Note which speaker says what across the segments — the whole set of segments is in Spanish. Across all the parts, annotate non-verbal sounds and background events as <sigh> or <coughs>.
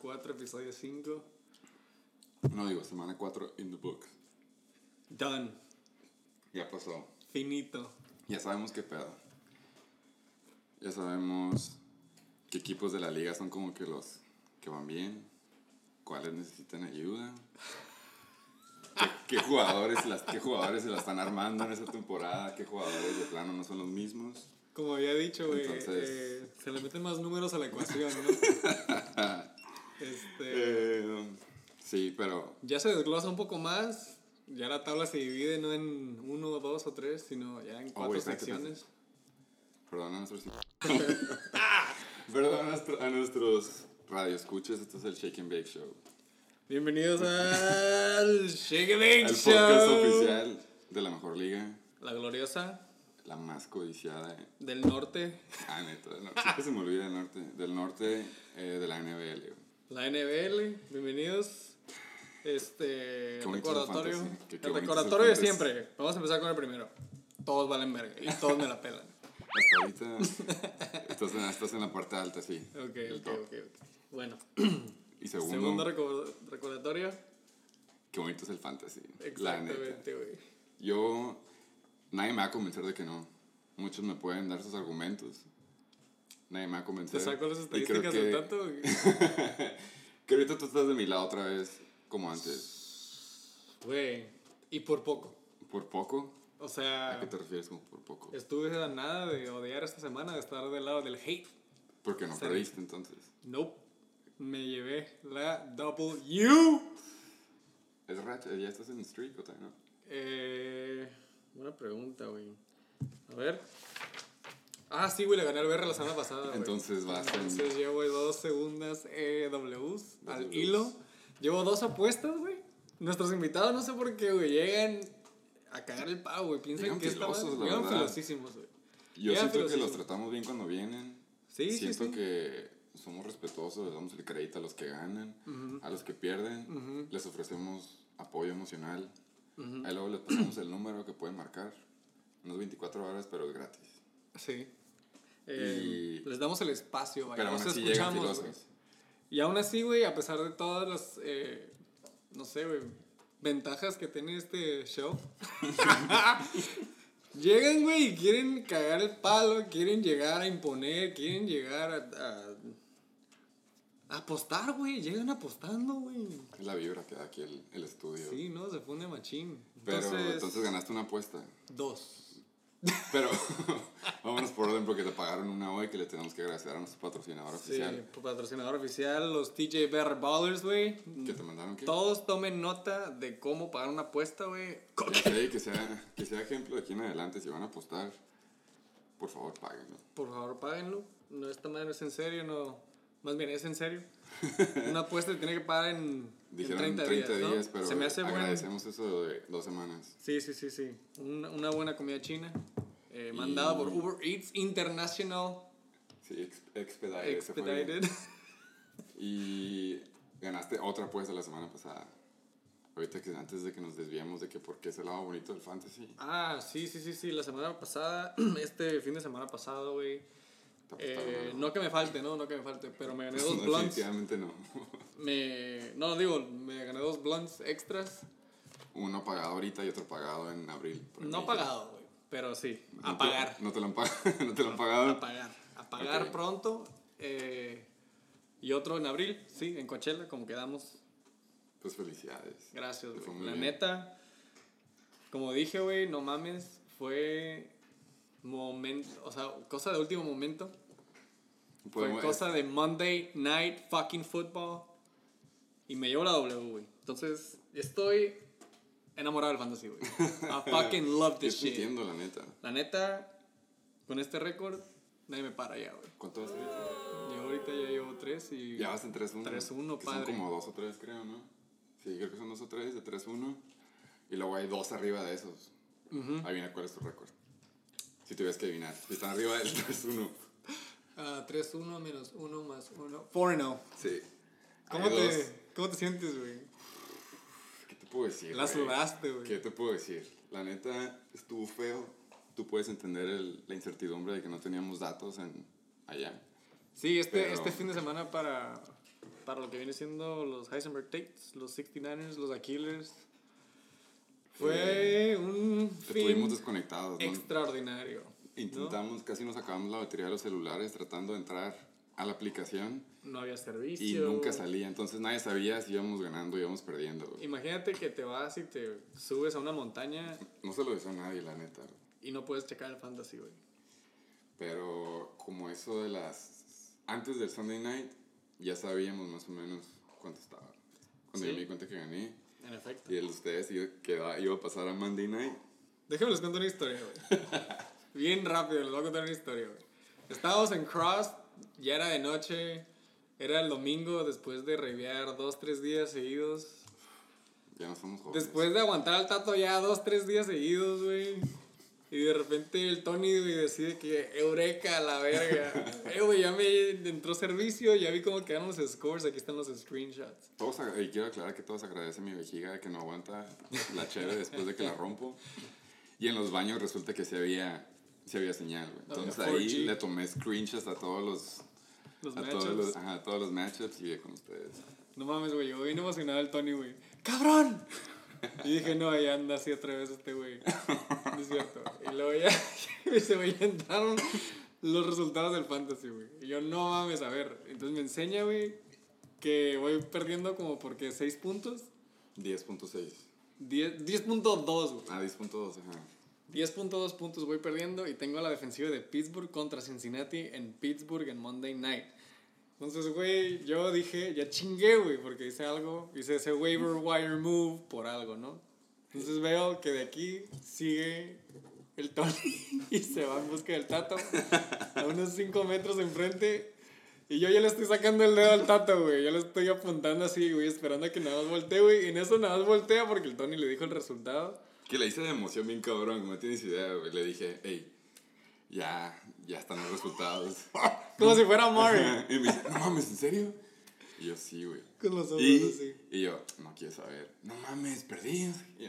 Speaker 1: 4, episodio 5.
Speaker 2: No digo, semana 4 in the book.
Speaker 1: Done.
Speaker 2: Ya pasó.
Speaker 1: Finito.
Speaker 2: Ya sabemos qué pedo. Ya sabemos qué equipos de la liga son como que los que van bien, cuáles necesitan ayuda, qué, qué jugadores, las, qué jugadores se la están armando en esta temporada, qué jugadores de plano no son los mismos.
Speaker 1: Como había dicho, güey,
Speaker 2: Entonces-
Speaker 1: eh, se le meten más números a la ecuación,
Speaker 2: <laughs>
Speaker 1: ¿no? este,
Speaker 2: Eh, sí, pero
Speaker 1: ya se desglosa un poco más. Ya la tabla se divide no en uno, dos o tres, sino ya en cuatro
Speaker 2: Oh, güey, espérate,
Speaker 1: secciones.
Speaker 2: Perdón a nuestros. <laughs> Perdón a, nuestro- a nuestros radioescuchas. Esto es el Shake and Bake Show.
Speaker 1: Bienvenidos al Shake and Bake
Speaker 2: El
Speaker 1: Show.
Speaker 2: podcast oficial de la mejor liga,
Speaker 1: La gloriosa
Speaker 2: la más codiciada. eh.
Speaker 1: del norte,
Speaker 2: Ah, neta, del norte. Siempre se me olvida del norte. Del norte eh, de la NBL. güey.
Speaker 1: la NBL. Bienvenidos. Este
Speaker 2: Qué bonito
Speaker 1: recordatorio.
Speaker 2: es el fantasy, qué- qué
Speaker 1: el
Speaker 2: bonito es el
Speaker 1: recordatorio de
Speaker 2: fantasy.
Speaker 1: siempre. Vamos a empezar con el primero. Todos valen verga y todos me la
Speaker 2: <laughs>
Speaker 1: pelan. <laughs>
Speaker 2: Hasta ahorita estás en, estás en la parte alta, sí.
Speaker 1: Ok,
Speaker 2: del
Speaker 1: ok,
Speaker 2: top.
Speaker 1: ok. ok. Bueno,
Speaker 2: Y segundo,
Speaker 1: segundo recor- recordatorio.
Speaker 2: qué bonito es el fantasy. La neta.
Speaker 1: Exactamente, güey.
Speaker 2: Yo, nadie me va a convencer de que no. Muchos me pueden dar sus argumentos. Nadie me va a
Speaker 1: Te
Speaker 2: convencer.
Speaker 1: saco las
Speaker 2: Y creo
Speaker 1: estadísticas
Speaker 2: que-
Speaker 1: de tanto. güey.
Speaker 2: <laughs> Que ahorita tú estás de mi lado otra vez, como antes.
Speaker 1: Güey, y por poco.
Speaker 2: ¿Por poco?
Speaker 1: O
Speaker 2: ¿A
Speaker 1: sea,
Speaker 2: qué te refieres con por poco?
Speaker 1: estuve a nada de odiar esta semana, de estar del lado del hate.
Speaker 2: Porque no
Speaker 1: Sí.
Speaker 2: perdiste entonces.
Speaker 1: Nope. Me llevé la W.
Speaker 2: ¿Es racha? ¿Ya estás en streak o todavía no?
Speaker 1: Eh, buena pregunta, güey. A ver. Ah, sí, güey, le gané al BR la semana pasada. güey.
Speaker 2: Entonces vas en-
Speaker 1: Entonces llevo dos segundas eh, Ws al
Speaker 2: Ws.
Speaker 1: hilo. Llevo dos apuestas, güey. Nuestros invitados, no sé por qué, güey, llegan a cagar el pavo, güey. Piensan
Speaker 2: Llegan
Speaker 1: que esta
Speaker 2: filosos,
Speaker 1: madre-
Speaker 2: la
Speaker 1: Llegan
Speaker 2: verdad.
Speaker 1: filosísimos, güey.
Speaker 2: Yo
Speaker 1: Ya,
Speaker 2: siento
Speaker 1: pero
Speaker 2: que
Speaker 1: sí,
Speaker 2: los
Speaker 1: sí.
Speaker 2: tratamos bien cuando vienen.
Speaker 1: Sí, sí,
Speaker 2: siento
Speaker 1: sí.
Speaker 2: que somos respetuosos, les damos el crédito a los que ganan, a los que pierden, les ofrecemos apoyo emocional. Ahí luego les pasamos el número que pueden marcar. Unas 24 horas, pero es gratis.
Speaker 1: Sí. Eh,
Speaker 2: Y-
Speaker 1: Les damos el espacio, vaya.
Speaker 2: pero aún
Speaker 1: nos
Speaker 2: así llegan
Speaker 1: escuchamos, güey.
Speaker 2: filosos.
Speaker 1: Y aún así, güey, a pesar de todas las, eh, no sé, güey, ventajas que tiene este show, <laughs> llegan, güey, y quieren cagar el palo, quieren llegar a imponer, quieren llegar a, a- a apostar, güey, llegan apostando, güey.
Speaker 2: Es la vibra que da aquí el, el estudio.
Speaker 1: Sí, ¿no? Se funde machín.
Speaker 2: Pero
Speaker 1: Entonces,
Speaker 2: entonces ganaste una apuesta.
Speaker 1: dos.
Speaker 2: Pero <laughs> vámonos por orden porque te pagaron una hoy que le tenemos que agradecer a nuestro patrocinador
Speaker 1: Sí,
Speaker 2: oficial.
Speaker 1: patrocinador oficial, los TJ Bear Ballers, güey.
Speaker 2: Que te mandaron que.
Speaker 1: Todos tomen nota de cómo pagar una apuesta, güey.
Speaker 2: Ya sé, que sea, que sea ejemplo de aquí en adelante. Si van a apostar, por favor, páguenlo.
Speaker 1: Por favor, páguenlo. No, esta madre no es en serio, no. Más bien, es en serio. Una apuesta se tiene que pagar en, en
Speaker 2: <laughs> Dijeron
Speaker 1: 30,
Speaker 2: 30, días,
Speaker 1: días, ¿no?
Speaker 2: pero
Speaker 1: Se me hace bueno.
Speaker 2: agradecemos eso de dos semanas.
Speaker 1: Sí, sí, sí, sí. Una, una buena comida china. eh, mandada
Speaker 2: Y-
Speaker 1: por Uber Eats International
Speaker 2: Sí, ex- expedited. se fue bien.
Speaker 1: Expedited.
Speaker 2: Y ganaste otra apuesta la semana pasada. Ahorita que antes de que nos desviemos de que por qué es el lado bonito del fantasy,
Speaker 1: <laughs> Ah, sí, sí, sí, sí. La semana pasada, <clears throat> este fin de semana pasado, güey.
Speaker 2: te apostaron
Speaker 1: eh,
Speaker 2: <laughs> algo.
Speaker 1: no que me falte, no, no que me falte, pero me gané dos
Speaker 2: pues, <laughs> No,
Speaker 1: blunts.
Speaker 2: Definitivamente no.
Speaker 1: Me, no, digo, me gané dos blunts extras.
Speaker 2: Uno pagado ahorita y otro pagado en abril. por
Speaker 1: No
Speaker 2: mí.
Speaker 1: pagado, güey, pero sí,
Speaker 2: No
Speaker 1: a
Speaker 2: te-
Speaker 1: pagar.
Speaker 2: No te lo han pagado. <laughs> No te lo han
Speaker 1: a
Speaker 2: pagado.
Speaker 1: pagar. A pagar
Speaker 2: Ok.
Speaker 1: pronto. eh, y otro en abril, sí, en Coachella, como quedamos.
Speaker 2: Pues felicidades.
Speaker 1: Gracias,
Speaker 2: Te
Speaker 1: güey.
Speaker 2: fue Pues, muy
Speaker 1: La
Speaker 2: bien.
Speaker 1: neta, como dije, güey, no mames, fue momento, o sea, cosa de último momento. Fue
Speaker 2: Podemos-
Speaker 1: cosa de Monday Night Fucking Football. Y me llevo la W, güey. Entonces, estoy enamorado del fantasy,
Speaker 2: <laughs>
Speaker 1: güey. I fucking love
Speaker 2: Yo
Speaker 1: this
Speaker 2: te
Speaker 1: shit.
Speaker 2: entiendo, la neta.
Speaker 1: La neta, con este récord, nadie me para ya, güey.
Speaker 2: ¿Cuánto vas ahorita?
Speaker 1: Yo ahorita ya llevo tres y...
Speaker 2: Ya vas en 3-1.
Speaker 1: 3-1,
Speaker 2: que
Speaker 1: padre.
Speaker 2: Son como 2 o 3, creo, ¿no? Sí, creo que son 2 o 3 de 3-1. Y luego hay 2 arriba de esos. Adivina cuál es tu récord. Si tuvieras que adivinar. Si están arriba del <laughs> 3-1.
Speaker 1: Ah, 3-1 menos 1 más 1. 4-0.
Speaker 2: Sí.
Speaker 1: oh. ¿Cómo
Speaker 2: Hay dos.
Speaker 1: te, ¿Cómo te sientes, güey?
Speaker 2: ¿Qué te puedo decir?
Speaker 1: La
Speaker 2: güey?
Speaker 1: sudaste, güey.
Speaker 2: ¿Qué te puedo decir? La neta, estuvo feo. Tú puedes entender el- la incertidumbre de que no teníamos datos en, allá.
Speaker 1: Sí, este,
Speaker 2: Pero-
Speaker 1: este fin de semana para, para lo que viene siendo los Heisenberg Tates, los 69ers, los Aquilers. Fue un
Speaker 2: Te tuvimos
Speaker 1: fin
Speaker 2: desconectados, ¿no?
Speaker 1: extraordinario. ¿no?
Speaker 2: Intentamos, casi nos acabamos la batería de los celulares tratando de entrar a la aplicación
Speaker 1: No, había
Speaker 2: y
Speaker 1: servicio.
Speaker 2: nunca salía. Entonces nadie sabía si íbamos ganando o íbamos perdiendo. güey.
Speaker 1: Imagínate que te vas y te subes a una montaña
Speaker 2: No se lo deseo a nadie, la neta. güey.
Speaker 1: y no puedes checar el fantasy, güey.
Speaker 2: Pero como eso de las... Antes del Sunday Night ya sabíamos más o menos cuánto estaba. Cuando yo
Speaker 1: Sí.
Speaker 2: me di cuenta que gané
Speaker 1: En efecto.
Speaker 2: y el de ustedes iba- quedaba- iba a pasar a Monday Night.
Speaker 1: Déjenme les cuento una historia, güey. <laughs> Bien rápido, les voy a contar una historia, güey. Estábamos en Cross, ya era de noche, era el domingo después de reviar dos, tres días seguidos.
Speaker 2: Ya no somos jóvenes.
Speaker 1: Después de aguantar al tato ya dos, tres días seguidos, güey. Y de repente el Tony güey, decide que Eureka, la
Speaker 2: <laughs>
Speaker 1: verga. eh, güey, ya me entró servicio, ya vi cómo quedaron los scores, aquí están los screenshots.
Speaker 2: Todos, agra- y quiero aclarar que todos agradecen mi vejiga que no aguanta la cheve después de que la rompo. Y en los baños resulta que sí había, sí había señal, güey.
Speaker 1: Había
Speaker 2: Entonces ahí
Speaker 1: 4G.
Speaker 2: le tomé screenshots a todos los,
Speaker 1: Los
Speaker 2: a todos los,
Speaker 1: matchups.
Speaker 2: ajá, a todos los matchups y con ustedes.
Speaker 1: No mames, güey, yo bien emocionado el Tony, güey. ¡Cabrón! Y dije, no, ya anda así otra vez este güey. No <laughs>
Speaker 2: <laughs>
Speaker 1: es cierto. Y luego ya <laughs> se me entraron los resultados del fantasy, güey. Y yo, no mames, a ver. Entonces me enseña, güey, que voy perdiendo como porque 6 puntos.
Speaker 2: 10.6.
Speaker 1: 10 10.2, güey.
Speaker 2: Ah, 10.2, ajá.
Speaker 1: 10.2 puntos voy perdiendo y tengo la defensiva de Pittsburgh contra Cincinnati en Pittsburgh en Monday Night. Entonces, güey, yo dije, ya chingué, güey, porque hice algo, hice ese waiver wire move por algo, ¿no? Entonces veo que de aquí sigue el Tony <laughs> y se va en busca del Tato a unos 5 metros enfrente. Y yo ya le estoy sacando el dedo al Tato, güey. Ya le estoy apuntando así, güey, esperando a que nada más voltee, güey. Y en eso nada más voltea porque el Tony le dijo el resultado.
Speaker 2: Que le hice de emoción bien cabrón, como no tienes idea, güey. Le dije, hey, ya, ya están los resultados.
Speaker 1: <laughs> Como si fuera Mario.
Speaker 2: Ajá. <laughs> y me dice, no mames, ¿en serio? Y yo, sí, güey.
Speaker 1: Con los ojos
Speaker 2: Y,
Speaker 1: así.
Speaker 2: y yo, no quiero saber. No mames, perdí. Y yo,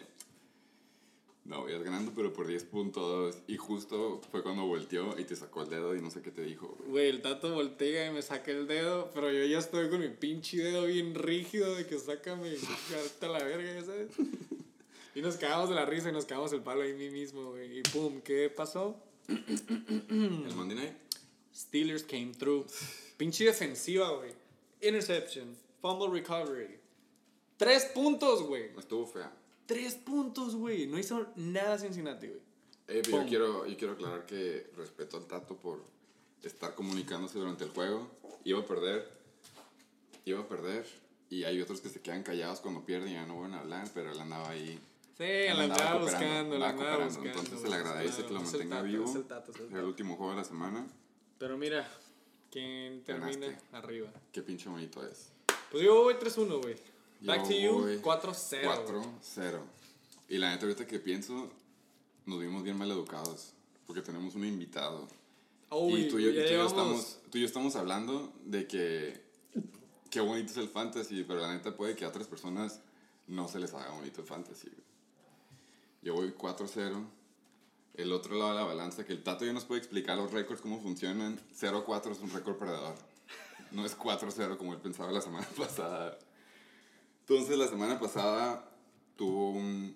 Speaker 2: no, ibas ganando, pero por 10.2. Y justo fue cuando volteó y te sacó el dedo y no sé qué te dijo, güey.
Speaker 1: Güey, el tato voltea y me saca el dedo, pero yo ya estoy con mi pinche dedo bien rígido de que saca mi carta a la verga, ya
Speaker 2: <laughs>
Speaker 1: sabes. Y nos cagamos de la risa y nos cagamos el palo ahí mismo, güey. Y pum, ¿qué pasó? Mm.
Speaker 2: El Monday Night.
Speaker 1: Steelers came through. Pinche defensiva, güey. Interception, fumble recovery. Tres puntos, güey.
Speaker 2: Estuvo fea.
Speaker 1: Tres puntos, güey. No hizo nada Cincinnati, güey.
Speaker 2: Eh, pero yo
Speaker 1: Pum.
Speaker 2: quiero, yo quiero aclarar que respeto al Tato por estar comunicándose durante el juego. Iba a perder, iba a perder. Y hay otros que se quedan callados cuando pierden y ya no vuelven a hablar, pero él andaba ahí.
Speaker 1: Sí, la
Speaker 2: andaba
Speaker 1: andaba
Speaker 2: cooperando,
Speaker 1: buscando, la
Speaker 2: andaba
Speaker 1: andaba
Speaker 2: cooperando.
Speaker 1: buscando.
Speaker 2: Entonces se
Speaker 1: güey.
Speaker 2: le agradece
Speaker 1: Claro,
Speaker 2: que lo
Speaker 1: es el
Speaker 2: mantenga
Speaker 1: Tato,
Speaker 2: vivo.
Speaker 1: es el Tato, es el
Speaker 2: Era el
Speaker 1: Tato.
Speaker 2: último juego de la semana.
Speaker 1: Pero mira, quien termina
Speaker 2: Ganaste.
Speaker 1: arriba.
Speaker 2: Qué pinche bonito es.
Speaker 1: Pues yo voy 3-1, güey. Back
Speaker 2: Yo
Speaker 1: to
Speaker 2: voy
Speaker 1: you, 4-0.
Speaker 2: 4-0. Y la neta, ahorita que pienso, nos vimos bien mal educados. Porque tenemos un invitado.
Speaker 1: Ah, Uy,
Speaker 2: y tú y yo,
Speaker 1: Oh, ya
Speaker 2: y tú y yo
Speaker 1: llevamos-
Speaker 2: estamos, tú y yo estamos hablando de que. Qué bonito es el fantasy, pero la neta puede que a otras personas no se les haga bonito el fantasy. güey. Yo voy 4-0. El otro lado de la balanza, que el Tato ya nos puede explicar los récords, cómo funcionan. 0-4 es un récord perdedor. No es 4-0 como él pensaba la semana <laughs> pasada. Entonces, la semana pasada tuvo un,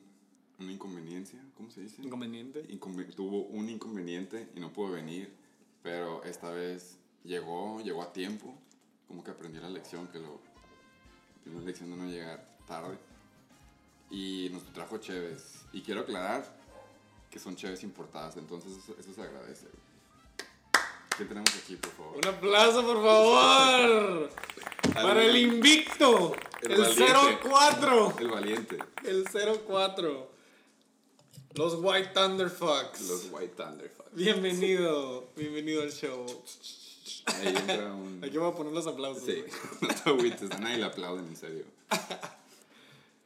Speaker 2: una inconveniencia, ¿cómo se dice?
Speaker 1: Inconveniente.
Speaker 2: Inconve- tuvo un inconveniente y no pudo venir, pero esta vez llegó, llegó a tiempo, como que aprendió la lección, que lo una lección de no llegar tarde. Y nos trajo cheves. Y quiero aclarar que son cheves importadas, entonces eso, eso se agradece. güey. ¿Qué tenemos aquí, por favor?
Speaker 1: Un aplauso, por
Speaker 2: <laughs>
Speaker 1: favor. Para el invicto.
Speaker 2: El
Speaker 1: El
Speaker 2: valiente.
Speaker 1: 0-4.
Speaker 2: El valiente,
Speaker 1: El 0-4. Los White Thunder Fox.
Speaker 2: los White Thunderfuck.
Speaker 1: Bienvenido. Bienvenido al
Speaker 2: <laughs>
Speaker 1: show.
Speaker 2: Ahí entra un...
Speaker 1: Aquí voy a poner los aplausos.
Speaker 2: Sí,
Speaker 1: güey.
Speaker 2: <laughs> no te agüites, a nadie le aplauden, en serio.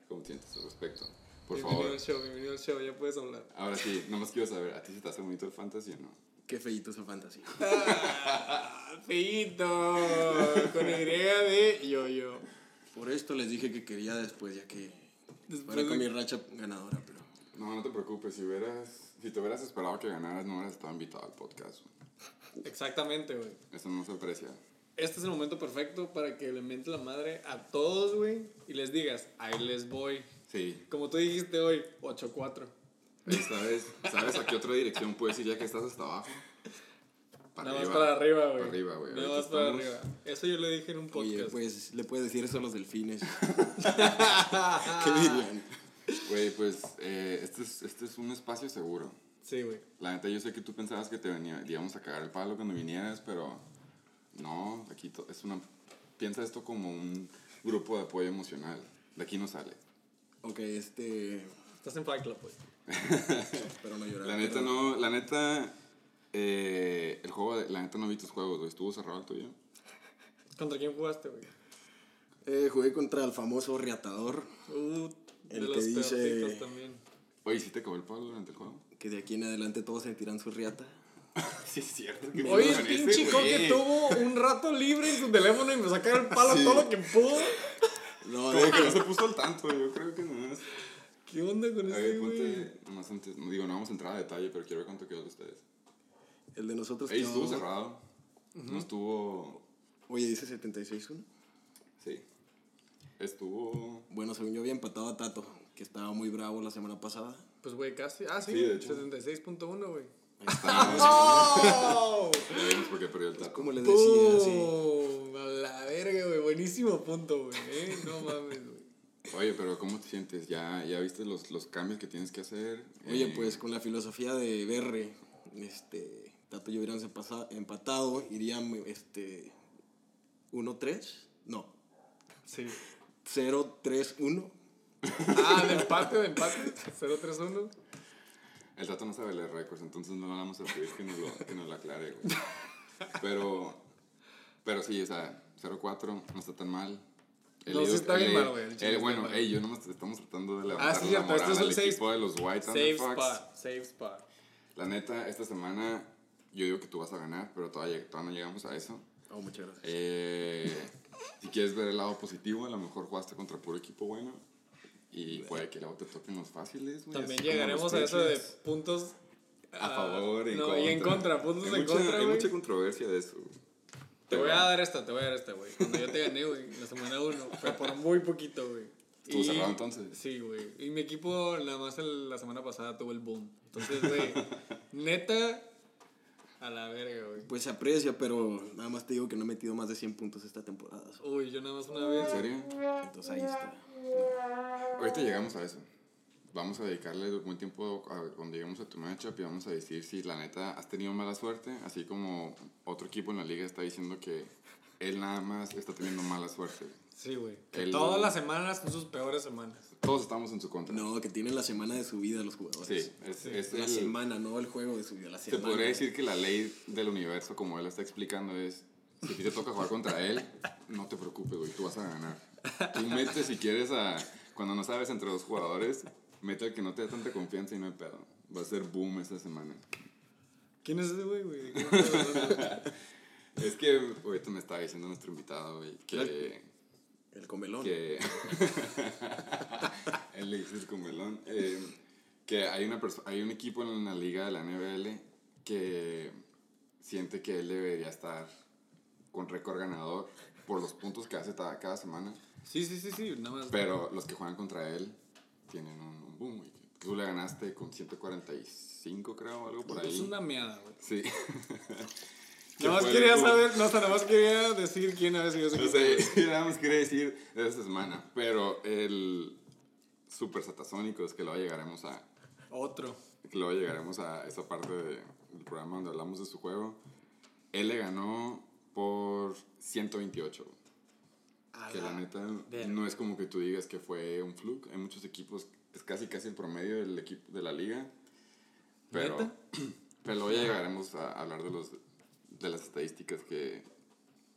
Speaker 2: ¿Cómo te sientes al respecto? Por
Speaker 1: bienvenido
Speaker 2: favor.
Speaker 1: al show, bienvenido al show. Ya puedes hablar.
Speaker 2: Ahora sí, nomás quiero saber, ¿a ti se te hace bonito el fantasy o no?
Speaker 3: Qué feíto es el fantasy.
Speaker 1: Feito. Con Y de yo-yo.
Speaker 3: <laughs> Por esto les dije que quería después, ya que
Speaker 1: Después
Speaker 3: fuera con mi
Speaker 1: de-
Speaker 3: racha ganadora, pero
Speaker 2: No, no te preocupes, si hubieras, si te hubieras esperado que ganaras, no hubieras estado invitado al podcast. güey.
Speaker 1: Exactamente, güey.
Speaker 2: Eso no se aprecia.
Speaker 1: este es el momento perfecto para que le mientes la madre a todos, güey, y les digas, ahí les voy.
Speaker 2: Sí.
Speaker 1: Como tú dijiste hoy, 8-4.
Speaker 2: Ahí sabes, sabes a qué otra dirección puedes ir ya que estás hasta abajo. Para
Speaker 1: Nada más
Speaker 2: arriba.
Speaker 1: para arriba, güey.
Speaker 2: Para arriba, güey.
Speaker 1: Nada
Speaker 2: Ahorita
Speaker 1: más para
Speaker 2: estamos-
Speaker 1: arriba. Eso yo le dije en un podcast.
Speaker 3: Oye, pues le puedes decir eso a
Speaker 2: <laughs>
Speaker 3: los delfines. ¿Qué dirían?
Speaker 2: Güey, pues eh, este, es, este es un espacio seguro.
Speaker 1: Sí, güey.
Speaker 2: La neta, yo sé que tú pensabas que te venía, le íbamos a cagar el palo cuando vinieras, pero no, aquí to- es una... Piensa esto como un grupo de apoyo emocional. De aquí no sale.
Speaker 3: Ok, este.
Speaker 1: Estás en Fight Club, güey.
Speaker 3: Pero no llorar.
Speaker 2: La neta,
Speaker 3: pero-
Speaker 2: no, la neta, eh, el juego, de- la neta no vi tus juegos, güey. ¿Estuvo cerrado el tuyo?
Speaker 1: ¿Contra quién jugaste, güey?
Speaker 3: Eh, jugué contra el famoso reatador.
Speaker 1: Uh, de
Speaker 3: El que
Speaker 1: los
Speaker 3: dice-
Speaker 1: peorcitos también.
Speaker 2: Oye, ¿sí te acabó el palo durante el juego?
Speaker 3: Que de aquí en adelante todos sentirán su riata.
Speaker 2: <laughs> Sí, es cierto. Que
Speaker 1: Oye, el pinche que tuvo un rato libre en su teléfono y me sacaron el palo
Speaker 3: Sí.
Speaker 1: todo lo que pudo.
Speaker 3: No,
Speaker 2: Como que
Speaker 3: deja.
Speaker 2: no se puso al tanto, yo creo que no es.
Speaker 1: ¿Qué onda con
Speaker 2: A
Speaker 1: ese,
Speaker 2: ver,
Speaker 1: güey?
Speaker 2: ponte, nomás antes, no digo, no vamos a entrar a detalle, pero quiero ver cuánto quedó de ustedes.
Speaker 3: El de
Speaker 1: Pues
Speaker 3: nosotros
Speaker 2: Ey,
Speaker 3: quedó-
Speaker 2: estuvo cerrado. No estuvo.
Speaker 3: Oye, dice 76-1.
Speaker 2: Sí. Estuvo.
Speaker 3: Bueno, según yo había empatado a Tato, que estaba muy bravo la semana
Speaker 2: <laughs>
Speaker 3: pasada.
Speaker 1: Pues, güey, casi. Ah, sí,
Speaker 2: Sí, de hecho.
Speaker 1: 76.1, güey.
Speaker 3: Ahí está.
Speaker 1: <laughs> ¡Oh!
Speaker 2: Ya vimos por qué perdió el taco.
Speaker 3: Como les decía, sí.
Speaker 1: ¡Pum! A la verga, güey. Buenísimo punto, güey. ¿eh? No mames, güey.
Speaker 2: Oye, pero ¿cómo te sientes? ¿Ya, ya viste los, los cambios que tienes que hacer?
Speaker 3: Oye,
Speaker 2: Eh,
Speaker 3: pues con la filosofía de Berre, este, Tato y yo hubiéramos empasa- empatado, irían este, 1-3, no,
Speaker 1: Sí.
Speaker 3: 0-3-1.
Speaker 1: Ah, de empate, de empate. 0-3-1.
Speaker 2: El tato no sabe leer récords, entonces no le vamos a pedir que nos lo, que nos lo aclare, güey. Pero. Pero sí, o sea, 0-4 no está tan mal. He
Speaker 1: No, sí está
Speaker 2: he
Speaker 1: bien
Speaker 2: leído-
Speaker 1: mal, güey, el
Speaker 2: eh,
Speaker 1: chile está
Speaker 2: bueno,
Speaker 1: mal.
Speaker 2: ey, yo nomás estamos tratando de levantar
Speaker 1: sí,
Speaker 2: la
Speaker 1: cierto, este
Speaker 2: moral
Speaker 1: es el
Speaker 2: al
Speaker 1: safe-
Speaker 2: equipo de los White
Speaker 1: Safe
Speaker 2: Thunderfucks.
Speaker 1: spot. Safe spot.
Speaker 2: La neta, esta semana yo digo que tú vas a ganar, pero todavía, todavía no llegamos a eso.
Speaker 3: Oh, muchas gracias.
Speaker 2: Eh, si quieres ver el lado positivo, a lo mejor jugaste contra puro equipo bueno. Y puede que luego te toquen los fáciles, güey.
Speaker 1: También
Speaker 2: así como
Speaker 1: llegaremos
Speaker 2: los
Speaker 1: a eso de
Speaker 2: Patriots.
Speaker 1: puntos
Speaker 2: A
Speaker 1: ah,
Speaker 2: favor, en
Speaker 1: no,
Speaker 2: contra.
Speaker 1: y en contra, puntos
Speaker 2: Hay
Speaker 1: en
Speaker 2: mucha-
Speaker 1: contra,
Speaker 2: Hay
Speaker 1: güey.
Speaker 2: mucha controversia de eso. güey.
Speaker 1: Te voy a
Speaker 2: Pero
Speaker 1: dar esta, te voy a dar esta, güey. Cuando yo te gané, güey, la semana 1, fue por muy poquito, güey.
Speaker 2: ¿Estuvo
Speaker 1: Y-
Speaker 2: cerrado entonces?
Speaker 1: Sí, güey. Y mi equipo, nada más el- la semana pasada tuvo el boom. Entonces, güey, neta, a la verga, güey.
Speaker 3: Pues se aprecia, pero nada más te digo que no he metido más de 100 puntos esta temporada.
Speaker 1: Uy, yo nada más una vez.
Speaker 2: ¿En serio?
Speaker 3: Entonces ahí está.
Speaker 2: Ahorita llegamos a eso. Vamos a dedicarle buen tiempo a cuando lleguemos a tu matchup y vamos a decir si la neta has tenido mala suerte, así como otro equipo en la liga está diciendo que él nada más está teniendo mala suerte.
Speaker 1: Sí, güey. Que
Speaker 2: El-
Speaker 1: Todas las semanas son sus peores semanas.
Speaker 2: Todos estamos en su contra.
Speaker 3: No, que tienen la semana de su vida los jugadores.
Speaker 2: Sí, es, es
Speaker 3: La
Speaker 2: el-
Speaker 3: semana, no el juego de su vida, la
Speaker 2: Se
Speaker 3: semana.
Speaker 2: podría decir que la ley del universo, como él la está explicando, es si a ti te toca jugar contra él, no te preocupes, güey, tú vas a ganar. Tú metes si quieres a. Cuando no sabes entre dos jugadores, mete al que no te da tanta confianza y no hay pedo. Va a ser boom esta semana.
Speaker 1: ¿Quién es ese güey, güey? ¿De qué me estás hablando?
Speaker 2: Es que ahorita me estaba diciendo nuestro invitado, güey, que.
Speaker 3: El comelón.
Speaker 2: que <laughs> el Alexis Comelón eh, que hay una perso- hay un equipo en la liga de la NBL que siente que él debería estar con récord ganador por los puntos que hace ta- cada semana
Speaker 1: Sí, sí, sí, sí, nada más.
Speaker 2: pero los que juegan contra él tienen un, un boom güey. tú le ganaste con 145 creo algo por
Speaker 1: Es
Speaker 2: ahí
Speaker 1: una meada, güey.
Speaker 2: sí <laughs>
Speaker 1: Nada más
Speaker 2: fue el
Speaker 1: quería
Speaker 2: boom.
Speaker 1: saber, no, hasta nada más quería decir quién había sido ese
Speaker 2: No
Speaker 1: equipo.
Speaker 2: <laughs> sé, nada más quería decir de esta semana, pero el super satasónico es que luego llegaremos a
Speaker 1: Otro.
Speaker 2: que luego llegaremos a esa parte de- del programa donde hablamos de su juego. Él le ganó por 128.
Speaker 1: A
Speaker 2: Que la neta
Speaker 1: verga.
Speaker 2: no es como que tú digas que fue un fluke. Hay muchos equipos, es casi casi el promedio del equipo de la liga. Pero,
Speaker 1: ¿Neta?
Speaker 2: <clears throat> pero luego ya llegaremos a hablar de los de las estadísticas que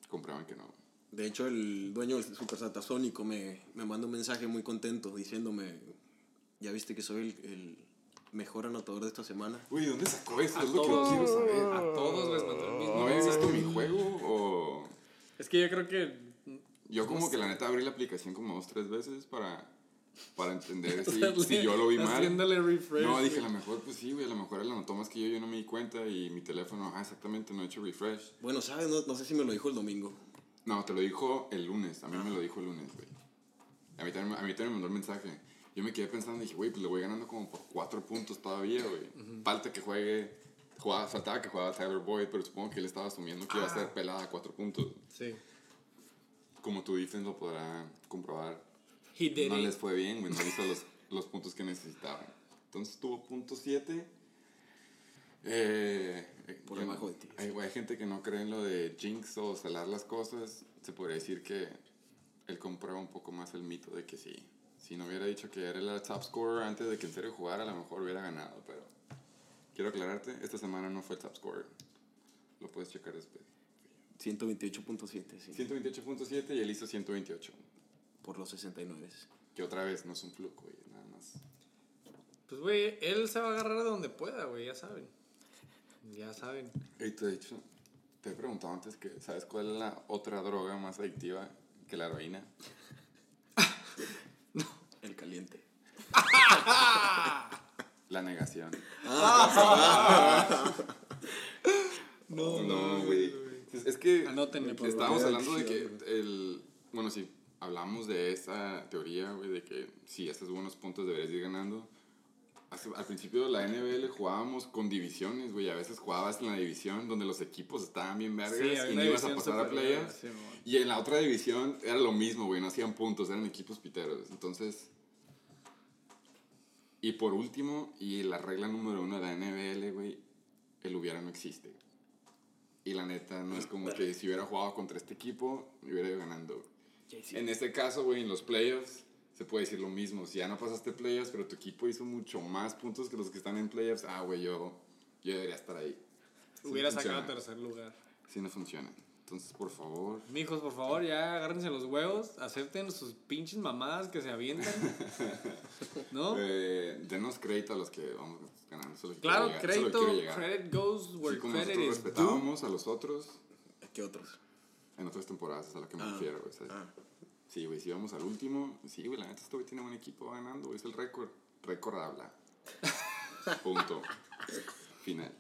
Speaker 2: comprueban que no.
Speaker 3: De hecho, el dueño del Super Satasónico me, me manda un mensaje muy contento diciéndome, ya viste que soy el, el mejor anotador de esta semana.
Speaker 2: Uy, ¿dónde sacó eso?
Speaker 1: A
Speaker 2: Es lo que yo quiero
Speaker 1: todos,
Speaker 2: saber.
Speaker 1: a todos les mandó el mismo.
Speaker 2: ¿No habías visto mi juego? O...
Speaker 1: Es que yo creo que
Speaker 2: Yo como que la neta abrí la aplicación como dos, tres veces para,
Speaker 1: <laughs>
Speaker 2: para entender si, si yo lo vi mal.
Speaker 1: Haciéndole refresh.
Speaker 2: No, dije a
Speaker 1: güey.
Speaker 2: lo mejor, pues sí, güey, a lo mejor él la notó más que yo, yo no me di cuenta y mi teléfono, ah, exactamente, no he hecho refresh.
Speaker 3: Bueno, ¿sabes? No, no sé si me lo dijo el domingo.
Speaker 2: No, te lo dijo el lunes. A mí me lo dijo el lunes, güey. A mí, también, a mí también me mandó el mensaje. Yo me quedé pensando y dije, güey, pues le voy ganando como por cuatro puntos todavía, güey. Falta que juegue. jugaba- faltaba que jugara Tyler Boyd, pero supongo que él estaba asumiendo que iba a ser pelada a cuatro puntos.
Speaker 1: Sí.
Speaker 2: Como tu defense lo podrá comprobar.
Speaker 4: He did
Speaker 2: No
Speaker 4: it.
Speaker 2: les fue bien, güey. No hizo los, los puntos que necesitaban. Entonces tuvo punto 7. Eh, eh,
Speaker 3: Por
Speaker 2: yo no-
Speaker 3: debajo de ti.
Speaker 2: Hay, hay gente que no cree en lo de jinx o salar las cosas. Se podría decir que él comprueba un poco más el mito de que sí. Si no hubiera dicho que era la top scorer antes de que en serio jugara, a lo mejor hubiera ganado. Pero quiero aclararte, esta semana no fue el top scorer. Lo puedes checar después.
Speaker 3: 128.7, sí.
Speaker 2: 128.7 y él hizo 128.
Speaker 3: Por los 69.
Speaker 2: Que otra vez no es un flujo, güey, nada más.
Speaker 1: Pues, güey, él se va a agarrar de donde pueda, güey, ya saben. Ya saben.
Speaker 2: Y te he dicho, te he preguntado antes que, ¿sabes cuál es la otra droga más adictiva que la heroína?
Speaker 3: El caliente.
Speaker 2: La negación.
Speaker 1: No,
Speaker 2: No, güey. Es, es que
Speaker 1: Anótenle, por
Speaker 2: estábamos
Speaker 3: favor.
Speaker 2: hablando de que el... Bueno, si hablamos de esa teoría, güey, de que si haces buenos puntos deberías ir ganando. Hace- al principio de la NBL jugábamos con divisiones, güey. A veces jugabas en la división donde los equipos estaban bien vergas
Speaker 1: Sí, había
Speaker 2: y
Speaker 1: una
Speaker 2: no ibas a
Speaker 1: división
Speaker 2: pasar a
Speaker 1: super
Speaker 2: playoffs.
Speaker 1: verga, sí, mon.
Speaker 2: Y en la otra división era lo mismo, güey, no hacían puntos, eran equipos piteros. Entonces. Y por último, y la regla número uno de la NBL, güey, el hubiera no existe. Y la neta, no es como que si hubiera jugado contra este equipo, me hubiera ido ganando. En este caso, güey, en los playoffs, se puede decir lo mismo. Si ya no pasaste playoffs, pero tu equipo hizo mucho más puntos que los que están en playoffs, ah, güey, yo, yo debería estar ahí. Si no
Speaker 1: Hubiera
Speaker 2: funciona.
Speaker 1: sacado tercer lugar.
Speaker 2: Si no funciona. Entonces, por favor,
Speaker 1: Mijos, por favor, ya agárrense los huevos, acepten sus pinches mamadas que se
Speaker 2: <laughs>
Speaker 1: avientan. ¿No?
Speaker 2: Eh, denos crédito a los que vamos ganando. Solo
Speaker 1: claro,
Speaker 2: Solo
Speaker 1: crédito,
Speaker 2: quiero llegar.
Speaker 1: credit goes where
Speaker 2: Así como
Speaker 1: credit
Speaker 2: nosotros
Speaker 1: is due.
Speaker 2: respetábamos a los otros
Speaker 3: ¿Qué otros?
Speaker 2: en otras temporadas, es a lo que me
Speaker 3: Ah,
Speaker 2: refiero, güey. ¿sabes?
Speaker 3: ah.
Speaker 2: Sí, güey, si vamos al último, sí, güey, la neta, este güey tiene buen equipo, va ganando, güey, es el récord. Récord
Speaker 1: <laughs>
Speaker 2: habla. Punto. Final.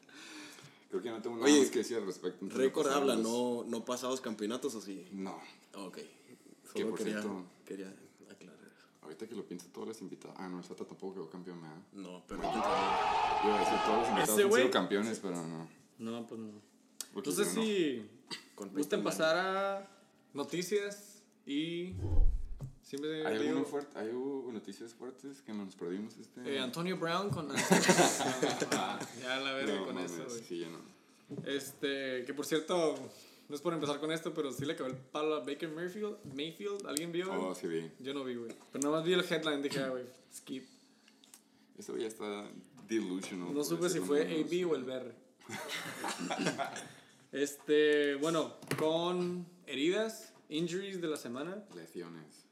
Speaker 2: Creo que ya no tengo nada
Speaker 3: Oye,
Speaker 2: más que decir al respecto. Entonces,
Speaker 3: Récord
Speaker 2: pasamos-
Speaker 3: habla, no, no pasados campeonatos o sí. Ah,
Speaker 2: No.
Speaker 3: Ok.
Speaker 2: Que,
Speaker 3: Solo
Speaker 2: por
Speaker 3: quería,
Speaker 2: cierto-
Speaker 3: quería aclarar eso.
Speaker 2: Ahorita que lo pienso, todos los invitados. Ah, no, el Sata tampoco quedó campeón, ¿verdad?
Speaker 3: No, pero hay que aclarar.
Speaker 2: Yo iba a decir, todos los invitados
Speaker 1: Ese
Speaker 2: han
Speaker 1: güey-
Speaker 2: sido campeones, pero no.
Speaker 1: No, pues no.
Speaker 2: Porque
Speaker 1: Entonces,
Speaker 2: yo no.
Speaker 1: si
Speaker 3: Con
Speaker 1: gusten
Speaker 3: Peyton
Speaker 1: pasar a noticias y. Siempre
Speaker 2: ¿Hay,
Speaker 1: digo,
Speaker 2: alguno fuerte, ¿Hay hubo noticias fuertes que nos perdimos este?
Speaker 1: eh,
Speaker 2: <laughs>
Speaker 1: Antonio Brown con. Ah, ya la verga
Speaker 2: No,
Speaker 1: con
Speaker 2: mames,
Speaker 1: eso, güey.
Speaker 2: Sí, ya no.
Speaker 1: Este, que por cierto, no es por empezar con esto, pero sí le acabó el palo a Baker Mayfield. Mayfield ¿Alguien vio?
Speaker 2: Oh, sí vi.
Speaker 1: Yo no vi, güey. Pero nada más vi el headline, dije, ah, güey, skip.
Speaker 2: Eso ya está delusional.
Speaker 1: No
Speaker 2: por
Speaker 1: supe si
Speaker 2: decirlo
Speaker 1: fue
Speaker 2: menos.
Speaker 1: AB o el
Speaker 2: <laughs>
Speaker 1: BR. este, bueno, con heridas, injuries de la semana.
Speaker 2: Lesiones.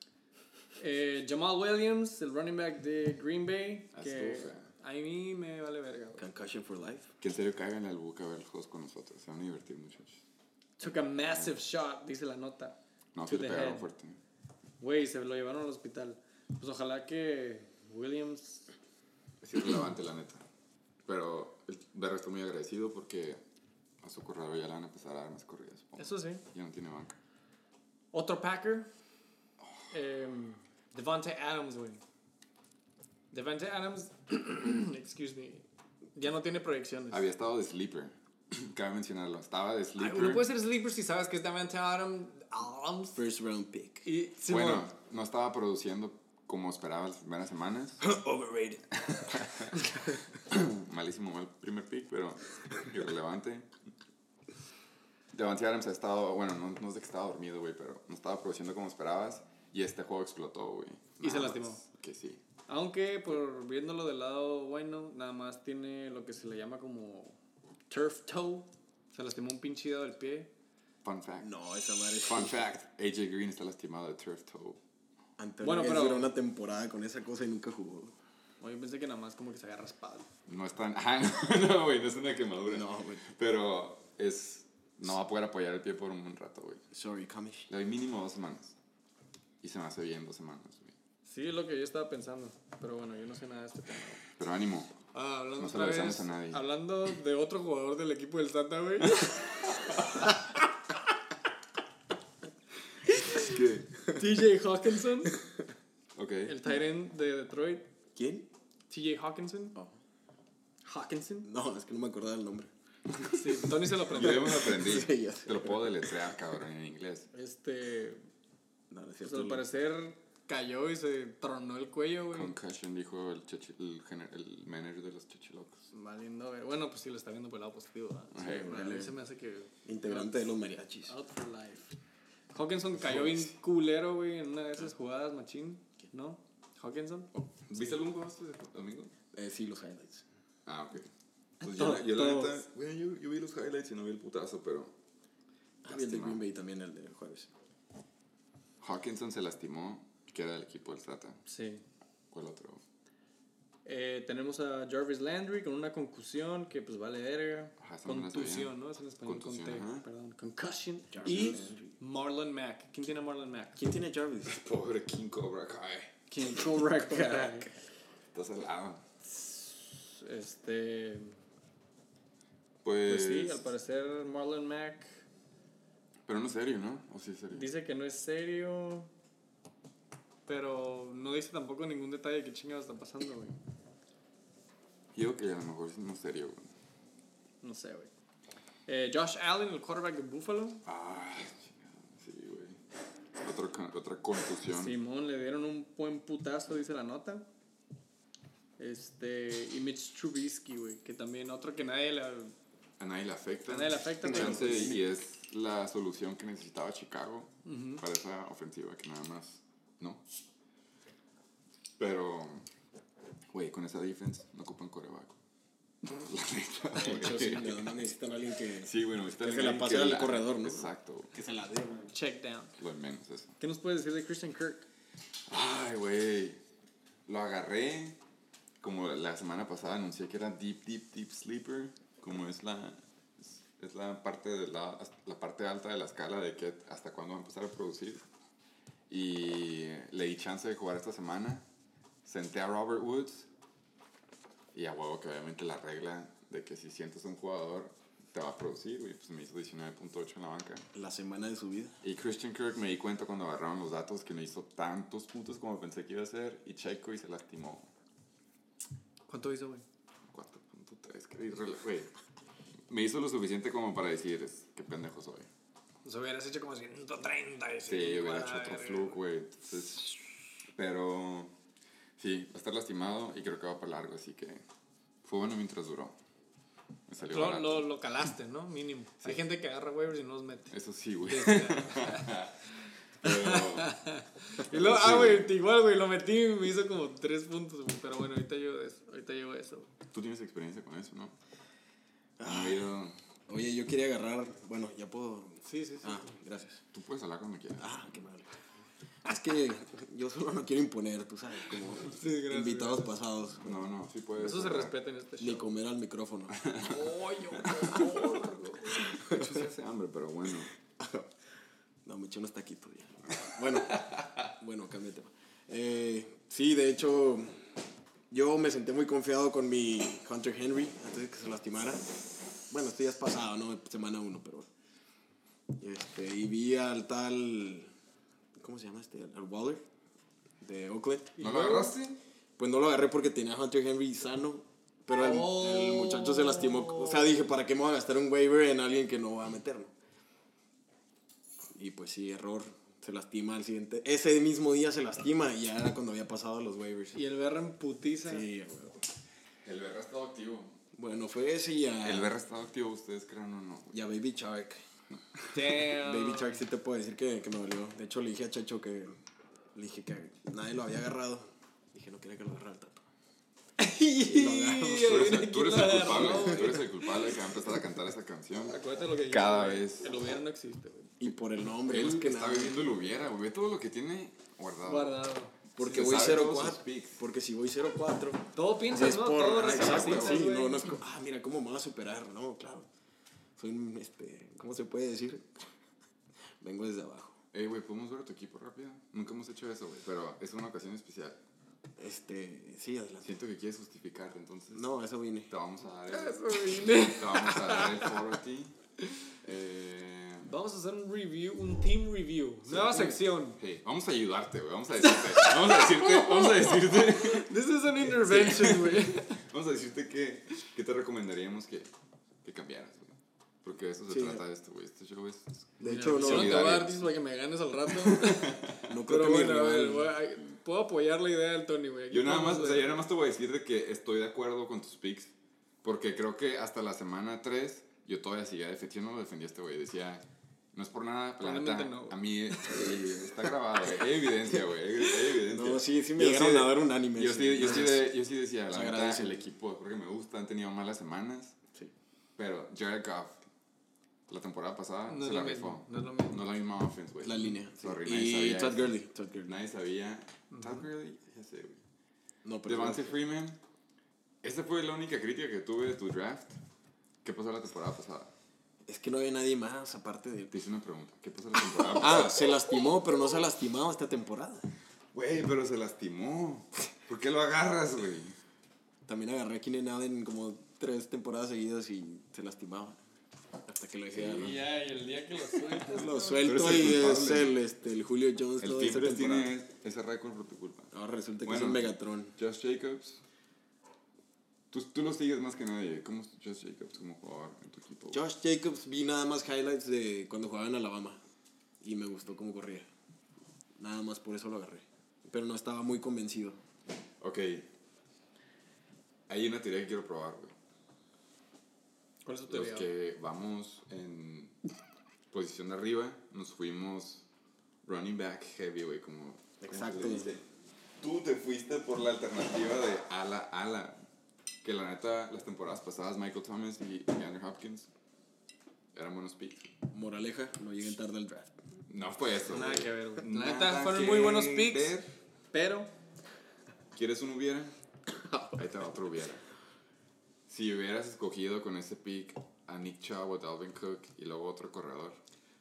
Speaker 1: Eh, Jamal Williams, el running back de Green Bay, que
Speaker 2: Astufa.
Speaker 1: a mí me vale verga, güey.
Speaker 3: Concussion for life.
Speaker 2: Que en serio cagan al buca a ver el juego con nosotros. Se van a divertir, muchachos.
Speaker 1: Took a massive shot, dice la nota.
Speaker 2: No,
Speaker 1: To
Speaker 2: se le
Speaker 1: the
Speaker 2: pegaron
Speaker 1: head.
Speaker 2: fuerte. ¿eh?
Speaker 1: Güey, se lo llevaron al hospital. Pues ojalá que Williams...
Speaker 2: Es irrelevante, la neta. Pero el Berra está muy agradecido porque a su corredor ya le van a empezar a dar más corridas. supongo.
Speaker 1: Eso sí.
Speaker 2: Ya no tiene banca.
Speaker 1: Otro Packer.
Speaker 2: Oh.
Speaker 1: em, Devante Adams, güey. Devante Adams, <clears throat> excuse me, ya no tiene proyecciones.
Speaker 2: Había estado de sleeper. <clears throat> Cabe mencionarlo. Estaba de
Speaker 1: Ay,
Speaker 2: sleeper.
Speaker 1: güey, no puede ser sleeper si sabes que es Devante Adams. Adams.
Speaker 3: First round pick.
Speaker 1: <laughs> Y, Simón,
Speaker 2: bueno, no estaba produciendo como esperaba las primeras semanas.
Speaker 3: Overrated.
Speaker 2: malísimo mal primer pick, pero irrelevante. Devante Adams ha estado, bueno, no, no sé que estaba dormido, güey, pero no estaba produciendo como esperabas. Y este juego explotó, güey.
Speaker 1: Y se
Speaker 2: Nada
Speaker 1: lastimó.
Speaker 2: más Que sí.
Speaker 1: aunque por viéndolo del lado bueno, nada más tiene lo que se le llama como turf toe. Se lastimó un pinche dedo del pie.
Speaker 2: Fun fact.
Speaker 3: No, esa madre es.
Speaker 2: Fun fact. AJ Green está lastimado de turf toe.
Speaker 3: Antonio
Speaker 1: Bueno,
Speaker 3: bueno,
Speaker 1: pero-
Speaker 3: duró una temporada con esa cosa y nunca jugó.
Speaker 1: Oye, yo pensé que nada más como que se había raspado.
Speaker 2: No es tan... <laughs> Ah, no, no, güey, no es una quemadura.
Speaker 3: No, güey.
Speaker 2: Pero es... No va a poder apoyar el pie por un buen rato, güey.
Speaker 3: Sorry, Kamish.
Speaker 2: Le doy mínimo dos semanas. Y se me hace bien dos semanas, güey.
Speaker 1: Sí, es lo que yo estaba pensando. Pero bueno, yo no sé nada de este tema.
Speaker 2: Pero ánimo.
Speaker 1: Ah, hablando,
Speaker 2: No se
Speaker 1: otra
Speaker 2: lo deseamos
Speaker 1: vez-
Speaker 2: a nadie.
Speaker 1: hablando de <laughs> otro jugador del equipo del Santa, güey. TJ Hawkinson,
Speaker 2: Ok.
Speaker 1: el tight end de Detroit.
Speaker 3: ¿Quién?
Speaker 1: TJ Hawkinson.
Speaker 3: Oh.
Speaker 1: Hawkinson.
Speaker 3: No, es que no me acordaba el nombre.
Speaker 1: Sí, Tony se lo
Speaker 2: Yo ya
Speaker 1: aprendió.
Speaker 2: me lo <laughs> aprendí.
Speaker 3: Sí, ya sé.
Speaker 2: Te lo puedo deletrear, cabrón, en inglés.
Speaker 1: Este,
Speaker 3: No, no es
Speaker 1: pues
Speaker 3: cierto.
Speaker 1: al parecer cayó y se tronó el cuello, güey.
Speaker 2: Concussion, dijo el, chachi- el, gener- el manager de los chachilocos.
Speaker 1: Valiendo, a ver. Bueno, pues sí, lo está viendo por el lado positivo. ¿verdad? Sí,
Speaker 2: Ay,
Speaker 1: güey, a mí
Speaker 3: vale.
Speaker 1: se me hace que. Ah.
Speaker 3: Integrante de los mariachis.
Speaker 1: Out for life. Hawkinson
Speaker 2: Pues
Speaker 1: cayó bien culero, güey, en una de
Speaker 2: Ah.
Speaker 1: esas jugadas, machín. ¿No? Hawkinson.
Speaker 2: ¿Viste algún juego este domingo?
Speaker 3: Eh, sí, los highlights.
Speaker 2: Ah, ok. Pues
Speaker 1: Todo-
Speaker 2: yo, yo la
Speaker 1: todos.
Speaker 2: neta, güey, yo, yo vi los highlights y no vi el putazo, pero
Speaker 3: Ah, vi el de Green Bay también, el de jueves.
Speaker 2: Hawkinson se lastimó, queda el equipo del Tata.
Speaker 1: Sí.
Speaker 2: ¿Cuál otro?
Speaker 1: Eh, tenemos a Jarvis Landry con una concusión que pues vale verga.
Speaker 2: Ajá, esa no la sabía.
Speaker 1: Contusión, ¿no? Es en español
Speaker 2: Contusión,
Speaker 1: con T.
Speaker 2: ajá.
Speaker 1: Perdón, concussion.
Speaker 3: Jarvis
Speaker 1: Y
Speaker 3: Landry.
Speaker 1: Marlon Mack. ¿Quién tiene a Marlon Mack?
Speaker 3: ¿Quién tiene Jarvis? <laughs>
Speaker 2: Pobre King Cobra Kai.
Speaker 1: ¿Quién? <laughs> Cobra Kai.
Speaker 2: Estás al lado.
Speaker 1: Este. Pues
Speaker 2: Pues,
Speaker 1: sí, al parecer Marlon Mack
Speaker 2: Pero no es serio, ¿no? ¿O sí es serio?
Speaker 1: dice que no es serio. Pero no dice tampoco ningún detalle de qué chingados está pasando, güey.
Speaker 2: Yo que a lo mejor sí no es serio, güey.
Speaker 1: No sé, güey. Eh, Josh Allen, el quarterback de Buffalo.
Speaker 2: Ah, chingado, sí, güey. Otro con- otra contusión.
Speaker 1: Simón le dieron un buen putazo, dice la nota. Este, y Mitch Trubisky, güey, que también otro que nadie la.
Speaker 2: A nadie le afecta.
Speaker 1: A nadie le afecta, pero-
Speaker 2: Chance,
Speaker 3: pues
Speaker 2: y es la solución que necesitaba Chicago para esa ofensiva que nada más, ¿no? Pero, güey, con esa defense no ocupan coreback. <laughs> La neta, güey.
Speaker 3: Pero sí, no, no necesitan a alguien que,
Speaker 2: Sí, bueno, está
Speaker 3: Que se
Speaker 2: bien
Speaker 3: la pase al corredor, ¿no?
Speaker 2: Exacto, güey.
Speaker 3: que se la dé, güey.
Speaker 1: Check down.
Speaker 2: lo de menos eso.
Speaker 1: ¿Qué nos puedes decir de Christian Kirk?
Speaker 2: Ay, güey. Lo agarré. Como la semana pasada anuncié que era Deep, Deep, Deep Sleeper. Como es la. es- Es la parte, de la, la parte alta de la escala de que hasta cuándo va a empezar a producir. Y le di chance de jugar esta semana. Senté a Robert Woods. Y a huevo que obviamente la regla de que si sientes un jugador te va a producir. Y pues me hizo 19.8 en la banca.
Speaker 3: La semana de su vida.
Speaker 2: Y Christian Kirk me di cuenta cuando agarraron los datos que no hizo tantos puntos como pensé que iba a hacer. Y Checo y se lastimó.
Speaker 1: ¿Cuánto hizo, güey?
Speaker 2: 4.3, que di rela- güey. Me hizo lo suficiente como para decir, es, qué pendejo soy.
Speaker 1: Nos hubieras hecho como 130. y
Speaker 2: Sí, yo hubiera hecho
Speaker 1: a
Speaker 2: otro
Speaker 1: ver.
Speaker 2: fluke, güey. Entonces, pero sí, va a estar lastimado y creo que va para largo, así que fue bueno mientras duró. Me salió
Speaker 1: Lo,
Speaker 2: barato.
Speaker 1: lo, lo calaste, ¿no? Mínimo. Hay gente que agarra waivers y no los mete.
Speaker 2: Eso sí, güey. <laughs>
Speaker 1: Y luego,
Speaker 2: Sí,
Speaker 1: ah, güey,
Speaker 2: güey.
Speaker 1: igual, güey, lo metí y me hizo como tres puntos, güey. Pero bueno, ahorita llevo eso. Ahorita llevo eso.
Speaker 2: Tú tienes experiencia con eso, ¿no?
Speaker 3: Ah.
Speaker 2: Ha habido-
Speaker 3: Oye, yo quería agarrar. Bueno, ya puedo.
Speaker 1: Sí, sí, sí.
Speaker 3: Ah, gracias.
Speaker 2: Tú puedes hablar cuando quieras.
Speaker 3: Ah, qué mal. Es que yo solo no quiero imponer, tú sabes, como
Speaker 1: Sí, gracias,
Speaker 3: invitados pasados.
Speaker 2: No, no, sí puedes.
Speaker 1: Eso se
Speaker 2: hablar.
Speaker 1: respeta en este
Speaker 3: Ni
Speaker 1: show.
Speaker 3: comer al micrófono. <laughs>
Speaker 1: Oye, por favor.
Speaker 2: De hecho, <laughs> sí hace hambre, pero bueno.
Speaker 3: <laughs> No, me eché unos taquitos ya. Bueno, <laughs> bueno, cambio de tema. Eh, sí, de hecho, yo me senté muy confiado con mi Hunter Henry antes de que se lastimara. Bueno, esto ya es pasado, ¿no? Semana 1, pero... Este, y vi al tal... ¿Cómo se llama este? Al Waller de Oakland.
Speaker 2: ¿No lo agarraste?
Speaker 3: Pues no lo agarré porque tenía a Hunter Henry sano. Pero el, el muchacho se lastimó. O sea, dije, ¿para qué me voy a gastar un waiver en alguien que no va a meterlo? Y pues sí, error. Se lastima al siguiente. Ese mismo día se lastima y ya era cuando había pasado los waivers.
Speaker 1: Y el berra en putiza.
Speaker 3: Sí, güey.
Speaker 2: El berra ha estado activo.
Speaker 3: bueno, fue ese y a,
Speaker 2: El berra ha estado activo, ustedes crean o no.
Speaker 3: y a Baby Shark.
Speaker 1: Damn.
Speaker 3: Baby Shark
Speaker 1: <laughs>
Speaker 3: sí te puedo decir que, que me dolió. De hecho, le dije a Chacho que. Le dije que nadie lo había agarrado. Dije, no quería que lo agarrara el tato.
Speaker 1: Lo
Speaker 2: Tú eres, el,
Speaker 1: agarró.
Speaker 2: tú eres el
Speaker 1: Lo agarró,
Speaker 2: culpable,
Speaker 1: güey.
Speaker 2: tú eres el culpable de que va a empezar a cantar esa canción.
Speaker 1: Acuérdate lo que dije,
Speaker 2: Cada
Speaker 1: güey.
Speaker 2: vez.
Speaker 1: El hubiera no existe, güey.
Speaker 3: Y por el nombre, más
Speaker 2: Él
Speaker 3: que
Speaker 2: está
Speaker 3: nada.
Speaker 2: viviendo el hubiera, güey. Ve todo lo que tiene guardado.
Speaker 1: Guardado.
Speaker 2: Se
Speaker 3: Porque voy
Speaker 2: sabe todos sus
Speaker 3: 0-4.
Speaker 2: picks.
Speaker 3: Porque si voy 0-4.
Speaker 1: Todo piensas,
Speaker 3: Es
Speaker 1: ¿no?
Speaker 3: por.
Speaker 1: Todo
Speaker 3: ah, exacto,
Speaker 1: racionalizas,
Speaker 3: sí,
Speaker 1: güey.
Speaker 3: no, no es como, Ah, mira, ¿cómo me va a superar? No, claro. Soy un. Este, ¿Cómo se puede decir? Vengo desde abajo.
Speaker 2: Ey, güey, ¿podemos ver a tu equipo rápido? Nunca hemos hecho eso, güey, pero es una ocasión especial.
Speaker 3: Este. Sí, adelante.
Speaker 2: Siento que quieres justificarte, entonces
Speaker 3: No, eso vine.
Speaker 2: te vamos a dar el,
Speaker 1: Eso, güey.
Speaker 2: te vamos a dar el foro a ti. Eh,
Speaker 1: Vamos a hacer un review, un team review. Nueva
Speaker 2: Sí.
Speaker 1: sección.
Speaker 2: hey, vamos a ayudarte, güey. Vamos a decirte. Vamos a decirte. Vamos a decirte.
Speaker 1: This is an intervention, güey.
Speaker 2: Vamos a decirte que, que te recomendaríamos que, que cambiaras, güey. Porque de eso se
Speaker 3: Sí.
Speaker 2: trata esto, güey. Este show es.
Speaker 3: De hecho,
Speaker 1: Mira, si te
Speaker 3: no,
Speaker 1: voy a
Speaker 2: solidario.
Speaker 1: dar tips para que me ganes al
Speaker 2: <laughs>
Speaker 1: rato.
Speaker 3: no creo
Speaker 1: Pero
Speaker 3: que mi
Speaker 1: bueno, a ver,
Speaker 3: rival-
Speaker 1: voy a- puedo apoyar la idea del Tony, güey. Aquí
Speaker 2: Yo nada
Speaker 1: podemos,
Speaker 2: más, o sea,
Speaker 1: güey.
Speaker 2: yo nada más te voy a decir de que estoy de acuerdo con tus picks. Porque creo que hasta la semana 3 yo todavía seguía defendiendo. Yo no lo defendía a este güey. Decía, no es por nada, pero la
Speaker 1: Realmente
Speaker 2: neta,
Speaker 1: no, güey.
Speaker 2: A mí eh, está grabado, güey. Hay evidencia, güey. Hay, hay evidencia.
Speaker 3: No, sí, sí me
Speaker 2: Yo
Speaker 3: llegaron
Speaker 2: de-
Speaker 3: a dar un anime.
Speaker 2: Yo
Speaker 3: sí.
Speaker 2: sí, yo sí, de- yo sí decía, la
Speaker 3: Se
Speaker 2: verdad,
Speaker 3: agradece.
Speaker 2: el equipo creo que me gusta, han tenido malas semanas.
Speaker 3: Sí.
Speaker 2: Pero Jared Goff, la temporada pasada,
Speaker 1: No es
Speaker 2: se
Speaker 1: lo
Speaker 2: la
Speaker 1: mismo.
Speaker 2: rifó.
Speaker 1: No es lo mismo.
Speaker 2: No es la misma offense, güey.
Speaker 3: La línea. sí.
Speaker 2: Sorry, nadie
Speaker 3: Y
Speaker 2: sabía
Speaker 3: Todd
Speaker 2: eso.
Speaker 3: Gurley. Todd Gurley.
Speaker 2: Nadie sabía. Todd Gurley, ya sé, güey.
Speaker 3: No, pero.
Speaker 2: Devante Freeman, esa fue la única crítica que tuve de tu draft. ¿Qué pasó la temporada pasada?
Speaker 3: Es que no había nadie más aparte de.
Speaker 2: Te hice una pregunta. ¿Qué pasó la
Speaker 3: <laughs>
Speaker 2: temporada pasada?
Speaker 3: Ah, se lastimó, pero no se ha lastimado esta temporada.
Speaker 2: Güey, pero se lastimó. ¿Por qué lo agarras, güey?
Speaker 3: También agarré a Keenan Allen como tres temporadas seguidas y se lastimaba. Hasta que lo dejé. agarrar.
Speaker 1: Y ya, y el día que lo <laughs> sueltes.
Speaker 3: Lo
Speaker 1: ¿no?
Speaker 3: suelto
Speaker 2: eres el
Speaker 3: y es
Speaker 2: culpable.
Speaker 3: el, este, el Julio Jones
Speaker 2: El
Speaker 3: toda esta
Speaker 2: Tigres
Speaker 3: temporada.
Speaker 2: tiene ese récord por tu culpa.
Speaker 3: Ahora resulta que
Speaker 2: Bueno.
Speaker 3: es un Megatron.
Speaker 2: Josh Jacobs. Tú, tú lo sigues más que nadie. ¿Cómo es Josh Jacobs como jugador en tu equipo?
Speaker 3: Josh Jacobs vi nada más highlights de cuando jugaba en Alabama y me gustó cómo corría. Nada más por eso lo agarré. Pero no estaba muy convencido.
Speaker 2: Ok. Hay una teoría que quiero probar, güey.
Speaker 1: ¿Cuál es tu
Speaker 2: Los
Speaker 1: teoría?
Speaker 2: que vamos en posición de arriba, nos fuimos running back heavy, güey, como... como
Speaker 3: Exacto.
Speaker 2: se le dice. Tú te fuiste por la alternativa de ala, ala. Que la neta, las temporadas pasadas, Michael Thomas y Andrew Hopkins eran buenos picks.
Speaker 3: Moraleja, no lleguen tarde al draft.
Speaker 2: No fue eso.
Speaker 1: Nada
Speaker 2: güey.
Speaker 1: que ver, güey. La
Speaker 2: Nada
Speaker 1: neta, fueron
Speaker 2: que
Speaker 1: muy buenos picks.
Speaker 2: ver.
Speaker 1: Pero.
Speaker 2: ¿Quieres un hubiera? <coughs> Ahí está otro hubiera. Si hubieras escogido con ese pick a Nick Chubb o Dalvin Cook y luego otro corredor,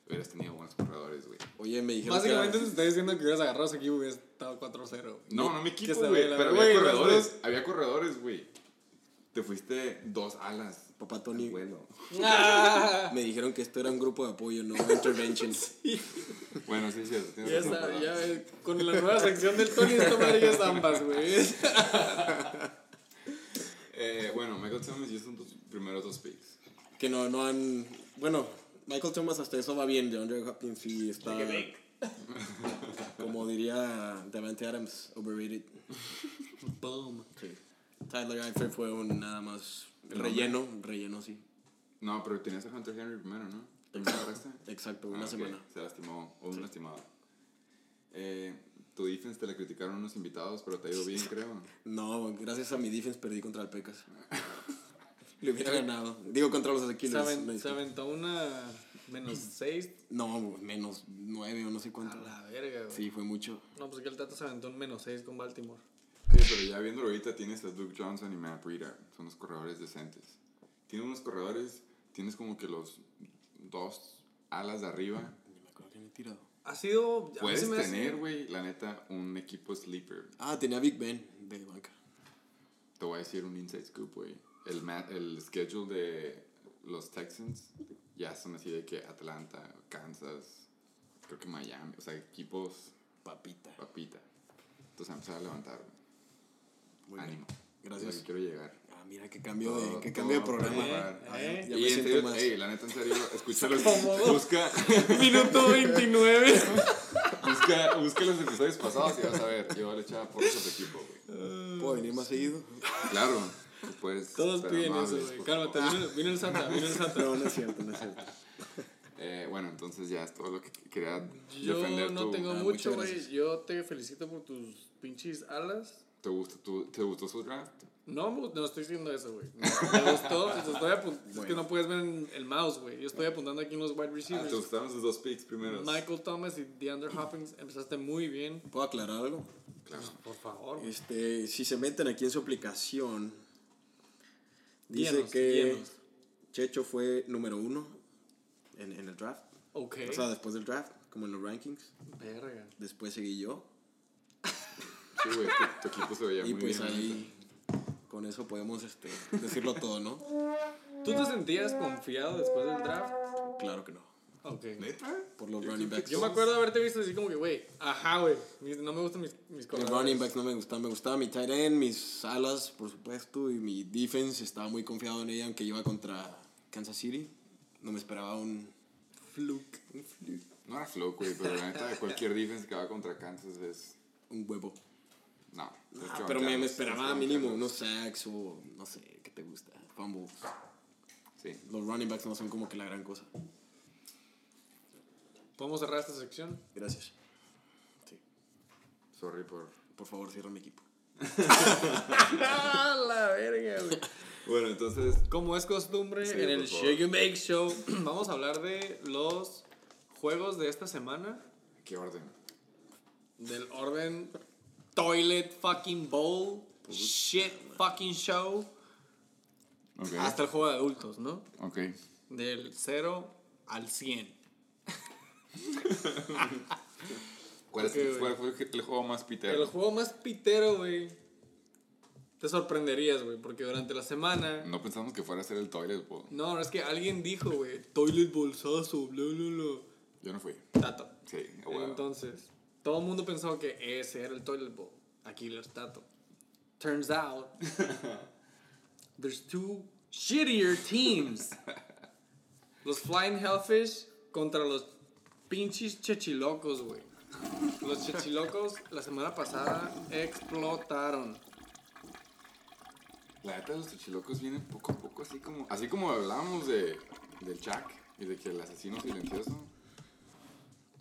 Speaker 2: hubieras tenido buenos corredores, güey.
Speaker 3: Oye, me dijeron que
Speaker 1: Básicamente
Speaker 3: era-
Speaker 1: te está diciendo que hubieras agarrado ese equipo y hubieras estado 4-0.
Speaker 2: No, no me
Speaker 1: Que
Speaker 2: equipo,
Speaker 1: se
Speaker 2: güey.
Speaker 1: vea la-
Speaker 2: Pero
Speaker 1: güey,
Speaker 2: había
Speaker 1: los
Speaker 2: corredores,
Speaker 1: dos-
Speaker 2: había corredores, güey. Te fuiste dos alas.
Speaker 3: Papá Tony,
Speaker 2: Bueno.
Speaker 1: <laughs> Ah,
Speaker 3: me dijeron que esto era un grupo de apoyo, no <laughs> interventions.
Speaker 2: <laughs> Bueno, sí, es cierto. tienes
Speaker 1: ya
Speaker 2: razón,
Speaker 1: está,
Speaker 2: perdón.
Speaker 1: ya, eh, con la nueva sección del Tony, esta madre ya es ambas, güey.
Speaker 2: Eh, bueno, Michael Thomas y esos son tus primeros dos picks.
Speaker 3: que no, no han... Bueno, Michael Thomas hasta eso va bien. DeAndre Hopkins sí está... <laughs> Como diría Davante Adams, overrated.
Speaker 1: <laughs> Boom.
Speaker 3: Sí. Tyler Eifert fue un nada más relleno, relleno sí.
Speaker 2: No, pero tenías a Hunter Henry primero, ¿no? ¿Te agarraste?
Speaker 3: Exacto,
Speaker 2: Ah,
Speaker 3: una
Speaker 2: ok.
Speaker 3: semana.
Speaker 2: Se lastimó, o un lastimado. Eh, tu defense te la criticaron unos invitados, pero te ha ido bien, creo.
Speaker 3: No, gracias a mi defense perdí contra el Pecas. Le hubiera ganado. Digo contra los Aquiles.
Speaker 1: Se, aven-
Speaker 3: me
Speaker 1: se
Speaker 3: disculpo.
Speaker 1: aventó una menos
Speaker 2: Mm.
Speaker 1: 6.
Speaker 3: No, menos nueve o no sé
Speaker 1: A
Speaker 3: cuánto.
Speaker 1: la verga, güey.
Speaker 3: Sí, fue mucho.
Speaker 1: No, pues que el Tata se aventó un menos 6 con Baltimore.
Speaker 2: Oye, pero ya viéndolo ahorita, tienes a Duke Johnson y Matt Breida. Son unos corredores decentes. Tienes unos corredores, tienes como que los dos alas de arriba.
Speaker 3: Ni me acuerdo quién he tirado.
Speaker 1: Ha sido. a mí se
Speaker 2: Puedes
Speaker 1: me hace-
Speaker 2: tener, güey, la neta, un equipo sleeper.
Speaker 3: Ah, tenía Big Ben de banca.
Speaker 2: Te voy a decir un inside scoop, güey. El, ma- el schedule de los Texans ya son así de que Atlanta, Kansas, creo que Miami. O sea, equipos
Speaker 3: Papita.
Speaker 2: Papita. Entonces empezar a levantar.
Speaker 3: Muy bien.
Speaker 2: Ánimo. Es lo
Speaker 3: Gracias.
Speaker 2: que quiero llegar.
Speaker 3: Ah, mira qué cambio de,
Speaker 2: Todo-
Speaker 3: qué
Speaker 2: todo
Speaker 3: cambio de
Speaker 2: va para
Speaker 3: programa.
Speaker 2: mejorar.
Speaker 1: Eh,
Speaker 3: eh. Ya
Speaker 2: y
Speaker 3: me
Speaker 2: en
Speaker 3: siento
Speaker 2: serio,
Speaker 3: más.
Speaker 2: ey, la neta, en serio,
Speaker 3: <laughs>
Speaker 2: escucha los,
Speaker 1: Cómodo.
Speaker 2: busca, <laughs>
Speaker 1: Minuto 29.
Speaker 2: busca, busca los episodios pasados y vas a ver. Yo le echaba por esos equipo, güey.
Speaker 3: ¿Puedo venir más seguido?
Speaker 2: Claro. Pues,
Speaker 1: Todos
Speaker 2: pero
Speaker 1: piden
Speaker 2: no
Speaker 1: eso,
Speaker 2: hables,
Speaker 1: güey.
Speaker 2: por
Speaker 1: Cálmate,
Speaker 2: favor.
Speaker 1: vino, vino el Santa, vino el Santa.
Speaker 3: No, no es cierto, no es cierto.
Speaker 2: Eh, bueno, entonces ya es todo lo que quería
Speaker 1: <laughs> Yo
Speaker 2: defender.
Speaker 1: no
Speaker 2: tu-
Speaker 1: tengo
Speaker 3: Ah,
Speaker 1: mucho,
Speaker 3: muchas
Speaker 1: güey.
Speaker 3: gracias.
Speaker 1: Yo te felicito por tus pinches alas.
Speaker 2: ¿Te gustó, tu- ¿Te gustó su draft?
Speaker 1: No, me gust- no estoy diciendo eso, güey. No, <laughs> Me gustó. te estoy apu- Es que
Speaker 3: Bueno.
Speaker 1: no puedes ver en el mouse, güey. Yo estoy apuntando aquí en los wide
Speaker 2: Ah, ¿Te
Speaker 1: receivers.
Speaker 2: gustaron sus dos picks primeros?
Speaker 1: Michael Thomas y DeAndre Hopkins empezaste muy bien. Pues,
Speaker 3: ¿Puedo aclarar algo?
Speaker 2: Claro.
Speaker 1: Por favor, güey.
Speaker 3: Este, si se meten aquí en su aplicación, dice
Speaker 1: Llenos,
Speaker 3: que
Speaker 1: llenos.
Speaker 3: Checho fue número uno en, en el draft.
Speaker 1: Ok.
Speaker 3: O sea, después del draft, como en los rankings.
Speaker 1: Verga.
Speaker 3: Después seguí yo.
Speaker 2: Sí, güey, tu, tu equipo se veía
Speaker 3: y
Speaker 2: muy
Speaker 3: pues
Speaker 2: bien. la neta.
Speaker 3: ahí, con eso podemos este, decirlo todo, ¿no?
Speaker 1: ¿Tú te sentías confiado después del draft?
Speaker 3: Claro que no.
Speaker 1: Ok.
Speaker 2: ¿Neta?
Speaker 3: Por los
Speaker 2: Yo
Speaker 3: running
Speaker 2: creo que-
Speaker 3: backs.
Speaker 1: Yo me acuerdo haberte visto así como que, güey, ajá, güey. mis- No me gustan mis, mis
Speaker 3: Los
Speaker 1: corredores.
Speaker 3: running backs no me gustaban. Me gustaba mi tight end, mis alas, por supuesto, y mi defense. Estaba muy confiado en ella, aunque iba contra Kansas City. No me esperaba un fluke, un fluke,
Speaker 2: No era flow, güey, pero la neta, cualquier defense que va contra Kansas es.
Speaker 3: un huevo.
Speaker 2: No. es
Speaker 3: Ah,
Speaker 2: que
Speaker 3: pero me, me
Speaker 2: bancarlos, es
Speaker 3: esperaba
Speaker 2: que
Speaker 3: mínimo
Speaker 2: bancarlos.
Speaker 3: unos sacks o no sé, ¿qué te gusta? Fumbles.
Speaker 2: Sí.
Speaker 3: Los running backs no son como que la gran cosa.
Speaker 1: ¿Podemos cerrar esta <laughs> sección?
Speaker 3: Gracias. Sí.
Speaker 2: Sorry por.
Speaker 3: Por favor, cierra mi equipo.
Speaker 1: ¡Ah, la verga, güey!
Speaker 2: Bueno, entonces.
Speaker 1: Como es costumbre,
Speaker 2: Sí,
Speaker 1: en el
Speaker 2: por favor.
Speaker 1: Shake and Bake Show <clears throat> vamos a hablar de los juegos de esta semana.
Speaker 2: ¿Qué orden?
Speaker 1: Del orden Toilet Fucking Bowl, Shit Fucking Show,
Speaker 2: Ok.
Speaker 1: hasta el juego de adultos, ¿no?
Speaker 2: Ok.
Speaker 1: Del 0 al 100.
Speaker 2: ¿Cuál, es-
Speaker 1: Ok, güey.
Speaker 2: cuál fue el juego más
Speaker 1: El
Speaker 2: pitero?
Speaker 1: juego más pitero, güey. Te sorprenderías, güey, porque durante la semana...
Speaker 2: No pensamos que fuera a ser el toilet bowl.
Speaker 1: No, no, es que alguien dijo, güey, Toilet Bolsazo, bla, bla,
Speaker 2: Yo no fui.
Speaker 1: bla. Tato.
Speaker 2: Sí, a huevo.
Speaker 1: Entonces, todo el mundo pensó que ese era el toilet bowl. Aquí lo está todo. Turns out, there's two shittier teams. Los Flying Hellfish contra los pinches chechilocos, güey. Los chechilocos la semana pasada explotaron.
Speaker 2: La neta, los chilocos vienen poco a poco, así como. Así como hablábamos de, del Chuck y de que el asesino silencioso.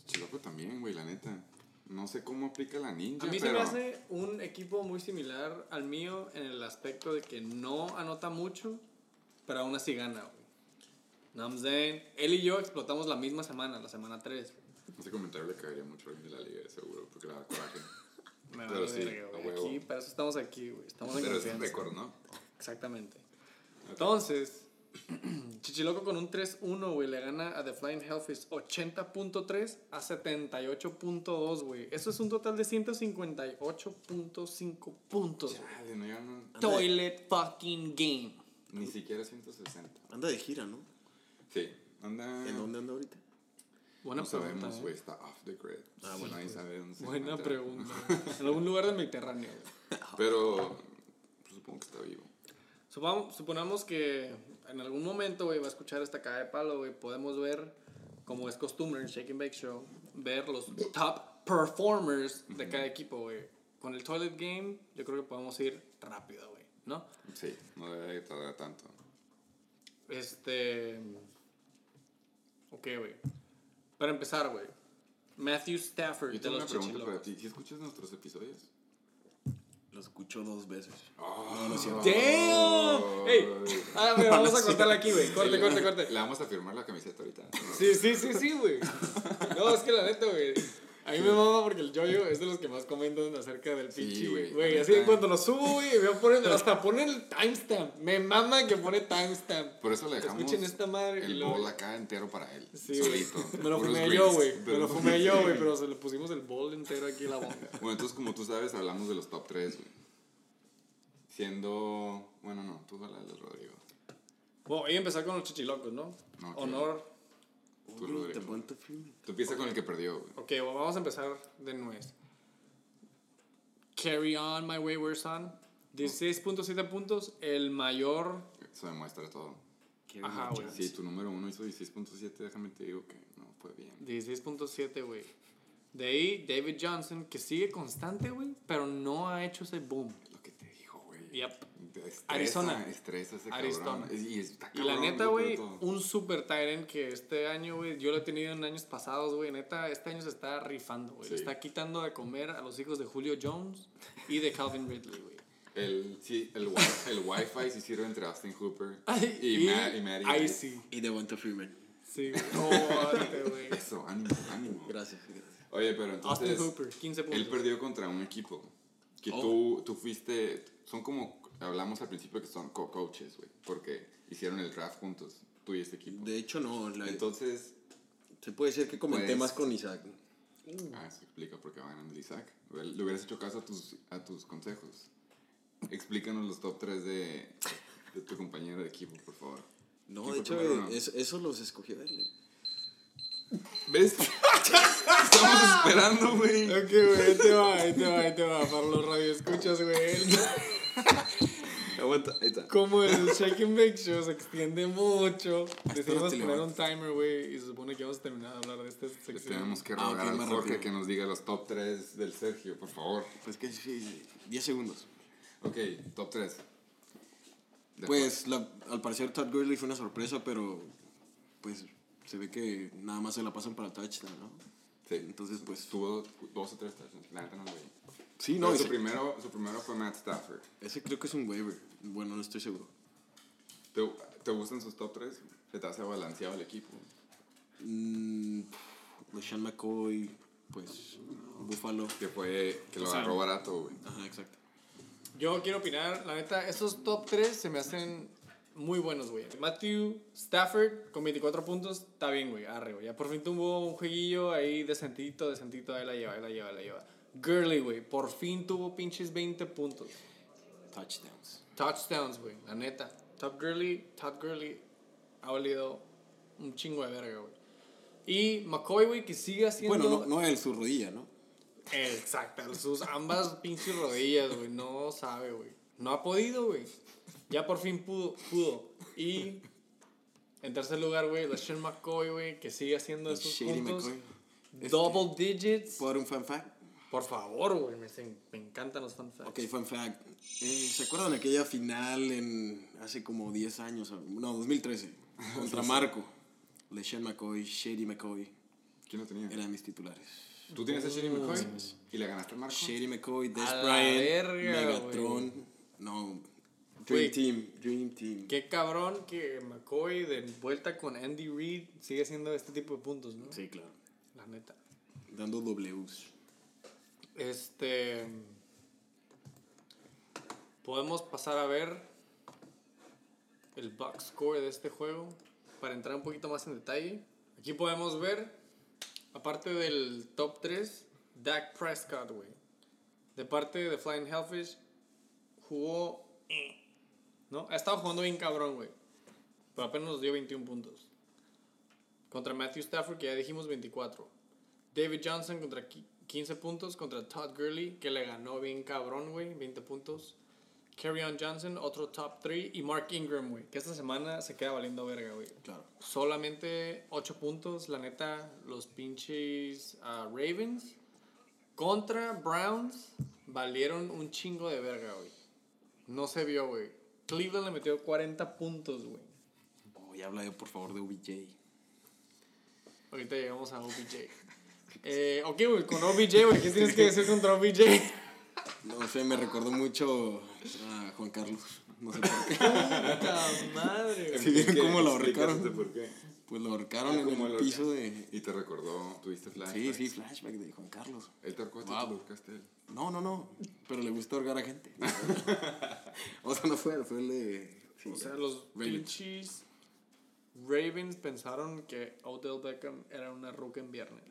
Speaker 2: Chiloco también, güey, la neta. No sé cómo aplica la ninja.
Speaker 1: A mí se me
Speaker 2: pero...
Speaker 1: hace un equipo muy similar al mío en el aspecto de que no anota mucho, pero aún así gana, güey. Know what I'm saying? Él y yo explotamos la misma semana, la semana 3.
Speaker 2: Ese comentario le caería mucho a alguien de la liga, seguro, porque la da coraje.
Speaker 1: Me
Speaker 2: Pero
Speaker 1: vale
Speaker 2: sí,
Speaker 1: verga, güey.
Speaker 2: a huevo.
Speaker 1: Aquí, para eso estamos aquí, güey. Estamos en
Speaker 2: Pero es un
Speaker 1: confianza.
Speaker 2: récord, ¿no?
Speaker 1: Exactamente. Entonces, <clears throat> Chichiloco con un 3-1, güey, le gana a The Flying Hellfish 80.3 a 78.2, güey. Eso es un total de 158.5 puntos, güey.
Speaker 2: Chale, no llegan a-
Speaker 1: Toilet fucking game.
Speaker 2: ni siquiera 160.
Speaker 3: Anda de gira, ¿no?
Speaker 2: Sí, anda.
Speaker 3: ¿En dónde anda ahorita?
Speaker 1: Buena
Speaker 2: no
Speaker 1: pregunta.
Speaker 2: sabemos,
Speaker 1: ¿eh? pues,
Speaker 2: güey, está off the grid.
Speaker 3: Ah, bueno,
Speaker 2: Nadie sabe dónde se
Speaker 1: Buena
Speaker 2: encuentra.
Speaker 1: pregunta.
Speaker 2: <laughs>
Speaker 1: En algún lugar del Mediterráneo. güey.
Speaker 2: Pero pues, supongo que está vivo.
Speaker 1: Supam- suponamos que en algún momento, güey, va a escuchar esta caja de palo, güey. Podemos ver, como es costumbre en Shake and Bake Show, ver los top performers de cada equipo, güey. Con el Toilet Game, yo creo que podemos ir rápido, güey, ¿no?
Speaker 2: Sí, no debe tardar tanto.
Speaker 1: Este. Ok, güey. Para empezar, güey. Matthew Stafford
Speaker 2: Yo
Speaker 1: de
Speaker 2: tengo
Speaker 1: los
Speaker 2: una pregunta
Speaker 1: Chichilocos.
Speaker 2: para ti. ¿Sí escuchas nuestros episodios?
Speaker 3: Lo escucho dos veces.
Speaker 2: Oh, no, no,
Speaker 1: ¡Damn! ¡Ey! Ah, pero vamos a cortarla aquí, güey. Corte,
Speaker 2: <laughs>
Speaker 1: corte, corte.
Speaker 2: Le vamos a firmar la camiseta ahorita.
Speaker 1: Sí, sí, sí, sí, güey. No, es que la neta, güey. A mí me mama porque el yoyo es de los que más comentan acerca del
Speaker 2: Sí,
Speaker 1: pinche,
Speaker 2: güey.
Speaker 1: güey. así en cuanto lo subo, güey, me ponen, hasta ponen el timestamp. Me mama que pone timestamp.
Speaker 2: Por eso le dejamos
Speaker 1: Escuchen esta madre y
Speaker 2: el
Speaker 1: luego-
Speaker 2: bol acá entero para él.
Speaker 1: Sí, güey.
Speaker 2: solito.
Speaker 1: Me lo
Speaker 2: Puros
Speaker 1: fumé
Speaker 2: greens.
Speaker 1: yo, güey. Me
Speaker 2: Pero-
Speaker 1: lo fumé yo, güey, pero se le pusimos el bol entero aquí a la boca.
Speaker 2: Bueno, entonces como tú sabes, hablamos de los top 3, güey. Siendo... Bueno, no, tú habla de Rodrigo.
Speaker 1: Bueno, voy a empezar con los chichilocos, ¿no?
Speaker 2: No, ok.
Speaker 1: Honor.
Speaker 2: Tú, Rodrigo.
Speaker 3: Te ponte firme.
Speaker 2: Tú empieza con el que perdió, güey.
Speaker 1: Ok, bueno, vamos a empezar de nuez. Carry on, my wayward son. 16.7 puntos, el mayor.
Speaker 2: Eso demuestra todo.
Speaker 1: Ajá, güey.
Speaker 2: Si tu número 1 hizo 16.7, déjame te digo que no fue bien.
Speaker 1: 16.7, güey. De ahí, David Johnson, que sigue constante, güey, pero no ha hecho ese boom.
Speaker 2: Lo que te digo, güey.
Speaker 1: Yep.
Speaker 2: Estresa,
Speaker 1: Arizona.
Speaker 2: Estresa ese
Speaker 1: Arizona.
Speaker 2: cabrón. Es- Y, está
Speaker 1: Y la
Speaker 2: cabrón,
Speaker 1: neta,
Speaker 2: güey,
Speaker 1: güey,
Speaker 2: por todo.
Speaker 1: un super Tyrant que este año, güey, yo lo he tenido en años pasados, güey. Neta, este año se está rifando, güey. Le
Speaker 2: Sí.
Speaker 1: Está quitando de comer a los hijos de Julio Jones y de Calvin Ridley, güey.
Speaker 2: El, sí, el, wi- el wifi sí sirve entre Austin Hooper
Speaker 1: <laughs> Ay,
Speaker 2: <laughs> y, Ma- y Maddie.
Speaker 1: Ahí sí.
Speaker 3: Y de Devonta Freeman.
Speaker 1: Sí, güey. Tómate, güey.
Speaker 2: Eso, ánimo, ánimo.
Speaker 3: Gracias, gracias.
Speaker 2: Oye, pero
Speaker 1: <laughs> Austin
Speaker 2: entonces...
Speaker 1: Hooper, 15
Speaker 2: Él
Speaker 1: puntos.
Speaker 2: perdió contra un equipo que
Speaker 3: Oh.
Speaker 2: tú, tú fuiste, son como, hablamos al principio que son co-coaches, güey, porque hicieron el draft juntos, tú y este equipo.
Speaker 3: De hecho, no. la-
Speaker 2: Entonces,
Speaker 3: se puede decir que comenté
Speaker 2: Pues-
Speaker 3: más con Isaac.
Speaker 2: ah, se explica por qué va ganando el Isaac. Le hubieras hecho caso a tus, a tus consejos. Explícanos los top 3 de, de tu compañero de equipo, por favor.
Speaker 3: No,
Speaker 2: ¿Quién
Speaker 3: de
Speaker 2: fue
Speaker 3: hecho,
Speaker 2: primero, no?
Speaker 3: es- eso los escogió él. eh.
Speaker 2: ¿Ves? Estamos esperando, güey.
Speaker 1: Ok, güey, ahí te va, ahí te va, ahí te va. Para los radioescuchas, güey.
Speaker 2: <laughs> Aguanta, ahí está.
Speaker 1: Como el Shake and Bake Show se extiende mucho, decidimos
Speaker 3: Espérate,
Speaker 1: poner
Speaker 3: levanta.
Speaker 1: un timer, güey, y se supone que vamos a terminar de hablar de esta
Speaker 2: Les
Speaker 1: sección.
Speaker 2: tenemos que
Speaker 3: Ah,
Speaker 2: rogar
Speaker 3: ok,
Speaker 2: al
Speaker 3: más
Speaker 2: Jorge
Speaker 3: rápido.
Speaker 2: que nos diga los top 3 del Sergio, por favor.
Speaker 3: Pues que sí, 10 segundos.
Speaker 2: Ok, top 3.
Speaker 3: Pues la- al parecer Todd Gurley fue una sorpresa, pero pues se ve que nada más se la pasan para touchdown, ¿no?
Speaker 2: Sí.
Speaker 3: Entonces, pues
Speaker 2: Tuvo dos o tres touchdowns. La neta no lo vi.
Speaker 3: sí,
Speaker 2: No,
Speaker 3: no,
Speaker 2: su,
Speaker 3: ese,
Speaker 2: primero, su primero fue Matt Stafford.
Speaker 3: ese creo que es un waiver. Bueno, no estoy seguro.
Speaker 2: ¿Te, te gustan sus top 3? Se te hace balanceado el equipo.
Speaker 3: Mm, LeSean McCoy, pues Buffalo.
Speaker 2: Que fue que lo
Speaker 1: O sea,
Speaker 2: agarró barato, güey.
Speaker 3: Ajá, exacto.
Speaker 1: Yo quiero opinar, la neta, estos top 3 se me hacen muy buenos, güey. Matthew Stafford con 24 puntos, está bien, güey, arre, güey. Ya por fin tuvo un jueguillo ahí decentito, decentito, ahí la lleva, ahí la lleva, ahí la lleva. Gurley, güey, por fin tuvo pinches 20 puntos.
Speaker 3: Touchdowns.
Speaker 1: Touchdowns, güey, la neta. Top Gurley, Top Gurley ha valido un chingo de verga, güey. Y McCoy, güey, que sigue haciendo.
Speaker 3: Bueno, no, no él, su rodilla, ¿no?
Speaker 1: Exacto, sus ambas pinches rodillas, güey. No sabe, güey. No ha podido, güey. Ya por fin pudo. pudo. Y en tercer lugar, güey, Sean McCoy, güey, que sigue haciendo estos
Speaker 3: Shady
Speaker 1: puntos.
Speaker 3: McCoy.
Speaker 1: Double digits.
Speaker 3: ¿Puedo dar un fan fact?
Speaker 1: Por favor, güey, me, se- me encantan los fun facts.
Speaker 3: Ok, fun fact. Eh, ¿Se acuerdan aquella final en hace como 10 años? No,
Speaker 2: <laughs>
Speaker 3: 2013. Contra Marco. LeSean McCoy, Shady McCoy.
Speaker 2: ¿Quién lo tenía?
Speaker 3: Eran mis titulares.
Speaker 2: ¿Tú tienes a
Speaker 1: Uh,
Speaker 2: Shady McCoy? ¿Y le ganaste al Marco?
Speaker 3: Shady McCoy, Des
Speaker 1: A la
Speaker 3: Bryant,
Speaker 1: verga,
Speaker 3: Megatron. No. Dream
Speaker 1: Güey.
Speaker 3: Team, Dream Team.
Speaker 1: Qué cabrón que McCoy de vuelta con Andy Reid sigue haciendo este tipo de puntos, ¿no?
Speaker 3: Sí, claro.
Speaker 1: La neta.
Speaker 3: Dando Ws.
Speaker 1: Este. Podemos pasar a ver el box score de este juego para entrar un poquito más en detalle. Aquí podemos ver, aparte del top 3, Dak Prescott, güey. De parte de Flying Hellfish, jugó. eh, ¿No? Ha estado jugando bien cabrón, güey. Pero apenas nos dio 21 puntos. Contra Matthew Stafford, que ya dijimos 24. David Johnson contra qui- 15 puntos contra Todd Gurley, que le ganó bien cabrón, güey, 20 puntos. Carrion Johnson, otro top 3. Y Mark Ingram, güey, que esta semana se queda valiendo verga, güey.
Speaker 3: Claro.
Speaker 1: Solamente 8 puntos, la neta, los pinches ah, Ravens contra Browns valieron un chingo de verga, güey. No se vio, güey. Cleveland le metió 40 puntos, güey.
Speaker 3: Oh, ya habla yo, por favor, de OBJ.
Speaker 1: Ahorita llegamos a OBJ. Eh, ok, güey, con OBJ, güey, ¿qué tienes que decir contra OBJ?
Speaker 3: No sé, me recordó mucho a Juan Carlos. No sé por qué.
Speaker 1: Puta madre, güey.
Speaker 3: Sí, vieron
Speaker 2: ¿Qué?
Speaker 3: <laughs> cómo lo
Speaker 2: Explícate
Speaker 3: ahorcaron.
Speaker 2: por qué.
Speaker 3: Pues lo ahorcaron en
Speaker 2: Ah, ¿Cómo
Speaker 3: el
Speaker 2: lo
Speaker 3: piso de...
Speaker 2: Y te recordó, tuviste flash.
Speaker 3: Sí, sí, flashback de Juan Carlos.
Speaker 2: Él te recordó,
Speaker 3: Wow.
Speaker 2: tú lo ahorcaste a él.
Speaker 3: No, no, no. Pero le gusta ahorcar
Speaker 1: <laughs>
Speaker 3: a gente. o sea, no fue, él, fue el de. sí,
Speaker 1: O sea, los
Speaker 3: Ravens.
Speaker 1: pinches Ravens pensaron que Odell Beckham era una ruca en viernes.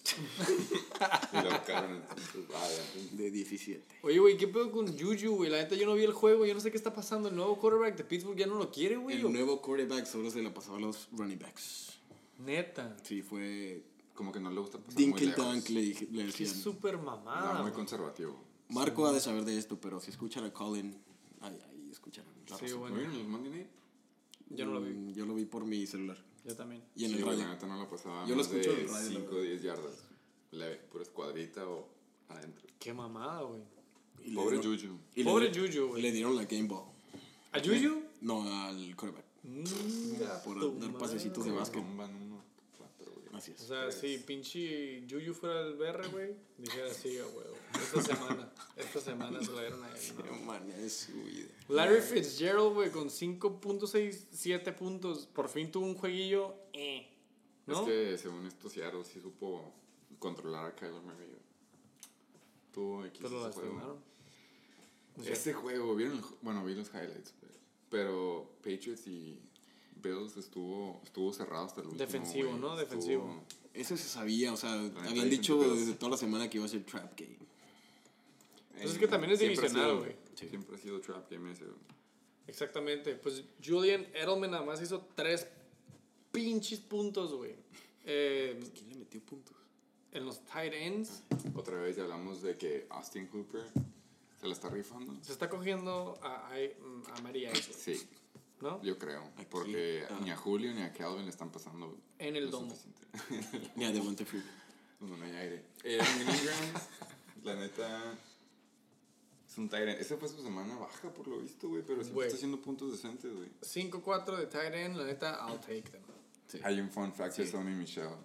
Speaker 2: Y lo ahorcaron entonces. Vaya.
Speaker 3: de 17.
Speaker 1: Oye, güey, ¿qué pedo con Juju, güey? La neta, yo no vi el juego, yo no sé qué está pasando. El nuevo quarterback de Pittsburgh ya no lo quiere, güey.
Speaker 3: El
Speaker 1: ¿o?
Speaker 3: nuevo quarterback solo se la pasaba a los running backs.
Speaker 1: Neta.
Speaker 3: Sí, fue.
Speaker 2: Como que no le gusta pasar muy
Speaker 3: Dink and
Speaker 2: lejos.
Speaker 3: Dunk le, dije- le
Speaker 1: Qué
Speaker 3: decían.
Speaker 1: súper
Speaker 2: Nada,
Speaker 1: mamada.
Speaker 2: muy
Speaker 1: güey.
Speaker 2: conservativo.
Speaker 3: Marco ha de saber de esto, pero si escuchan a Colin. Ahí, ahí escucharon. la
Speaker 1: Sí,
Speaker 3: razón.
Speaker 2: ¿No
Speaker 1: bueno,
Speaker 2: vieron el Monday Night?
Speaker 1: yo no lo vi.
Speaker 3: Mm, Yo lo vi por mi celular.
Speaker 1: Yo también.
Speaker 3: Y en
Speaker 2: sí,
Speaker 3: el
Speaker 2: güey,
Speaker 3: radio.
Speaker 2: la neta no la pasaba.
Speaker 3: Yo lo
Speaker 2: más
Speaker 3: escucho en
Speaker 2: de
Speaker 3: el radio, la
Speaker 2: 5 o
Speaker 3: verdad.
Speaker 2: 10 yardas. Leve, pura escuadrita o adentro.
Speaker 1: Qué mamada, güey.
Speaker 3: Y le
Speaker 2: Pobre
Speaker 3: dieron-
Speaker 2: Juju.
Speaker 3: y le-
Speaker 1: Pobre Juju, güey.
Speaker 3: Le dieron la game ball.
Speaker 1: ¿A Juju?
Speaker 3: No, al quarterback.
Speaker 1: Mira
Speaker 3: Por
Speaker 1: tu
Speaker 3: dar
Speaker 1: madre.
Speaker 3: pasecitos de básquet.
Speaker 2: Van uno, cuatro, güey.
Speaker 3: Así
Speaker 1: O
Speaker 3: es.
Speaker 1: sea, si pinche Yuyu fuera del BR, güey, dijera sí, a huevo. Esta semana, esta semana se la dieron a él.
Speaker 3: Qué manía de su vida.
Speaker 1: ¿no? Larry Fitzgerald, güey, con 5.67 puntos, por fin tuvo un jueguillo, eh, ¿no?
Speaker 2: Es que según esto, Seattle sí supo controlar a Kyler Murray. güey. Tuvo X
Speaker 1: Pero Pues lo
Speaker 2: ese juego.
Speaker 1: lastimaron. Este,
Speaker 2: Ese juego, ¿vieron? el ju- Bueno, vi los highlights. güey. Pero Patriots y Bills estuvo, estuvo cerrado hasta el último.
Speaker 1: Defensivo,
Speaker 2: güey.
Speaker 1: ¿no?
Speaker 2: Estuvo-
Speaker 1: Defensivo.
Speaker 3: Eso se sabía, o sea,
Speaker 2: neta,
Speaker 3: habían
Speaker 2: dicen
Speaker 3: dicho
Speaker 2: que los-
Speaker 3: desde toda la semana que iba a ser Trap Game.
Speaker 1: Pues es que también es
Speaker 2: Siempre ha
Speaker 1: divisional,
Speaker 2: sido-
Speaker 1: güey.
Speaker 3: Sí.
Speaker 2: Siempre ha sido trap game ese. güey.
Speaker 1: Exactamente, pues Julian Edelman nada más hizo 3 pinches puntos, güey. Eh,
Speaker 3: ¿Quién le metió puntos?
Speaker 1: en los tight ends
Speaker 2: Otra vez ya hablamos de que Austin Hooper se la está rifando.
Speaker 1: se está cogiendo a, a, a María, güey,
Speaker 2: Sí,
Speaker 1: ¿no?
Speaker 2: yo creo.
Speaker 3: Aquí,
Speaker 2: Porque
Speaker 3: ah.
Speaker 2: ni a Julio ni a Calvin le están pasando.
Speaker 1: En el
Speaker 2: lo
Speaker 1: domo.
Speaker 2: suficiente. <laughs>
Speaker 3: Mira, de Monte Freeman.
Speaker 2: Donde no hay aire. Eh, Evan Ingram, <laughs> la neta. Es un Tyrant. Esa fue su semana baja, por lo visto, güey. Pero siempre
Speaker 1: Güey.
Speaker 2: está haciendo puntos decentes, güey.
Speaker 1: 5-4 de tight end, la neta, I'll take them.
Speaker 2: Hay un fun fact de Sony Michelle.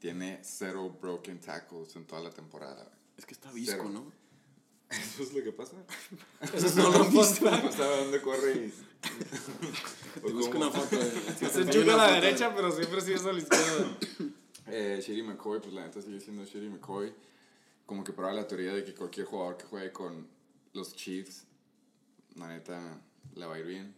Speaker 2: Tiene cero broken tackles en toda la temporada. güey.
Speaker 3: Es que está visco,
Speaker 2: Cero.
Speaker 3: ¿no?
Speaker 2: <laughs> Eso es lo que pasa.
Speaker 1: Eso es solo
Speaker 2: <laughs>
Speaker 1: un fun fact.
Speaker 2: Pasaba donde corre <laughs> y. O
Speaker 3: Te busco
Speaker 2: como-
Speaker 3: una foto. de- si
Speaker 2: Pues
Speaker 3: te
Speaker 1: Se
Speaker 3: enseño
Speaker 1: enchuca a
Speaker 3: una
Speaker 1: la
Speaker 3: foto de-
Speaker 1: derecha, pero siempre sí es a la izquierda.
Speaker 2: Eh, Shady McCoy, pues la neta sigue siendo Shady McCoy. Como que prueba la teoría de que cualquier jugador que juegue con los Chiefs, la neta, la va a ir bien.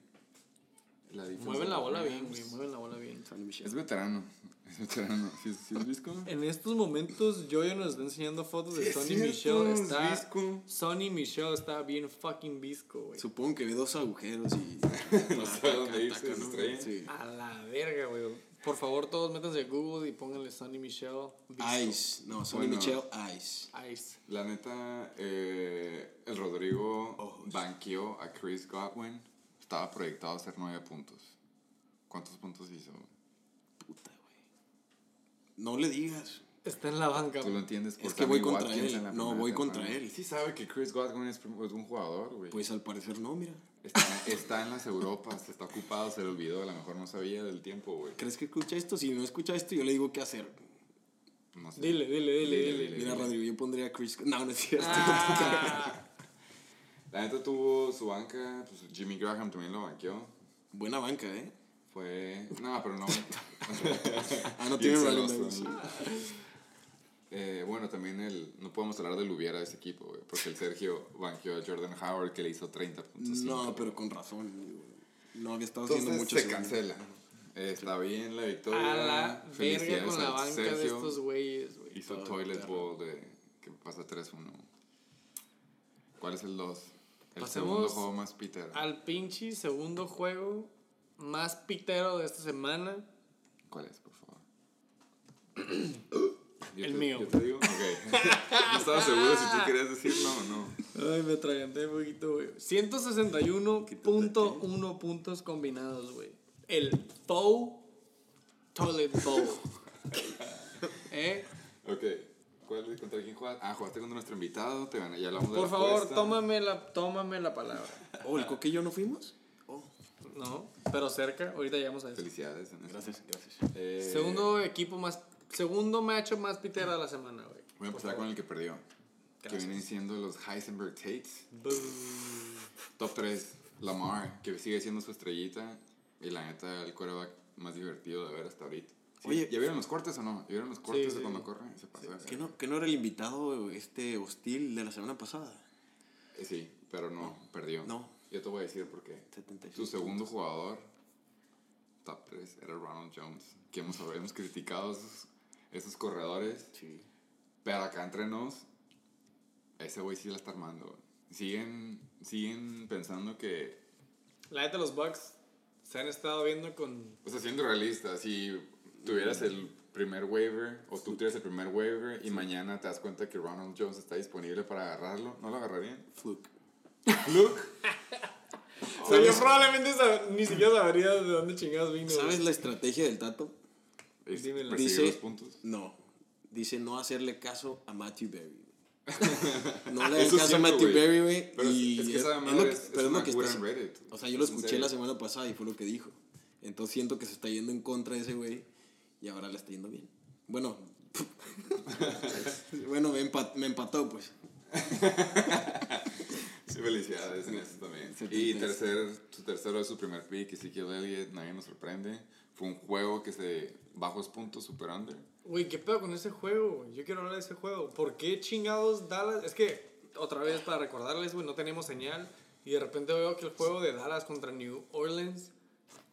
Speaker 2: La defensa-
Speaker 1: Mueven la bola bien, güey, mueven la bola bien.
Speaker 3: Sonny Michel.
Speaker 2: Es veterano, es veterano. ¿Sí, es- sí es visco?
Speaker 1: En estos momentos, Joyo nos está enseñando fotos de Sonny Michelle. Está, Sonny Michelle está bien fucking visco, güey.
Speaker 3: Supongo que ve dos agujeros y.
Speaker 2: <laughs> No sabe dónde irse, se estrella.
Speaker 3: Sí.
Speaker 1: A la verga, güey. Por favor, todos métanse a Google y pónganle Sonny Michelle. Visco.
Speaker 3: Ice. No, Sonny
Speaker 2: Ah, Bueno.
Speaker 3: Michel, Ice.
Speaker 1: Ice.
Speaker 2: La neta, eh, el Rodrigo
Speaker 1: Oh,
Speaker 3: Ojos.
Speaker 2: banqueó a Chris Godwin. Estaba proyectado a hacer nueve puntos. ¿Cuántos puntos hizo?
Speaker 3: Puta, güey. No le digas.
Speaker 1: Está en la banca.
Speaker 2: ¿Tú pues lo
Speaker 1: güey.
Speaker 2: entiendes?
Speaker 3: Es
Speaker 2: Por
Speaker 3: que voy
Speaker 2: Sammy
Speaker 3: contra
Speaker 2: Watkins
Speaker 3: él.
Speaker 2: en la
Speaker 3: No,
Speaker 2: primera
Speaker 3: voy contra
Speaker 2: temporada.
Speaker 3: él.
Speaker 2: Sí sabe que Chris Godwin es, prim- es un jugador, güey.
Speaker 3: Pues al parecer no, mira.
Speaker 2: Está, está en las Europas, está ocupado, se le olvidó, a lo mejor no sabía del tiempo, güey.
Speaker 3: ¿Crees que escucha esto? Si no escucha esto, yo le digo qué hacer.
Speaker 2: No sé.
Speaker 1: Dile, dile, dile,
Speaker 2: Dile,
Speaker 1: dile.
Speaker 2: dile.
Speaker 3: Mira, Rodrigo, yo pondría a Chris. No, no es cierto.
Speaker 1: Ah.
Speaker 2: La neta tuvo su banca, pues Jimmy Graham también lo banqueó.
Speaker 3: <laughs> Buena banca, ¿eh?
Speaker 2: Fue. No, pero
Speaker 3: <laughs>
Speaker 2: no.
Speaker 3: Ah,
Speaker 2: <laughs>
Speaker 3: no
Speaker 2: Bien
Speaker 3: tiene running
Speaker 2: celoso.
Speaker 3: backs.
Speaker 2: Eh, bueno, también el. No podemos hablar del hubiera de ese equipo, güey. Porque el Sergio banqueó a Jordan Howard que le hizo 30 puntos.
Speaker 3: No, pero con razón. digo. No había estado haciendo
Speaker 2: Entonces
Speaker 3: mucho.
Speaker 2: se
Speaker 3: segundo.
Speaker 2: cancela. Eh, está bien la victoria.
Speaker 1: A la verga
Speaker 2: Felicidades
Speaker 1: con la
Speaker 2: al
Speaker 1: banca de
Speaker 2: Sergio.
Speaker 1: estos güeyes, güey.
Speaker 2: Hizo
Speaker 3: Todo
Speaker 2: Toilet
Speaker 3: interno.
Speaker 2: Bowl de que pasa 3-1. ¿Cuál es el 2? El
Speaker 1: Pasemos
Speaker 2: segundo juego más Peter.
Speaker 1: Al pinche segundo juego más pitero de esta semana.
Speaker 2: ¿Cuál es,
Speaker 1: <coughs>
Speaker 2: por favor?
Speaker 1: El mío.
Speaker 2: ¿Yo te digo? Ok. <laughs> no estaba seguro si tú querías decirlo o no.
Speaker 1: Ay, me traganté un poquito, güey. 161.1 puntos combinados, güey. El Bow Toilet <laughs> Bowl. ¿Eh?
Speaker 2: Ok. ¿Cuál, ¿Contra quién jugaste? Ah, jugaste contra nuestro invitado. Te gané. Ya hablamos de
Speaker 1: Por
Speaker 2: la
Speaker 1: favor,
Speaker 2: apuesta.
Speaker 1: tómame la, tómame la palabra.
Speaker 3: <laughs> Oh, ¿el Coque y yo no fuimos?
Speaker 1: No, pero cerca. Ahorita llegamos a eso.
Speaker 2: Felicidades. en eso.
Speaker 3: Gracias, gracias.
Speaker 2: Eh,
Speaker 1: Segundo equipo más. Segundo matchup más pitero de la semana, güey.
Speaker 2: Voy a empezar con el que perdió. Que
Speaker 1: Gracias.
Speaker 2: vienen siendo los Heisenberg Tates.
Speaker 1: Boo.
Speaker 2: Top 3, Lamar, que sigue siendo su estrellita y la neta el quarterback más divertido de ver hasta ahorita. Sí,
Speaker 3: Oye.
Speaker 2: ¿ya vieron los cortes o no? ¿Ya vieron los cortes
Speaker 1: sí,
Speaker 2: de cuando
Speaker 1: sí.
Speaker 2: corre? Se pasa.
Speaker 3: ¿Que no, que no era el invitado este hostil de la semana pasada?
Speaker 2: Eh, sí, pero no, perdió.
Speaker 3: No.
Speaker 2: Yo te voy a decir por qué.
Speaker 3: 76
Speaker 2: Su segundo jugador, top 3, era Ronald Jones, que hemos, hemos criticado esos, esos corredores,
Speaker 3: Sí.
Speaker 2: pero acá entre nos, ese güey sí la está armando. güey. Siguen, siguen pensando que
Speaker 1: La neta, los Bucks se han estado viendo con.
Speaker 2: O sea, siendo realista, si tuvieras el primer waiver o tú tuvieras el primer waiver y mañana te das cuenta que Ronald Jones está disponible para agarrarlo, ¿no lo agarrarían?
Speaker 3: Fluke.
Speaker 2: Luke,
Speaker 1: O sea, yo probablemente sab- ni siquiera sabría de dónde chingados vino. güey.
Speaker 3: ¿Sabes la estrategia del Tato?
Speaker 2: es
Speaker 1: Dímelo.
Speaker 2: perseguir
Speaker 3: Dice-
Speaker 2: los puntos.
Speaker 3: No. Dice no hacerle caso a Matthew Berry. <laughs> no le hagan
Speaker 2: Ah, Eso
Speaker 3: caso a
Speaker 2: siempre,
Speaker 3: Matthew
Speaker 2: güey.
Speaker 3: Berry, güey.
Speaker 2: Pero es-
Speaker 3: y
Speaker 2: es que esa
Speaker 3: lo
Speaker 2: madre
Speaker 3: que-
Speaker 2: es- es
Speaker 3: pero es
Speaker 2: una
Speaker 3: lo que
Speaker 2: cura
Speaker 3: está-
Speaker 2: en Reddit.
Speaker 3: O sea, yo lo
Speaker 2: En
Speaker 3: escuché
Speaker 2: serio.
Speaker 3: la semana pasada y fue lo que dijo. Entonces siento que se está yendo en contra de ese güey y ahora le está yendo bien. Bueno, <laughs> bueno, me, empa- me empató, pues.
Speaker 2: Sí, felicidades en eso también.
Speaker 3: Sí,
Speaker 2: Y
Speaker 3: sí.
Speaker 2: tercer, su tercero es su primer pick, Ezekiel Elliott, nadie nos sorprende. Fue un juego que se bajos puntos, super under.
Speaker 1: Güey, ¿qué pedo con ese juego? güey? Yo quiero hablar de ese juego. ¿Por qué chingados Dallas? Es que, otra vez, para recordarles, güey, no tenemos señal. Y de repente veo que el juego de Dallas contra New Orleans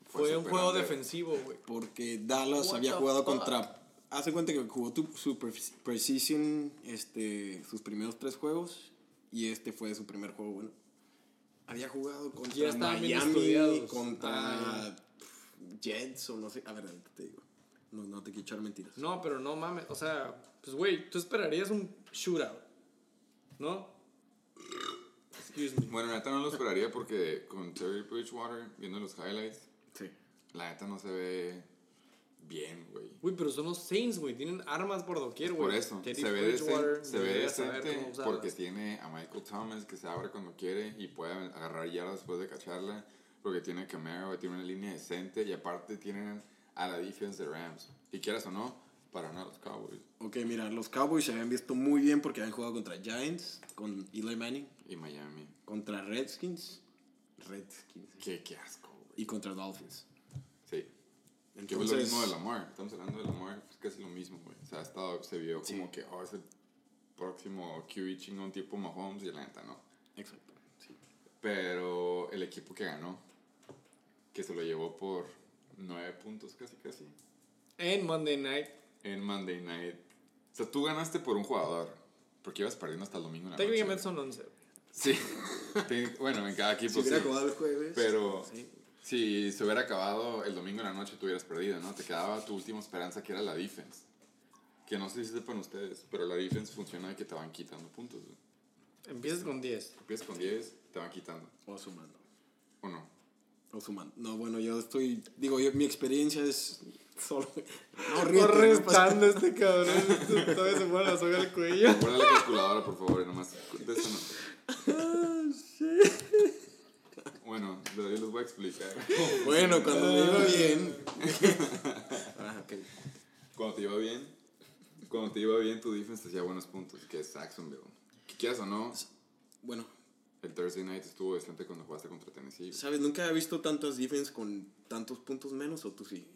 Speaker 2: Fue
Speaker 1: fue, un
Speaker 2: super
Speaker 1: juego
Speaker 2: under.
Speaker 1: defensivo, güey.
Speaker 3: Porque Dallas
Speaker 1: What
Speaker 3: había
Speaker 1: the
Speaker 3: jugado
Speaker 1: fuck?
Speaker 3: contra. Hace cuenta que jugó tu, su pre- Precision este, sus primeros tres juegos. Y este fue su primer juego, bueno. Había jugado contra
Speaker 1: Ya estaban bien
Speaker 3: Miami,
Speaker 1: estudiados.
Speaker 3: contra
Speaker 1: Ah,
Speaker 3: Jets o no sé. A ver, ahorita te digo. No, no te quiero echar mentiras.
Speaker 1: No, pero no mames. O sea, pues güey, tú esperarías un shootout. ¿No? Excuse me.
Speaker 2: Bueno, la neta no lo esperaría porque con Terry Bridgewater, viendo los highlights,
Speaker 3: Sí.
Speaker 2: la neta no se ve bien, güey.
Speaker 1: Güey, pero son los Saints, güey. Tienen armas por doquier, güey.
Speaker 2: Por eso,
Speaker 1: Teddy
Speaker 2: se ve
Speaker 1: Bridgewater,
Speaker 2: decente, se ve
Speaker 1: debería saber
Speaker 2: decente
Speaker 1: cómo usarlas.
Speaker 2: porque tiene a Michael Thomas que se abre cuando quiere y puede agarrar yardas después de cacharla. Porque tiene a Camaro, tiene una línea decente y aparte tienen a la defense de Rams. Y quieras o no, para no los Cowboys.
Speaker 3: Ok, mira, los Cowboys se habían visto muy bien porque habían jugado contra Giants, con Eli Manning,
Speaker 2: Y Miami.
Speaker 3: contra Redskins. Redskins.
Speaker 2: Qué, qué asco, güey.
Speaker 3: Y contra Dolphins.
Speaker 2: Sí. Que fue lo
Speaker 3: Entonces,
Speaker 2: mismo de Lamar. Estamos hablando de Lamar, es casi lo mismo, güey. O sea, ha estado, se vio como que, oh, es el próximo QB chingón tipo Mahomes y la neta no.
Speaker 3: Exacto. sí.
Speaker 2: Pero el equipo que ganó, que se lo llevó por nueve puntos casi, casi,
Speaker 1: En Monday Night.
Speaker 2: en Monday Night. O sea, tú ganaste por un jugador, porque ibas perdiendo hasta el domingo en la noche,
Speaker 1: Técnicamente
Speaker 2: güey.
Speaker 1: son 11. güey.
Speaker 2: Sí. <laughs> Te- bueno, en cada equipo
Speaker 3: Si hubiera
Speaker 2: sí.
Speaker 3: jugado el jueves.
Speaker 2: Pero-
Speaker 3: sí.
Speaker 2: Si se hubiera acabado el domingo en la noche, tú hubieras perdido, ¿no? Te quedaba tu última esperanza, que era la defense. Que no sé si sepan ustedes, pero la defense funciona de que te van quitando puntos. güey.
Speaker 1: Empiezas con 10.
Speaker 2: Empiezas con 10, te van quitando.
Speaker 3: O sumando.
Speaker 2: ¿O no?
Speaker 3: O sumando. No, bueno, yo estoy. Digo, yo- mi experiencia es. Solo. <laughs> No, ríete,
Speaker 1: No
Speaker 3: no pasa-
Speaker 1: restando este cabrón. Esto Todavía se pone la soga al cuello.
Speaker 2: Guarda la calculadora, por favor, y nomás. De eso no.
Speaker 3: Ah,
Speaker 2: Bueno, yo les voy a explicar.
Speaker 3: Bueno, cuando me iba bien. <laughs> ah, ok.
Speaker 2: Cuando te iba bien, cuando te iba bien, tu defense te hacía buenos puntos, que es Jacksonville. Que quieras o no,
Speaker 3: Bueno,
Speaker 2: el Thursday night estuvo decente cuando jugaste contra Tennessee.
Speaker 3: ¿sabes? Nunca había visto tantas defense con tantos puntos menos, o tú sí.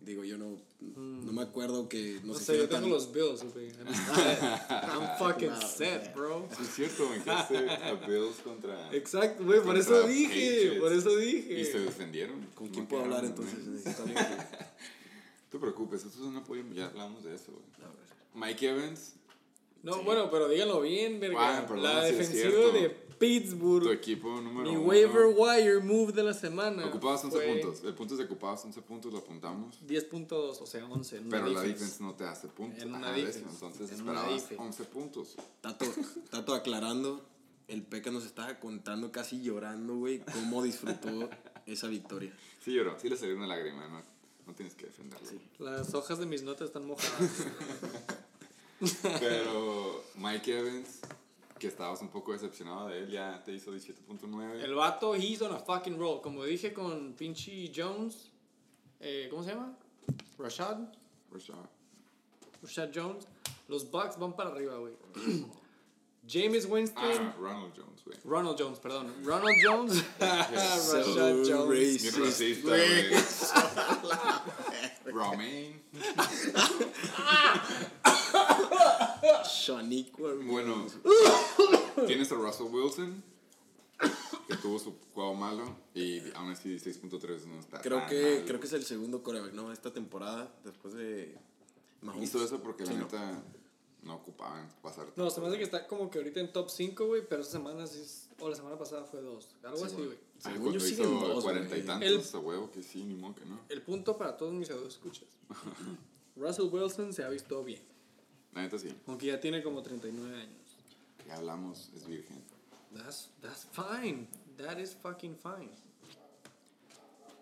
Speaker 3: Digo, yo no. No me acuerdo que. No,
Speaker 1: No
Speaker 3: se
Speaker 1: sé, yo
Speaker 3: hicieran
Speaker 1: tengo los
Speaker 3: tan-
Speaker 1: Bills, güey. I'm set. I'm fucking set, bro.
Speaker 2: Sí, es cierto, me quedaste a Bills contra.
Speaker 1: Exacto, güey, por
Speaker 2: Contra
Speaker 1: eso dije,
Speaker 2: Patriots.
Speaker 1: por eso
Speaker 2: Y se
Speaker 1: dije.
Speaker 2: defendieron.
Speaker 3: eh, ¿Con
Speaker 2: No
Speaker 3: quién puedo hablar
Speaker 2: quedaron,
Speaker 3: entonces?
Speaker 2: ¿eh?
Speaker 3: Está bien, güey.
Speaker 2: No te preocupes, esto es un apoyo. Ya hablamos de eso, güey.
Speaker 3: A ver.
Speaker 2: Mike Evans,
Speaker 1: No, bueno, pero díganlo bien, verga.
Speaker 2: Ah, perdón,
Speaker 1: la
Speaker 2: sí es
Speaker 1: defensiva
Speaker 2: cierto.
Speaker 1: de
Speaker 2: tu
Speaker 1: Pittsburgh,
Speaker 2: equipo número
Speaker 1: mi
Speaker 2: uno.
Speaker 1: waiver wire move de la semana.
Speaker 2: Ocupabas 11
Speaker 1: fue
Speaker 2: puntos. El punto es que ocupabas 11 puntos, lo apuntamos.
Speaker 1: 10.2, o sea, 11. en una
Speaker 2: Pero la
Speaker 1: defense.
Speaker 2: defense no te hace puntos.
Speaker 1: En una
Speaker 2: Ajá, ves,
Speaker 1: defense,
Speaker 2: Entonces
Speaker 1: en una
Speaker 2: esperabas
Speaker 1: defense.
Speaker 2: 11 puntos.
Speaker 3: Tato, Tato aclarando, el Peca nos estaba contando casi llorando, güey, cómo disfrutó esa victoria.
Speaker 2: Sí lloró, sí le salió una lágrima, no, no tienes que defenderlo.
Speaker 1: Las hojas de mis notas están mojadas.
Speaker 2: Pero Mike Evans, que estabas un poco decepcionado de él, ya te hizo 17.9.
Speaker 1: El vato, he's on a fucking roll. Como dije con pinche Jones, eh, ¿cómo se llama? Rashad,
Speaker 2: Rashad.
Speaker 1: Rashad Jones. Los Bucks van para arriba, güey. <clears throat> James Winston.
Speaker 2: Ah, Ronald Jones, güey.
Speaker 1: Ronald Jones, perdón. Ronald Jones. <laughs> Rashad
Speaker 3: So
Speaker 1: Jones.
Speaker 3: racist,
Speaker 2: Bien racista,
Speaker 3: güey.
Speaker 1: <laughs>
Speaker 2: güey. Romaine.
Speaker 3: Shaniqua, güey.
Speaker 2: Bueno, tienes a Russell Wilson, que tuvo su juego malo, y aún así 16.3 no está
Speaker 3: Creo
Speaker 2: tan
Speaker 3: que,
Speaker 2: mal.
Speaker 3: creo que es el segundo coreback, ¿no? Esta temporada, después de Mahomes.
Speaker 2: Hizo eso porque la
Speaker 3: Sí, ¿no?
Speaker 2: neta no, ocupaban pasar.
Speaker 1: No, se me hace que está como que ahorita en top 5, güey, pero esta semana sí es- O la semana pasada fue 2. Algo así, güey.
Speaker 2: Ah,
Speaker 3: Según
Speaker 2: cuando
Speaker 3: yo
Speaker 2: hizo
Speaker 3: siguen dos,
Speaker 2: 40 y
Speaker 3: güey.
Speaker 2: tantos,
Speaker 1: El-
Speaker 2: a huevo que sí, ni modo que no.
Speaker 1: El punto para todos mis <laughs> escuchas. Russell Wilson se ha visto bien.
Speaker 2: La neta sí,
Speaker 1: Aunque ya tiene como 39 años.
Speaker 2: ya hablamos, es virgen.
Speaker 1: That's, that's fine. That is fucking fine.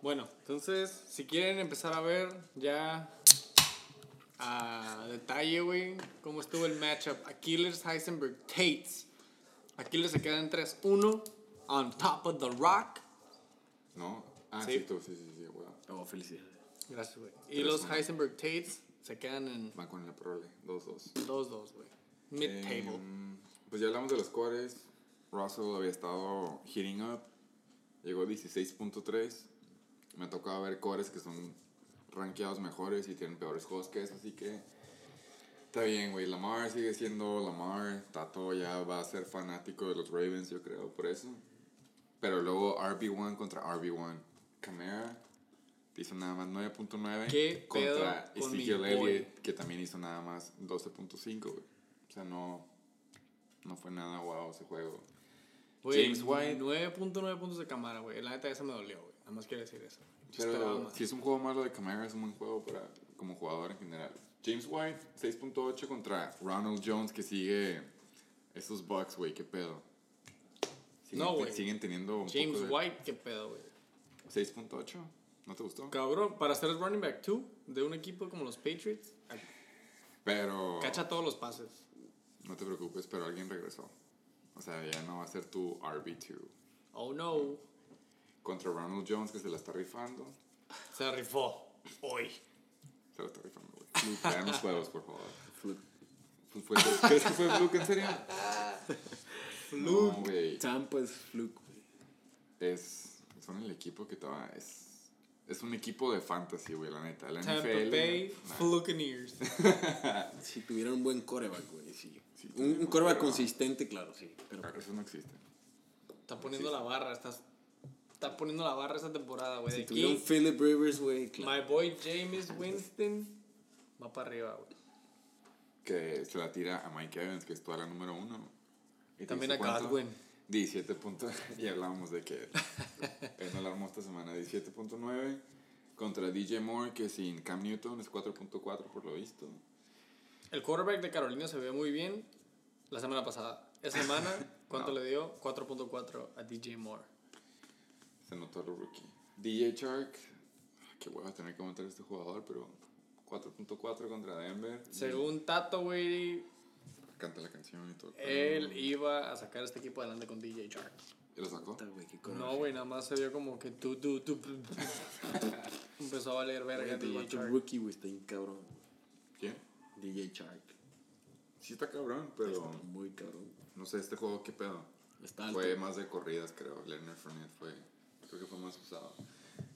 Speaker 1: Bueno, entonces, si quieren empezar a ver ya a detalle, güey, cómo estuvo el matchup. Aquiles, Heisenberg, Tates. Aquiles se queda en 3-1. On top of the rock.
Speaker 2: ¿No? Ah,
Speaker 1: Sí.
Speaker 2: sí, tú, sí, sí, sí, a huevo.
Speaker 3: Oh, felicidades.
Speaker 1: Gracias, güey. Y los
Speaker 2: 3-1.
Speaker 1: Heisenberg, Tates se quedan en
Speaker 2: Van con la prole, 2-2.
Speaker 1: 2-2, güey. Mid-table.
Speaker 2: Em, pues ya hablamos de los cores. Russell había estado heating up. Llegó a 16.3. Me ha tocado ver cores que son rankeados mejores y tienen peores juegos que eso, así que. Está bien, güey. Lamar sigue siendo Lamar. Tato ya va a ser fanático de los Ravens, yo creo, por eso. Pero luego RB1 contra RB1. Camara hizo nada más 9.9.
Speaker 1: ¿Qué pedo
Speaker 2: Contra
Speaker 1: con mi
Speaker 2: Ezekiel
Speaker 1: boy?
Speaker 2: Elliott, que también hizo nada más 12.5, güey. O sea, no, no fue nada guau ese juego.
Speaker 1: Güey,
Speaker 2: James White.
Speaker 1: 9.9 puntos de cámara, güey. La neta, eso me dolió, güey. Nada más quiero decir eso. Yo esperaba
Speaker 2: Pero
Speaker 1: más.
Speaker 2: si es un juego malo de Camara, es un buen juego para como jugador en general. James White, 6.8 contra Ronald Jones, que sigue esos Bucks, güey, qué pedo. Siguen
Speaker 1: No,
Speaker 2: te-
Speaker 1: güey.
Speaker 2: Siguen teniendo un
Speaker 1: James
Speaker 2: poco de-
Speaker 1: White, qué pedo, güey.
Speaker 2: 6.8, ¿no te gustó?
Speaker 1: Cabrón, para ser el running back two de un equipo como los Patriots, a-
Speaker 2: Pero
Speaker 1: cacha todos los pases.
Speaker 2: no te preocupes, pero alguien regresó. O sea, ya no va a ser tu RB2.
Speaker 1: Oh no,
Speaker 2: Contra Ronald Jones, que se la está rifando.
Speaker 1: se rifó hoy.
Speaker 2: Se la está rifando,
Speaker 1: <laughs>
Speaker 2: güey. Vean los juegos, por favor.
Speaker 3: Fluke.
Speaker 2: Pues fue- ¿Crees que fue Fluke,
Speaker 1: <laughs>
Speaker 2: en serio? No, güey.
Speaker 3: Tampa es pues, fluke, güey.
Speaker 2: es son el equipo que te va es es un equipo de fantasy güey la neta la
Speaker 1: Tampa
Speaker 2: NFL
Speaker 1: Bay <laughs>
Speaker 2: nah,
Speaker 1: Buccaneers.
Speaker 3: Si tuviera un buen coreback, güey, sí.
Speaker 2: Sí,
Speaker 3: un un
Speaker 2: tenemos
Speaker 3: coreback
Speaker 2: coreback.
Speaker 3: consistente, claro, sí. Pero
Speaker 2: eso no existe
Speaker 1: Está poniendo la barra, estás, está poniendo la barra esta temporada, güey.
Speaker 3: si
Speaker 1: De
Speaker 3: tuviera un
Speaker 1: aquí,
Speaker 3: Philip Rivers, güey, claro.
Speaker 1: my boy James Winston va para arriba, güey.
Speaker 2: que se la tira a Mike Evans que es tu ala número uno ¿Y te
Speaker 1: También
Speaker 2: dice
Speaker 1: a
Speaker 2: cuánto?
Speaker 1: Godwin.
Speaker 2: 17 puntos <laughs> y hablábamos de que él no la armó esta semana 17.9 contra DJ Moore que sin Cam Newton es 4.4 por lo visto
Speaker 1: El quarterback de Carolina se ve muy bien la semana pasada. Esa semana,
Speaker 3: <laughs>
Speaker 1: ¿cuánto
Speaker 2: No.
Speaker 1: le dio? 4.4 a DJ Moore.
Speaker 3: Mm.
Speaker 2: se notó el rookie DJ Shark que voy a ah, tener que montar este jugador pero 4.4 contra Denver
Speaker 1: Según Tato, güey,
Speaker 2: canta la canción y todo el pedo.
Speaker 1: él iba a sacar este equipo adelante con DJ Shark.
Speaker 2: ¿Y lo sacó?
Speaker 3: Puta, güey, qué
Speaker 1: No,
Speaker 3: coreback.
Speaker 1: güey, nada más se vio como que tú, tú, tú. pl- Empezó a valer verga
Speaker 3: Güey, el
Speaker 1: DJ
Speaker 3: vato
Speaker 1: Shark.
Speaker 3: rookie, güey, está bien cabrón. güey.
Speaker 2: ¿Quién?
Speaker 3: DJ Shark.
Speaker 2: Sí está cabrón, pero
Speaker 3: Está muy cabrón.
Speaker 2: no sé, este juego qué pedo.
Speaker 3: Está alto.
Speaker 2: Fue más de corridas, creo. Leonard Fournette fue, creo que fue más usado.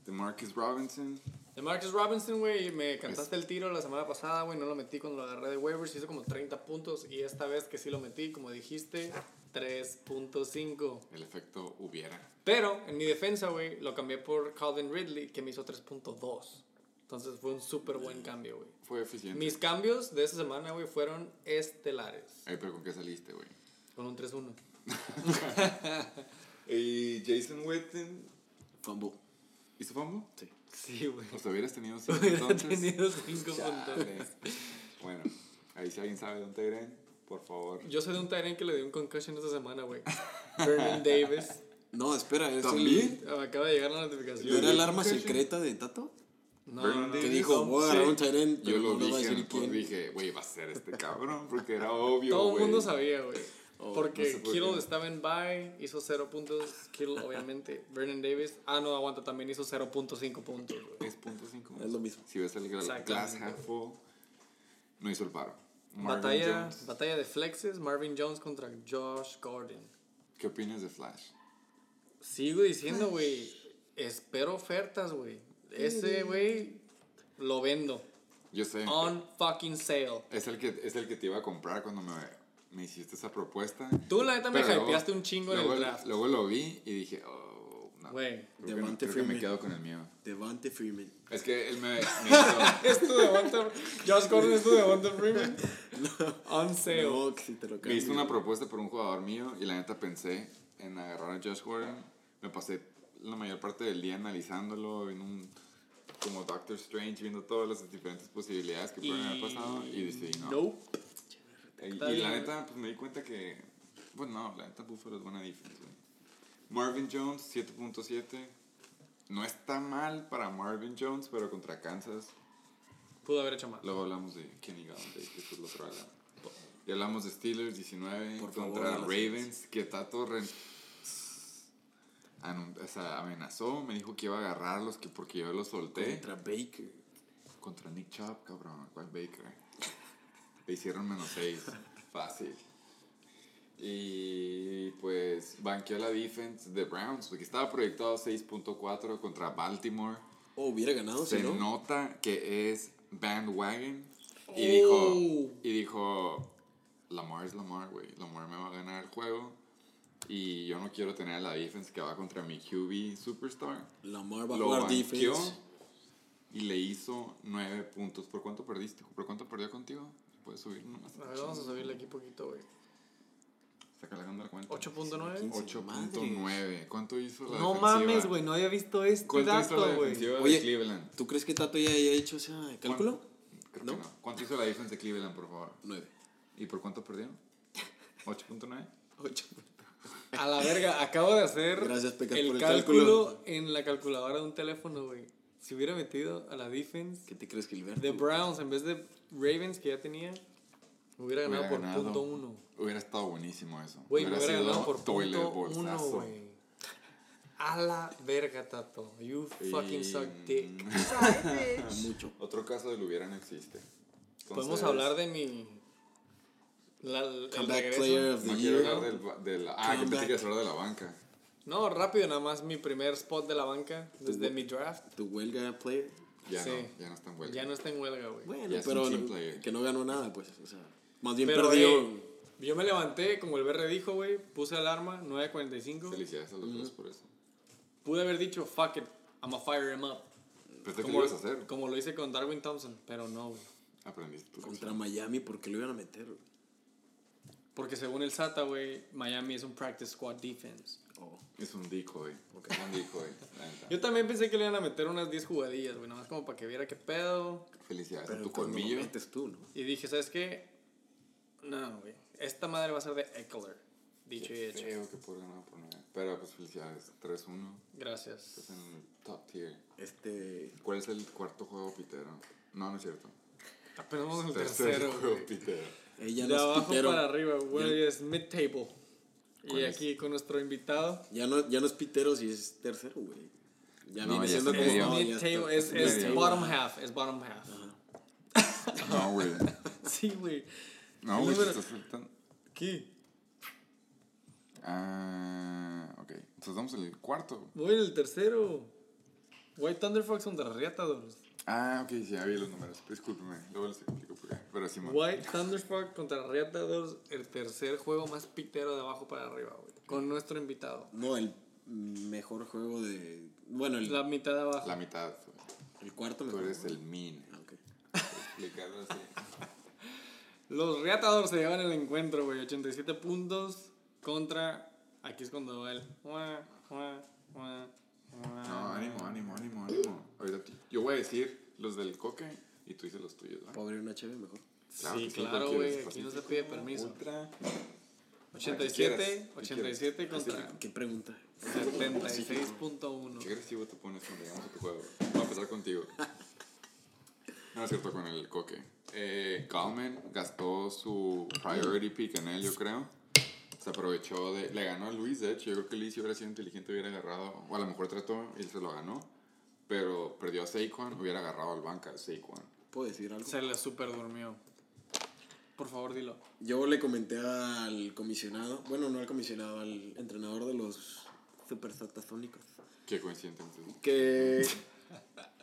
Speaker 2: De Marcus Robinson,
Speaker 1: De Marcus Robinson, güey, me cantaste el tiro la semana pasada, güey, no lo metí cuando lo agarré de waivers, hizo como 30 puntos y esta vez que sí lo metí, como dijiste, 3.5.
Speaker 2: el efecto hubiera.
Speaker 1: Pero en mi defensa, güey, lo cambié por Calvin Ridley, que me hizo 3.2. Entonces fue un súper buen cambio, güey.
Speaker 2: Fue eficiente.
Speaker 1: Mis cambios de esta semana, güey, fueron estelares.
Speaker 2: Ay, pero ¿con qué saliste, güey?
Speaker 1: Con un 3-1.
Speaker 2: Y Jason Witten,
Speaker 3: Fumble.
Speaker 2: ¿hizo fumble?
Speaker 3: Sí.
Speaker 1: Sí, güey.
Speaker 2: O sea, hubieras
Speaker 3: <laughs>
Speaker 2: tenido cinco
Speaker 1: <laughs> Hubiera
Speaker 2: entonces.
Speaker 1: tenido 5
Speaker 2: Chale.
Speaker 1: puntos.
Speaker 2: Bueno, ahí si alguien sabe dónde iré, por favor.
Speaker 1: Yo sé de un Tyrant que le dio un concussion esta semana, güey. Vernon Davis.
Speaker 3: No, espera, es
Speaker 2: ¿También?
Speaker 3: el,
Speaker 1: Ah, me Acaba de llegar la
Speaker 3: ¿no
Speaker 1: notificación.
Speaker 3: era el
Speaker 1: güey.
Speaker 3: arma
Speaker 2: Concussion.
Speaker 3: secreta de Tato?
Speaker 1: No,
Speaker 2: Vernon
Speaker 1: no, no.
Speaker 2: Davis.
Speaker 3: Que
Speaker 2: Sí,
Speaker 3: dijo,
Speaker 2: no,
Speaker 3: voy a agarrar
Speaker 2: sí.
Speaker 3: un Tyrant,
Speaker 2: Yo
Speaker 3: pero
Speaker 2: lo
Speaker 3: no
Speaker 2: dije,
Speaker 3: le voy a
Speaker 2: en
Speaker 3: decir
Speaker 2: el
Speaker 3: quién.
Speaker 2: post, dije, güey, va a ser este cabrón, porque
Speaker 3: <laughs>
Speaker 2: era obvio,
Speaker 1: Todo el
Speaker 2: güey.
Speaker 1: mundo sabía, güey.
Speaker 3: Oh,
Speaker 1: Porque
Speaker 2: no sé por
Speaker 1: Kittle
Speaker 2: qué.
Speaker 1: estaba en bye, hizo 0 puntos. Kittle, obviamente. Vernon Davis. Ah, no, aguanta, también hizo 0.5 puntos, güey.
Speaker 2: 3.5.
Speaker 3: Es lo mismo.
Speaker 2: Si ves el gra-
Speaker 1: Exactamente.
Speaker 2: glass half full, no hizo el paro. Marvin
Speaker 1: Batalla,
Speaker 2: Jones,
Speaker 1: batalla de flexes, Marvin Jones contra Josh Gordon.
Speaker 2: ¿Qué opinas de Flash?
Speaker 1: Sigo diciendo, güey, espero ofertas, güey. Ese, güey, lo vendo.
Speaker 2: Yo sé.
Speaker 1: On fucking sale.
Speaker 2: Es el, que, es el que te iba a comprar cuando me, me hiciste esa propuesta.
Speaker 1: Tú, la neta, me
Speaker 2: Pero
Speaker 1: hypeaste un chingo en
Speaker 2: luego-
Speaker 1: el draft.
Speaker 2: Luego lo vi y dije, oh, no.
Speaker 1: Güey.
Speaker 2: <laughs> Creo que no,
Speaker 3: Devante
Speaker 2: creo que me
Speaker 3: Freeman.
Speaker 2: quedo con el mío.
Speaker 3: Devante Freeman. <laughs>
Speaker 2: Es que él me, me
Speaker 1: <laughs>
Speaker 2: hizo.
Speaker 1: Es tu Devonta. Josh Gordon es tu Devonta Freeman. On sale.
Speaker 3: No, que si te lo
Speaker 2: Me hizo
Speaker 3: cambio.
Speaker 2: una propuesta por un jugador mío y la neta pensé en agarrar a Josh Gordon. Me pasé la mayor parte del día analizándolo en un como Doctor Strange viendo todas las diferentes posibilidades que pueden haber pasado y decidí no.
Speaker 1: Nope.
Speaker 2: Y, y la neta pues me di cuenta que bueno, no, la neta Buffalo es buena defensa. güey. Marvin Jones 7.7 no está mal para Marvin Jones, pero contra Kansas
Speaker 1: Pudo haber hecho más.
Speaker 2: Luego hablamos de Kenny Galladay, que esto es lo otro ala. Y hablamos de Steelers 19
Speaker 3: Por favor,
Speaker 2: contra
Speaker 3: a las
Speaker 2: Ravens, que Tato re- anun- o sea, amenazó, me dijo que iba a agarrarlos que porque yo los solté. Contra,
Speaker 3: Contra Baker.
Speaker 2: Nick Chubb, cabrón, ¿cuál Baker? Le hicieron menos 6, fácil. Y pues banqueó la defense de Browns, porque estaba proyectado 6.4 contra Baltimore
Speaker 3: Oh, hubiera ganado,
Speaker 2: se
Speaker 3: si no.
Speaker 2: nota que es bandwagon y
Speaker 1: Oh.
Speaker 2: dijo y dijo Lamar es Lamar güey Lamar me va a ganar el juego y yo no quiero tener a la defense que va contra mi QB superstar
Speaker 3: Lamar va a
Speaker 2: lo
Speaker 3: jugar
Speaker 2: banqueó
Speaker 3: defense.
Speaker 2: y le hizo nueve puntos por cuánto perdiste por cuánto perdió contigo puedes subir nomás
Speaker 1: A ver, vamos a subirle aquí poquito, güey.
Speaker 2: Saca sacando la cuenta.
Speaker 1: 8.9.
Speaker 2: 8.9. ¿Cuánto hizo la
Speaker 1: No
Speaker 2: defensiva?
Speaker 1: mames, güey, no había visto este
Speaker 2: ¿Cuánto hizo la
Speaker 1: dato, güey.
Speaker 2: defensiva
Speaker 3: Oye,
Speaker 2: de Cleveland?
Speaker 3: ¿Tú crees que Tato ya haya hecho ese cálculo?
Speaker 2: Creo
Speaker 3: ¿No?
Speaker 2: que no. ¿Cuánto hizo la defensa de Cleveland, por favor?
Speaker 3: Nueve.
Speaker 2: ¿Y por cuánto perdieron? 8.9. <laughs>
Speaker 3: Ocho.
Speaker 1: A la verga, acabo de hacer
Speaker 3: Gracias, Pecas,
Speaker 1: el,
Speaker 3: por el
Speaker 1: cálculo,
Speaker 3: cálculo.
Speaker 1: en la calculadora de un teléfono, güey. Si hubiera metido a la defense
Speaker 3: ¿Qué te crees, Gilberto?
Speaker 1: de Browns en vez de Ravens que ya tenía, hubiera ganado
Speaker 2: Hubiera
Speaker 1: por
Speaker 2: ganado.
Speaker 1: punto uno.
Speaker 2: Hubiera estado buenísimo eso.
Speaker 1: Güey, me hubiera
Speaker 2: sido
Speaker 1: ganado por
Speaker 2: toilet
Speaker 1: punto uno,
Speaker 2: bolsazo.
Speaker 1: güey. A la verga, Tato. You fucking
Speaker 2: Y-
Speaker 1: suck dick.
Speaker 2: <laughs>
Speaker 3: Mucho.
Speaker 2: Otro caso del hubiera no existe.
Speaker 1: Podemos hablar de mi... La, el
Speaker 3: Comeback
Speaker 1: regreso?
Speaker 3: player of
Speaker 2: No
Speaker 3: the
Speaker 2: quiero
Speaker 3: year.
Speaker 2: hablar del, ba- de la- Ah, que pensé
Speaker 3: Comeback.
Speaker 2: que ibas a hablar de la banca.
Speaker 1: No, rápido, nada más mi primer spot de la banca desde mi draft.
Speaker 3: Tu huelga player.
Speaker 2: Ya
Speaker 1: Sí.
Speaker 2: no, ya no está en huelga.
Speaker 1: Ya no está en huelga, güey.
Speaker 3: Bueno,
Speaker 2: Ya es un
Speaker 3: pero
Speaker 2: team
Speaker 3: no-
Speaker 2: player.
Speaker 3: que no ganó nada, pues. O sea, más bien
Speaker 1: Pero,
Speaker 3: perdió.
Speaker 1: güey, yo me levanté, como el BR dijo, güey, puse alarma, 9.45.
Speaker 2: Felicidades a los dos por eso.
Speaker 1: Pude haber dicho, fuck it, I'ma fire him up.
Speaker 2: Pensé que lo
Speaker 1: Como,
Speaker 2: ibas a hacer.
Speaker 1: como lo hice con Darwin Thompson, pero no, güey.
Speaker 2: Aprendiste tu
Speaker 3: Contra Miami, ¿por qué lo iban a meter? güey?
Speaker 1: Porque según el SATA, güey, Miami es un practice squad defense.
Speaker 3: Oh,
Speaker 2: Es un decoy.
Speaker 3: Ok.
Speaker 2: Es un decoy. la neta.
Speaker 1: Yo también pensé que le iban a meter unas 10 jugadillas, güey, nada más como para que viera qué pedo.
Speaker 2: Felicidades a
Speaker 3: pero
Speaker 2: tu
Speaker 3: cuando lo
Speaker 2: colmillo.
Speaker 3: metes tú, ¿no?
Speaker 1: Y dije, ¿sabes qué? No, güey, esta madre va a ser de Eckler. Dicho y hecho.
Speaker 2: Creo que por ganar por nueve. Pero pues felicidades. 3-1.
Speaker 1: Gracias.
Speaker 2: Estás en el top tier.
Speaker 3: Este.
Speaker 2: ¿Cuál es el cuarto juego pitero? No, no es cierto.
Speaker 1: Apenas Ah, vamos al
Speaker 2: Tercer
Speaker 1: tercero,
Speaker 2: Este juego
Speaker 1: güey.
Speaker 2: pitero.
Speaker 3: Ella
Speaker 1: De
Speaker 3: no es
Speaker 1: abajo
Speaker 3: pitero.
Speaker 1: para arriba, güey,
Speaker 3: Ya-
Speaker 1: es mid-table.
Speaker 2: ¿Cuál
Speaker 1: Y
Speaker 2: es?
Speaker 1: aquí con nuestro invitado.
Speaker 3: Ya no, ya no es pitero si es tercero, güey. Ya
Speaker 2: No,
Speaker 3: viene
Speaker 2: ya
Speaker 3: siendo
Speaker 2: es
Speaker 3: como.
Speaker 2: medio.
Speaker 3: no, ya
Speaker 1: Mid table, es,
Speaker 3: está-
Speaker 1: es
Speaker 2: medio.
Speaker 1: bottom half, es bottom half.
Speaker 2: No, güey.
Speaker 1: Sí, güey.
Speaker 2: No,
Speaker 1: El
Speaker 2: güey, te
Speaker 1: número-
Speaker 2: estás faltando.
Speaker 1: ¿Qué?
Speaker 2: Ah, ok. Entonces vamos al cuarto.
Speaker 1: Voy en el tercero. White Thunder Fox contra Riatadoros.
Speaker 2: Ah, ok, sí, ya vi los números. Discúlpeme, luego les explico por qué. Pero sí,
Speaker 1: White Thunder Fox contra Riatadoros, el tercer juego más pitero de abajo para arriba, güey. Con nuestro invitado.
Speaker 3: No, el mejor juego de. Bueno, el,
Speaker 1: La mitad de abajo.
Speaker 2: la mitad. güey.
Speaker 3: el cuarto
Speaker 2: Tú
Speaker 3: mejor.
Speaker 2: eres
Speaker 3: juego.
Speaker 2: el min.
Speaker 3: Ah, ok.
Speaker 2: Explicarlo así.
Speaker 1: Los Riatadoros se llevan el encuentro, güey. 87 puntos contra. Aquí es cuando va el. Mua, mua, mua, mua.
Speaker 2: No, ánimo, ánimo, ánimo, ánimo. Ahorita tú- yo voy a decir los del coque y tú dices los tuyos, ¿va?
Speaker 3: Puedo abrir una cheve mejor.
Speaker 2: Claro
Speaker 1: sí,
Speaker 2: que sí,
Speaker 1: claro,
Speaker 2: cualquiera,
Speaker 1: güey.
Speaker 2: es
Speaker 1: Aquí no se
Speaker 2: pacífico.
Speaker 1: pide permiso.
Speaker 2: Ultra. La que
Speaker 1: 87,
Speaker 2: quieras, la que
Speaker 1: 87
Speaker 2: quieras.
Speaker 1: contra
Speaker 3: Ah, ¿Qué pregunta?
Speaker 1: 76.1.
Speaker 2: Qué agresivo te pones cuando llegamos a tu juego. Voy a empezar <laughs> contigo. No es cierto con el coque. Eh, Coleman gastó su priority pick en él, yo creo. Se aprovechó de. Le ganó a Luis, de hecho. Yo creo que Luis, si hubiera sido inteligente, hubiera agarrado. O a lo mejor trató y se lo ganó. Pero perdió a Saquon, hubiera agarrado al banca de Saquon.
Speaker 3: ¿Puedo decir algo?
Speaker 1: Se le super durmió. Por favor, dilo.
Speaker 3: Yo le comenté al comisionado, bueno, no al comisionado, al entrenador de los super satasónicos,
Speaker 2: Qué coincidencia.
Speaker 3: que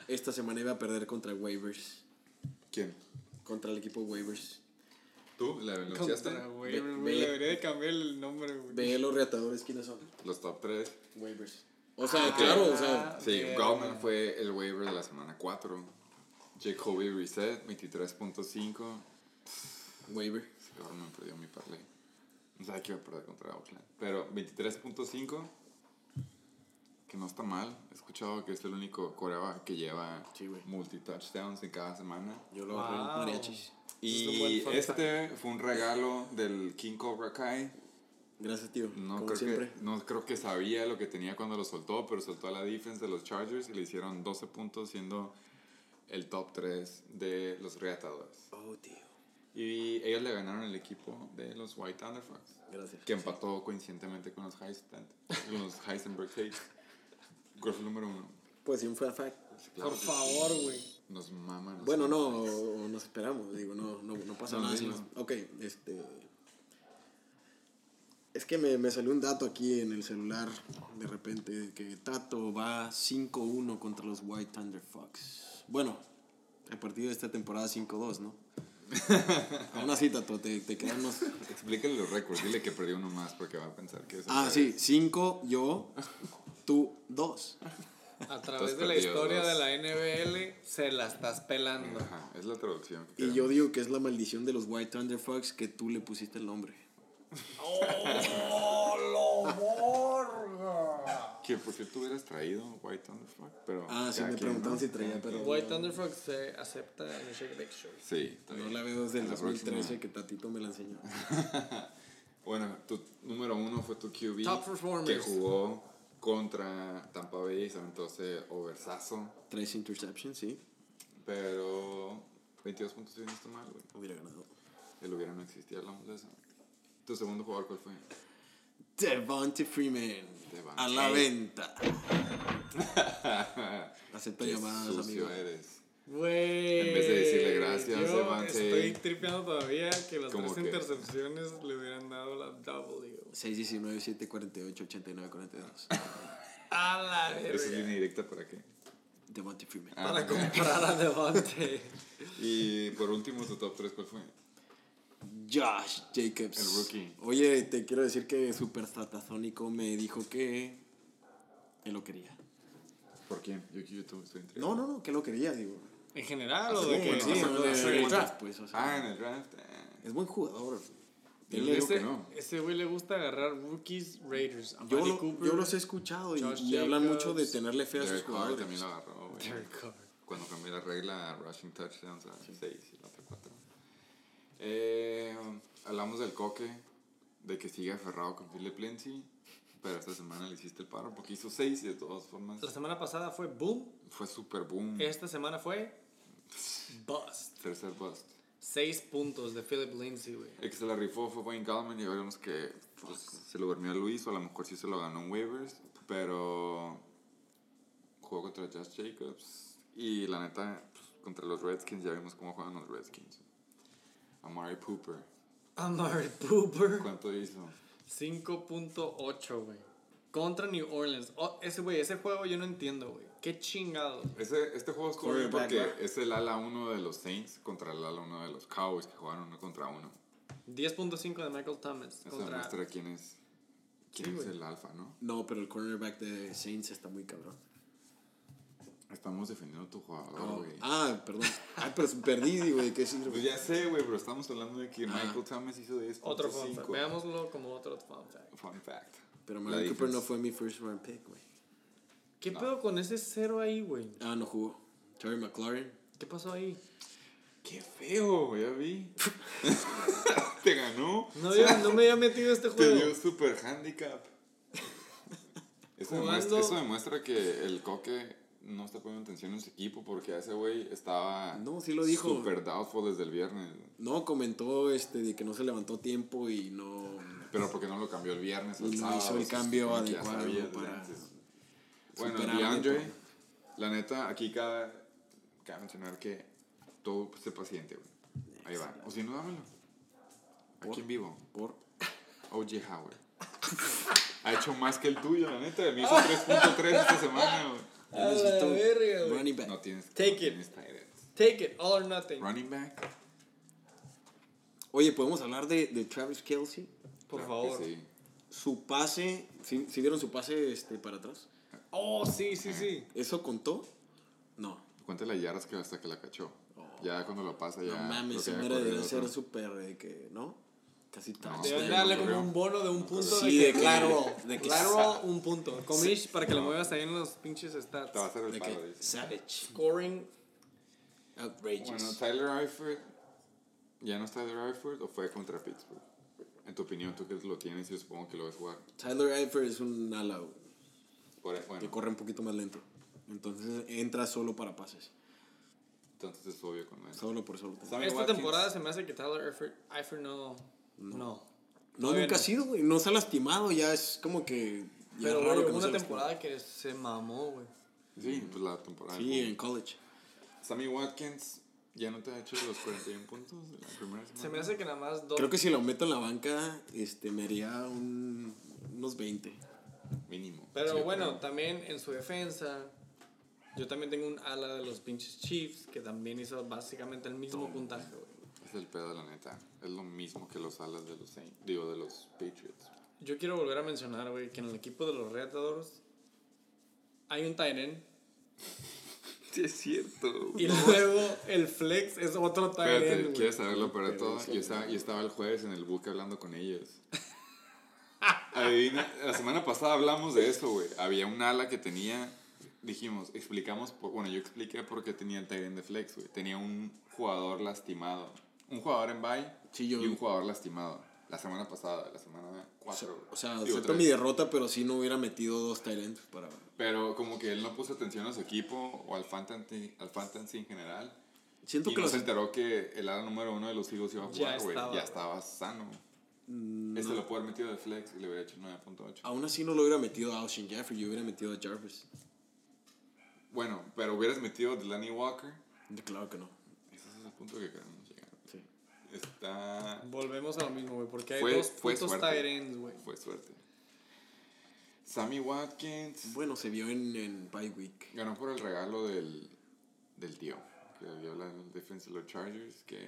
Speaker 3: esta semana iba a perder contra waivers,
Speaker 2: ¿Quién?
Speaker 3: contra el equipo waivers.
Speaker 2: ¿Tú? ¿La denunciaste?
Speaker 1: Contra, güey.
Speaker 3: Ve-
Speaker 1: güey,
Speaker 3: ve-
Speaker 1: Debería de cambiar el nombre, güey.
Speaker 3: Ve los reatadores, ¿quiénes son?
Speaker 2: Los top 3.
Speaker 3: Waivers. O sea,
Speaker 1: Ah,
Speaker 3: claro, o sea,
Speaker 2: Sí,
Speaker 1: Verga.
Speaker 2: Goldman fue el waiver de la semana 4. Jacoby Reset, 23.5.
Speaker 3: waiver.
Speaker 2: Goldman perdió mi parlay. No sabía que iba a perder contra Oakland. Pero 23.5, que no está mal. He escuchado que es el único coreback que lleva
Speaker 3: Sí, güey.
Speaker 2: multi-touchdowns en cada semana.
Speaker 3: Yo lo agarré en
Speaker 1: Wow.
Speaker 3: mariachis.
Speaker 1: Es un
Speaker 2: Y
Speaker 1: buen fun
Speaker 2: este fue un regalo del King Cobra Kai.
Speaker 3: Gracias, tío.
Speaker 2: No
Speaker 3: como
Speaker 2: creo,
Speaker 3: siempre.
Speaker 2: Que, no creo que sabía lo que tenía cuando lo soltó, pero soltó a la defense de los Chargers y le hicieron 12 puntos, siendo el top 3 de los reatadores.
Speaker 3: Oh, tío.
Speaker 2: Y ellos le ganaron el equipo de los White Thunder Fox,
Speaker 3: Gracias.
Speaker 2: que empató coincidentemente con los, Heisen- con los Heisenberg Tapes. Gol número uno.
Speaker 3: Pues sí, un fun fact.
Speaker 2: Claro
Speaker 1: Por
Speaker 2: que sí.
Speaker 1: favor, güey.
Speaker 2: Nos maman. los
Speaker 3: Bueno, no,
Speaker 2: Heisenberg.
Speaker 3: o- o nos esperamos, digo, no, no, no pasa
Speaker 2: No,
Speaker 3: nada.
Speaker 2: dilo.
Speaker 3: si nos- Ok, este. Es que me, me salió un dato aquí en el celular de repente de que Tato va 5-1 contra los White Thunder Fox. Bueno, a partir de esta temporada
Speaker 2: <laughs>
Speaker 3: 5-2, ¿no? Aún así, Tato, te, te quedan unos.
Speaker 2: Explícale los récords. Dile que perdió uno más porque va a pensar que es. el
Speaker 3: Ah,
Speaker 2: revés.
Speaker 3: sí, 5 yo, tú 2.
Speaker 1: A través
Speaker 2: Estás
Speaker 1: de la
Speaker 2: perdido,
Speaker 1: historia
Speaker 2: dos.
Speaker 1: de la NBL, se la estás pelando.
Speaker 2: Ajá, es la traducción. que
Speaker 3: Y yo
Speaker 2: queremos.
Speaker 3: digo que es la maldición de los White Thunder Fox que tú le pusiste el nombre.
Speaker 2: Que por cierto hubieras traído White Thunderfuck, pero.
Speaker 3: Ah, sí,
Speaker 2: cada
Speaker 3: me
Speaker 2: quien, ¿no?
Speaker 3: preguntaron si traía, pero.
Speaker 1: White
Speaker 3: no,
Speaker 1: Thunderfrog se acepta en el Shake Bake Show.
Speaker 2: Sí, está
Speaker 3: no
Speaker 2: bien.
Speaker 3: la veo desde el
Speaker 2: La próxima.
Speaker 3: 2013 que Tatito me la enseñó.
Speaker 2: Bueno, tu número uno fue tu QB
Speaker 1: Top performers.
Speaker 2: que jugó contra Tampa Bay y se aventó ese oversazo,
Speaker 3: Tres interceptions, sí.
Speaker 2: pero 22 puntos si no estoy mal, güey.
Speaker 3: Hubiera ganado.
Speaker 2: El hubiera no existía, hablamos de eso. ¿Tu segundo jugador cuál fue?
Speaker 3: Devontae Freeman.
Speaker 2: Devontae.
Speaker 3: A la
Speaker 2: <laughs>
Speaker 3: venta. Acepto
Speaker 2: Qué
Speaker 3: llamadas,
Speaker 2: sucio
Speaker 3: amigo.
Speaker 2: eres.
Speaker 1: Güey.
Speaker 2: En vez de decirle gracias,
Speaker 1: yo
Speaker 2: Devante.
Speaker 1: Estoy tripeando todavía que las
Speaker 2: Como
Speaker 1: tres
Speaker 2: que-
Speaker 1: intercepciones le hubieran dado la W.
Speaker 3: 619 748 89
Speaker 2: <laughs>
Speaker 3: 42.
Speaker 1: A la verga.
Speaker 2: ¿Eso es línea directa para qué?
Speaker 3: Devontae Freeman.
Speaker 2: Ah.
Speaker 1: Para comprar a Devante.
Speaker 2: Y por último, tu top 3 cuál fue?
Speaker 3: Josh Jacobs.
Speaker 2: El rookie.
Speaker 3: Oye, te quiero decir que Super Satasónico me dijo que. que lo quería.
Speaker 2: ¿Por quién? Yo, yo, yo estoy intrigado.
Speaker 3: No, no, no, que lo quería, digo.
Speaker 1: En general, o
Speaker 2: Así
Speaker 1: de
Speaker 2: como
Speaker 1: que.
Speaker 2: sí,
Speaker 1: no,
Speaker 2: no,
Speaker 1: no,
Speaker 2: de-
Speaker 1: no,
Speaker 2: de-
Speaker 1: no, no.
Speaker 3: pues, o sea,
Speaker 2: Ah, en el draft. eh.
Speaker 3: es buen jugador.
Speaker 2: Yo
Speaker 3: Él es-
Speaker 2: creo que
Speaker 1: Ese-
Speaker 2: no.
Speaker 1: Ese güey le gusta agarrar rookies Raiders.
Speaker 3: Yo,
Speaker 1: Amari
Speaker 3: lo-
Speaker 1: Cooper,
Speaker 3: yo los he escuchado y,
Speaker 1: Josh
Speaker 3: y hablan
Speaker 1: Jacobs,
Speaker 3: mucho de tenerle fe a sus
Speaker 2: Derek Carr
Speaker 3: jugadores.
Speaker 2: también lo agarró, güey.
Speaker 1: Derek Carr.
Speaker 2: Cuando cambió la regla a rushing touchdowns a 6 y la otra 4. Eh, hablamos del coque, de que sigue aferrado con Philip Lindsay, pero esta semana le hiciste el paro porque hizo 6 y de todas formas
Speaker 1: La semana pasada fue boom.
Speaker 2: fue super boom.
Speaker 1: Esta semana fue bust.
Speaker 2: Tercer bust.
Speaker 1: Seis puntos de Philip Lindsay, güey.
Speaker 2: El que se la rifó fue Wayne Gallman y vemos que pues, se lo durmió a Luis o a lo mejor sí se lo ganó en waivers, pero jugó contra Josh Jacobs y la neta pues, contra los Redskins ya vimos cómo juegan los Redskins. Amari Pooper,
Speaker 1: Amari Cooper.
Speaker 2: <laughs> ¿cuánto hizo?
Speaker 1: 5.8, güey. Contra New Orleans. Oh, ese, güey, ese juego yo no entiendo, güey. Qué chingado.
Speaker 2: Ese, este juego estuvo bien
Speaker 3: Quarterback,
Speaker 2: porque
Speaker 3: ¿verdad?
Speaker 2: es el ala 1 de los Saints contra el ala 1 de los Cowboys que jugaron uno contra uno.
Speaker 1: 10.5 de Michael Thomas.
Speaker 2: Eso
Speaker 1: Contra...
Speaker 2: demuestra quién es, quién
Speaker 1: Sí,
Speaker 2: es
Speaker 1: güey.
Speaker 2: el alfa, ¿no?
Speaker 3: No, pero el cornerback de Saints está muy cabrón.
Speaker 2: Estamos defendiendo a tu jugador,
Speaker 3: Oh,
Speaker 2: güey.
Speaker 3: ah, perdón. Ah, pero perdí, digo, ¿de qué sirve?
Speaker 2: Pues ya sé, güey, pero estamos hablando de que Michael Thomas hizo de esto.
Speaker 1: Otro fun fact. Veámoslo como otro fun fact.
Speaker 2: Fun fact.
Speaker 3: Pero
Speaker 2: La
Speaker 3: Amari Cooper
Speaker 2: defense.
Speaker 3: no fue mi first round pick, güey.
Speaker 1: ¿Qué pedo con ese cero ahí, güey?
Speaker 3: Ah, no jugó. Terry McLaren.
Speaker 1: ¿Qué pasó ahí?
Speaker 2: Qué feo, ya
Speaker 3: <laughs>
Speaker 2: vi. <laughs> Te ganó. <laughs>
Speaker 1: No, había- no me había metido este
Speaker 2: Te
Speaker 1: juego.
Speaker 2: dio super handicap. <laughs> Eso
Speaker 1: Jugando-
Speaker 2: demuestra, eso demuestra que el coque no está poniendo atención en su equipo porque a ese güey estaba
Speaker 3: No, sí lo dijo.
Speaker 2: super doubtful desde el viernes.
Speaker 3: No, comentó este, de que no se levantó tiempo y no.
Speaker 2: Pero porque no lo cambió el viernes o el
Speaker 3: Y no
Speaker 2: sábado.
Speaker 3: hizo el
Speaker 2: eso es
Speaker 3: cambio
Speaker 2: como que ya
Speaker 3: adecuado
Speaker 2: sabía desde
Speaker 3: para
Speaker 2: antes. Bueno,
Speaker 3: superarlo,
Speaker 2: DeAndre,
Speaker 3: ¿no?
Speaker 2: la neta, aquí cabe, cabe mencionar que todo se paciente, güey. Ahí va. O si no, dámelo. Aquí en vivo.
Speaker 3: Por.
Speaker 2: O.J. Howard. Ha hecho más que el tuyo, la neta. Me hizo 3.3 esta semana, güey.
Speaker 3: Yo necesito
Speaker 1: verga, güey.
Speaker 3: running back.
Speaker 2: No tienes
Speaker 1: Take
Speaker 2: no
Speaker 1: it.
Speaker 2: tienes tight ends.
Speaker 1: Take it, all or nothing.
Speaker 2: Running back.
Speaker 3: Oye, ¿podemos hablar de, de Travis Kelsey?
Speaker 1: Por
Speaker 2: Claro que
Speaker 1: favor.
Speaker 2: sí.
Speaker 3: Su pase. ¿Sí, sí dieron su pase este, para atrás?
Speaker 1: Oh, sí, sí, sí.
Speaker 3: ¿Eso contó? No.
Speaker 2: Cuéntale las yardas que hasta que la cachó. Ya cuando lo pasa, ya.
Speaker 3: Oh. No mames,
Speaker 2: creo que
Speaker 3: esa
Speaker 2: ya
Speaker 3: madre
Speaker 2: corrió
Speaker 3: debería
Speaker 2: otro.
Speaker 3: ser súper. de que, ¿No? Casi
Speaker 2: No,
Speaker 3: touchdown.
Speaker 1: Deben
Speaker 2: sí,
Speaker 1: darle
Speaker 2: no
Speaker 1: como
Speaker 2: creo.
Speaker 1: un bono de un punto
Speaker 3: Este, Sí,
Speaker 1: de
Speaker 3: de
Speaker 1: que
Speaker 3: que-
Speaker 1: lateral,
Speaker 3: de que-
Speaker 1: lateral un punto. Comish para que le
Speaker 2: No.
Speaker 1: muevas ahí en los pinches stats.
Speaker 2: Te va a hacer el
Speaker 3: de
Speaker 2: paro,
Speaker 3: que,
Speaker 2: dice.
Speaker 3: savage.
Speaker 1: Scoring
Speaker 3: Outrageous.
Speaker 2: Bueno, Tyler Eifert ya no está Tyler Eifert o fue contra Pittsburgh. En tu opinión, tú que lo tienes, yo supongo que lo ves jugar.
Speaker 3: Tyler Eifert es un ala güey,
Speaker 2: Por- e-
Speaker 3: que
Speaker 2: bueno,
Speaker 3: corre un poquito más lento. Entonces entra solo para pases.
Speaker 2: entonces es obvio con eso.
Speaker 3: Solo por solo.
Speaker 2: Sammy
Speaker 1: Esta
Speaker 2: Watkins,
Speaker 1: temporada se me hace que Tyler Eifert, Eifert no, no.
Speaker 3: No,
Speaker 1: Todavía
Speaker 3: nunca
Speaker 1: no.
Speaker 3: ha sido, güey. No se ha lastimado, ya es como que. ya
Speaker 1: Pero
Speaker 3: es
Speaker 1: güey,
Speaker 3: raro que
Speaker 1: hubo
Speaker 3: no se
Speaker 1: una
Speaker 3: lastime.
Speaker 1: temporada que se mamó, güey.
Speaker 2: Sí, pues la temporada.
Speaker 3: Sí, en college.
Speaker 2: Sammy Watkins ya no te ha hecho los 41 puntos de la primera semana.
Speaker 1: Se me hace que nada más dos.
Speaker 3: Creo que si lo meto en la banca, este, me haría un- unos 20.
Speaker 2: Mínimo.
Speaker 1: Pero
Speaker 2: Sí,
Speaker 1: bueno,
Speaker 2: creo.
Speaker 1: también en su defensa, yo también tengo un ala de los pinches Chiefs que también hizo básicamente el mismo puntaje, güey.
Speaker 2: Es el pedo, la neta. Es lo mismo que los alas de los Saints. Digo, de los Patriots.
Speaker 1: Yo quiero volver a mencionar, güey, que en el equipo de los Reatadores hay un Tyren
Speaker 2: Sí, es cierto.
Speaker 1: y luego el Flex es otro
Speaker 2: Espérate,
Speaker 1: Tyren, güey.
Speaker 2: ¿quieres saberlo para todo? Yo estaba, yo estaba el jueves en el buque hablando con ellos. Adivina, la semana pasada hablamos de eso, güey. Había un ala que tenía, dijimos, explicamos, por- bueno, yo expliqué por qué tenía el Tyrant de Flex, güey. Tenía un jugador lastimado. Un jugador en bye
Speaker 3: Sí, yo-
Speaker 2: y un jugador lastimado. La semana pasada, la semana
Speaker 3: O sea,
Speaker 2: 4.
Speaker 3: o sea, acepto mi derrota, pero sí no hubiera metido dos Tyrants para.
Speaker 2: Pero como que él no puso atención a su equipo o al fantasy, al fantasy en general.
Speaker 3: Siento
Speaker 2: y
Speaker 3: que
Speaker 2: no
Speaker 3: los.
Speaker 2: se enteró que el ala número uno de los Eagles iba a
Speaker 1: Ya
Speaker 2: jugar, güey.
Speaker 1: estaba, Mm,
Speaker 2: Ya
Speaker 1: güey.
Speaker 2: estaba sano. Este lo puede haber metido de flex y le hubiera hecho 9.8.
Speaker 3: Aún así no lo hubiera metido a Austin Jeffrey, yo hubiera metido a Jarvis.
Speaker 2: Bueno, pero hubieras metido a Delaney Walker.
Speaker 3: Claro que no.
Speaker 2: Ese es el punto que queremos llegar.
Speaker 3: Sí.
Speaker 2: Está...
Speaker 1: Volvemos a lo mismo, güey, porque hay
Speaker 2: Fue-
Speaker 1: dos
Speaker 2: fue
Speaker 1: putos
Speaker 2: suerte.
Speaker 1: tight ends, güey.
Speaker 2: Fue suerte. Sammy Watkins
Speaker 3: Bueno, se vio en, en bye week.
Speaker 2: ganó por el regalo del, del tío. Que había hablado en el defensa de los Chargers. Que,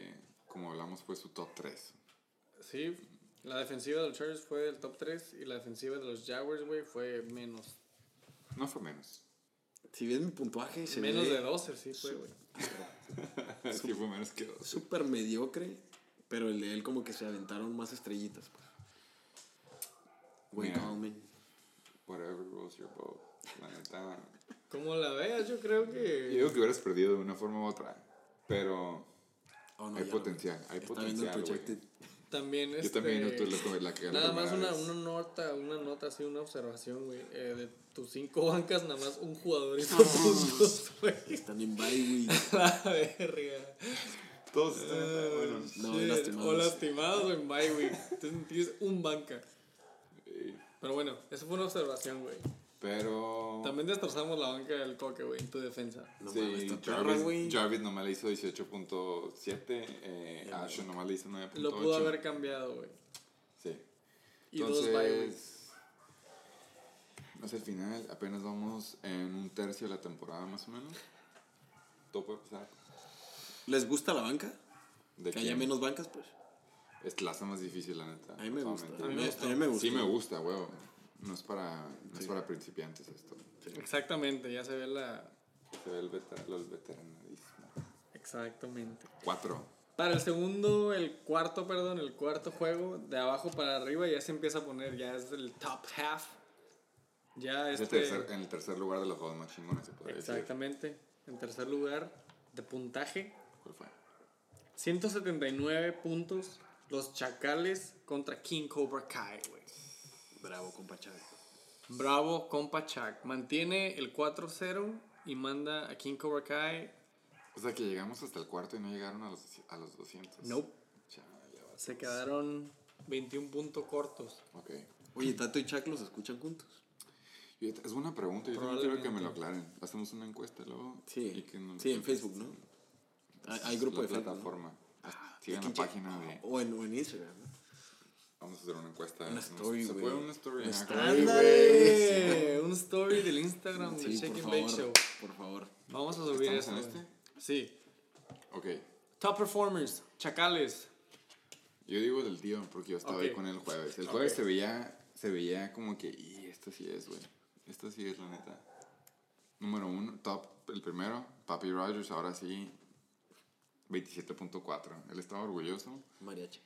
Speaker 2: como hablamos, fue su top 3.
Speaker 1: Sí, la defensiva de los Chargers fue el top 3 y la defensiva de los Jaguars, güey, fue menos.
Speaker 2: No
Speaker 1: <laughs>
Speaker 2: fue menos.
Speaker 3: Si ves mi puntuaje, se
Speaker 1: menos
Speaker 3: ve
Speaker 1: de 12, sí fue, güey.
Speaker 2: sí, fue menos que dos.
Speaker 3: súper mediocre, pero el de él como que se aventaron más estrellitas. Pues. Wayne
Speaker 2: Mira.
Speaker 3: Coleman.
Speaker 2: Whatever rolls your boat. La neta.
Speaker 1: Como la veas, yo creo
Speaker 2: Yo
Speaker 1: que.
Speaker 2: digo que hubieras perdido de una forma u otra. Pero
Speaker 3: Oh, no,
Speaker 2: hay
Speaker 3: ya no.
Speaker 2: potencial. Hay
Speaker 3: Está viendo el
Speaker 2: potencial. güey.
Speaker 3: projected.
Speaker 1: También este,
Speaker 2: Yo también no tuve la, la que la
Speaker 1: Nada más
Speaker 2: primera
Speaker 1: una,
Speaker 2: vez.
Speaker 1: una nota, una nota así, una observación, güey. eh, de tus cinco bancas, nada más un jugador hizo puntos, güey. <laughs>
Speaker 3: Están en bye week.
Speaker 1: La verga.
Speaker 2: Todos están en- bueno.
Speaker 3: No,
Speaker 1: Eh, Shit,
Speaker 3: lastimados.
Speaker 1: O lastimados o en bye, güey. Entonces tienes un banca.
Speaker 2: eh,
Speaker 1: Pero bueno, eso fue una observación, güey.
Speaker 2: Pero.
Speaker 1: También destrozamos la banca del coque, güey, en tu defensa.
Speaker 3: No mames,
Speaker 2: sí,
Speaker 3: está perra, güey.
Speaker 2: Jarvis, Jarvis nomás le hizo 18.7. Eh,
Speaker 3: Ya,
Speaker 2: Ashon nomás le hizo 9.8.
Speaker 1: Lo pudo haber cambiado, güey.
Speaker 2: Sí.
Speaker 1: Y dos bye, güey.
Speaker 2: Entonces. No sé, al final apenas vamos en un tercio de la temporada más o menos. Todo puede pasar.
Speaker 3: ¿Les gusta la banca?
Speaker 2: De
Speaker 3: Que haya
Speaker 2: quién?
Speaker 3: menos bancas, pues.
Speaker 2: Es la hace más difícil, la neta.
Speaker 3: A mí me gusta.
Speaker 2: Obviamente.
Speaker 1: A mí me gusta.
Speaker 3: A mí me gusta.
Speaker 2: Sí me gusta, huevo. No es para, no es
Speaker 3: Sí.
Speaker 2: para principiantes esto.
Speaker 1: Exactamente, ya se ve la.
Speaker 2: Se ve el veta- los veteranadísimos.
Speaker 1: Exactamente.
Speaker 2: Cuatro.
Speaker 1: Para el segundo, el cuarto, perdón, el cuarto juego, de abajo para arriba ya se empieza a poner, ya es el top half. Ya
Speaker 2: Es el
Speaker 1: este.
Speaker 2: tercer- en el tercer lugar de los juegos más chingones, se puede decir.
Speaker 1: Exactamente. En tercer lugar, de puntaje,
Speaker 2: ¿Cuál fue?
Speaker 1: 179 puntos. Los Chacales contra King Cobra Kai, güey.
Speaker 3: Bravo, compa Chávez.
Speaker 1: Bravo, compa Chac. Mantiene el 4-0 y manda a King Cobra Kai.
Speaker 2: O sea, que llegamos hasta el cuarto y no llegaron a los, a los 200.
Speaker 1: Nope.
Speaker 2: Chale, vato.
Speaker 1: Se quedaron 21 puntos cortos.
Speaker 2: Ok.
Speaker 3: Oye, Tato y Chac los escuchan juntos.
Speaker 2: Y es una pregunta, yo también quiero que me
Speaker 1: Probablemente.
Speaker 2: lo aclaren. Hacemos una encuesta luego.
Speaker 3: Sí.
Speaker 2: y que nos
Speaker 3: sí, en
Speaker 2: contesten.
Speaker 3: Facebook, ¿no? Hay, hay grupo
Speaker 2: La
Speaker 3: de Facebook. ¿no? Ah,
Speaker 2: plataforma. Sigan
Speaker 3: ¿De
Speaker 2: la
Speaker 3: quién
Speaker 2: página
Speaker 3: che-
Speaker 2: de.
Speaker 3: O en, o en Instagram. ¿no?
Speaker 2: Vamos a hacer una encuesta.
Speaker 3: Una
Speaker 2: Nos-
Speaker 3: story,
Speaker 2: ¿Se
Speaker 3: güey.
Speaker 2: puede una story?
Speaker 3: Una
Speaker 2: Ah,
Speaker 3: story. Ay,
Speaker 1: ¡Ándale! Un story del Instagram de
Speaker 3: Sí,
Speaker 1: Shake
Speaker 3: por
Speaker 1: and Bake
Speaker 3: favor.
Speaker 1: Show.
Speaker 3: Por favor.
Speaker 1: Vamos a subir eso.
Speaker 2: ¿Estamos en este?
Speaker 1: güey. Sí.
Speaker 2: Ok.
Speaker 1: Top performers, Chacales.
Speaker 2: Yo digo del tío, porque yo estaba ahí
Speaker 1: Ok.
Speaker 2: con él el jueves. El
Speaker 1: Ok.
Speaker 2: jueves se veía, se veía como que, y esto sí es, güey. Esto sí es, la neta. Número uno, top, el primero, Papi Rogers, ahora sí, 27.4. Él estaba orgulloso.
Speaker 3: Mariachi.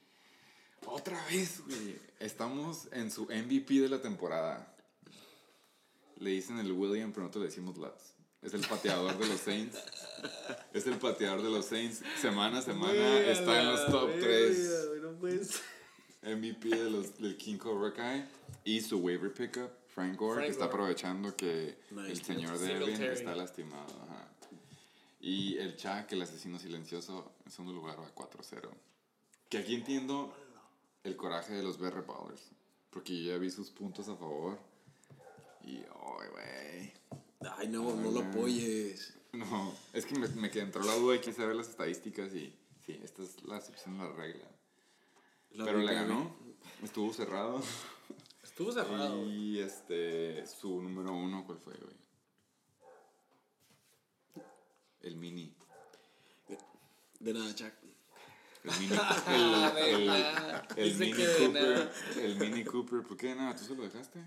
Speaker 2: Otra vez, güey. Estamos en su MVP de la temporada. Le dicen el William, pero nosotros le decimos Lats. Es el pateador de
Speaker 1: <laughs>
Speaker 2: los Saints. Es el pateador de los Saints. Semana a semana
Speaker 1: Güey, a
Speaker 2: está en los
Speaker 1: la
Speaker 2: top
Speaker 1: verga,
Speaker 2: 3.
Speaker 1: güey, no puede ser.
Speaker 2: MVP de los, del King Cobra Kai y su waiver pickup, Frank Gore,
Speaker 1: Frank
Speaker 2: que está
Speaker 1: Gore.
Speaker 2: aprovechando que
Speaker 3: Nice.
Speaker 2: el señor
Speaker 1: Singletary.
Speaker 2: Devin está lastimado. ajá. Y el Chuck, el asesino silencioso, en segundo lugar va 4-0. Que aquí entiendo el coraje de los Berre Ballers, porque yo ya vi sus puntos a favor. Y, oh, güey.
Speaker 3: Ay, no, no lo apoyes.
Speaker 2: No, es que me, me quedé- entró la duda y quise ver las estadísticas y sí, esta es la excepción a la regla.
Speaker 3: La
Speaker 2: Pero le
Speaker 3: neta,
Speaker 2: ganó, estuvo cerrado.
Speaker 1: Estuvo cerrado. güey.
Speaker 2: Y este, su número uno, ¿cuál fue, güey? El mini.
Speaker 3: De nada, Chac.
Speaker 1: <laughs>
Speaker 2: El mini, el, el-
Speaker 1: nada.
Speaker 2: el
Speaker 1: ah, Dice
Speaker 2: mini
Speaker 1: que de
Speaker 2: Cooper.
Speaker 1: nada.
Speaker 2: El mini Cooper. ¿Por qué nada? ¿Tú se lo dejaste?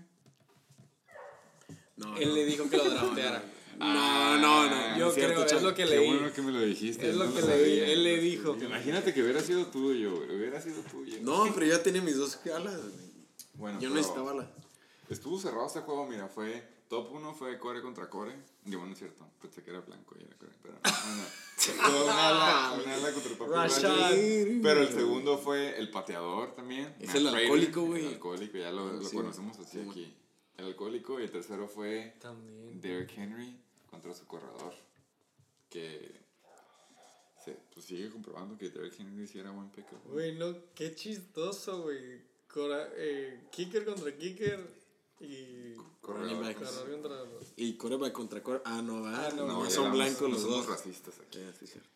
Speaker 3: No,
Speaker 1: Él
Speaker 3: no. Ah.
Speaker 1: le dijo que lo drafteara.
Speaker 3: No, no,
Speaker 2: Ah,
Speaker 3: no.
Speaker 1: Yo
Speaker 3: es cierto,
Speaker 1: creo, es
Speaker 3: Chac.
Speaker 1: lo que
Speaker 2: Qué
Speaker 1: leí.
Speaker 2: bueno que me lo dijiste.
Speaker 1: Es
Speaker 2: yo
Speaker 1: lo
Speaker 2: no
Speaker 1: que leí.
Speaker 2: sabía.
Speaker 1: Él le dijo.
Speaker 2: Imagínate que hubiera sido tuyo, güey. Hubiera sido tuyo.
Speaker 3: No, pero yo ya tenía mis dos alas, güey.
Speaker 2: Bueno,
Speaker 3: Yo no
Speaker 2: pero
Speaker 3: necesitaba la.
Speaker 2: Estuvo cerrado este juego, mira, fue. Top 1 fue core contra core. Digo, bueno, es cierto. Pensé que era blanco y era core, pero. Bueno, fue un ala, un ala contra Top 1.
Speaker 1: Rashad.
Speaker 2: Pero el segundo fue el pateador también.
Speaker 3: Es
Speaker 2: Matt
Speaker 3: el
Speaker 2: Prater,
Speaker 3: alcohólico, güey.
Speaker 2: El alcohólico, ya lo, lo
Speaker 3: Sí.
Speaker 2: conocemos así
Speaker 3: Sí.
Speaker 2: aquí. El alcohólico. Y el tercero fue
Speaker 1: También.
Speaker 2: Derrick Henry contra su corredor. Que se pues, sigue comprobando que Derrick Henry sí era buen pico.
Speaker 1: Güey, no, qué chistoso, güey. Cora- eh, kicker contra kicker y.
Speaker 3: running back.
Speaker 1: Corredor contra.
Speaker 3: Y coreback contra core. Ah, no, va.
Speaker 1: Ah, no,
Speaker 3: pues. no,
Speaker 1: güey.
Speaker 2: éramos-
Speaker 3: son blancos
Speaker 2: no
Speaker 3: los
Speaker 2: somos
Speaker 3: dos.
Speaker 2: racistas aquí.
Speaker 3: Eh, sí, cierto.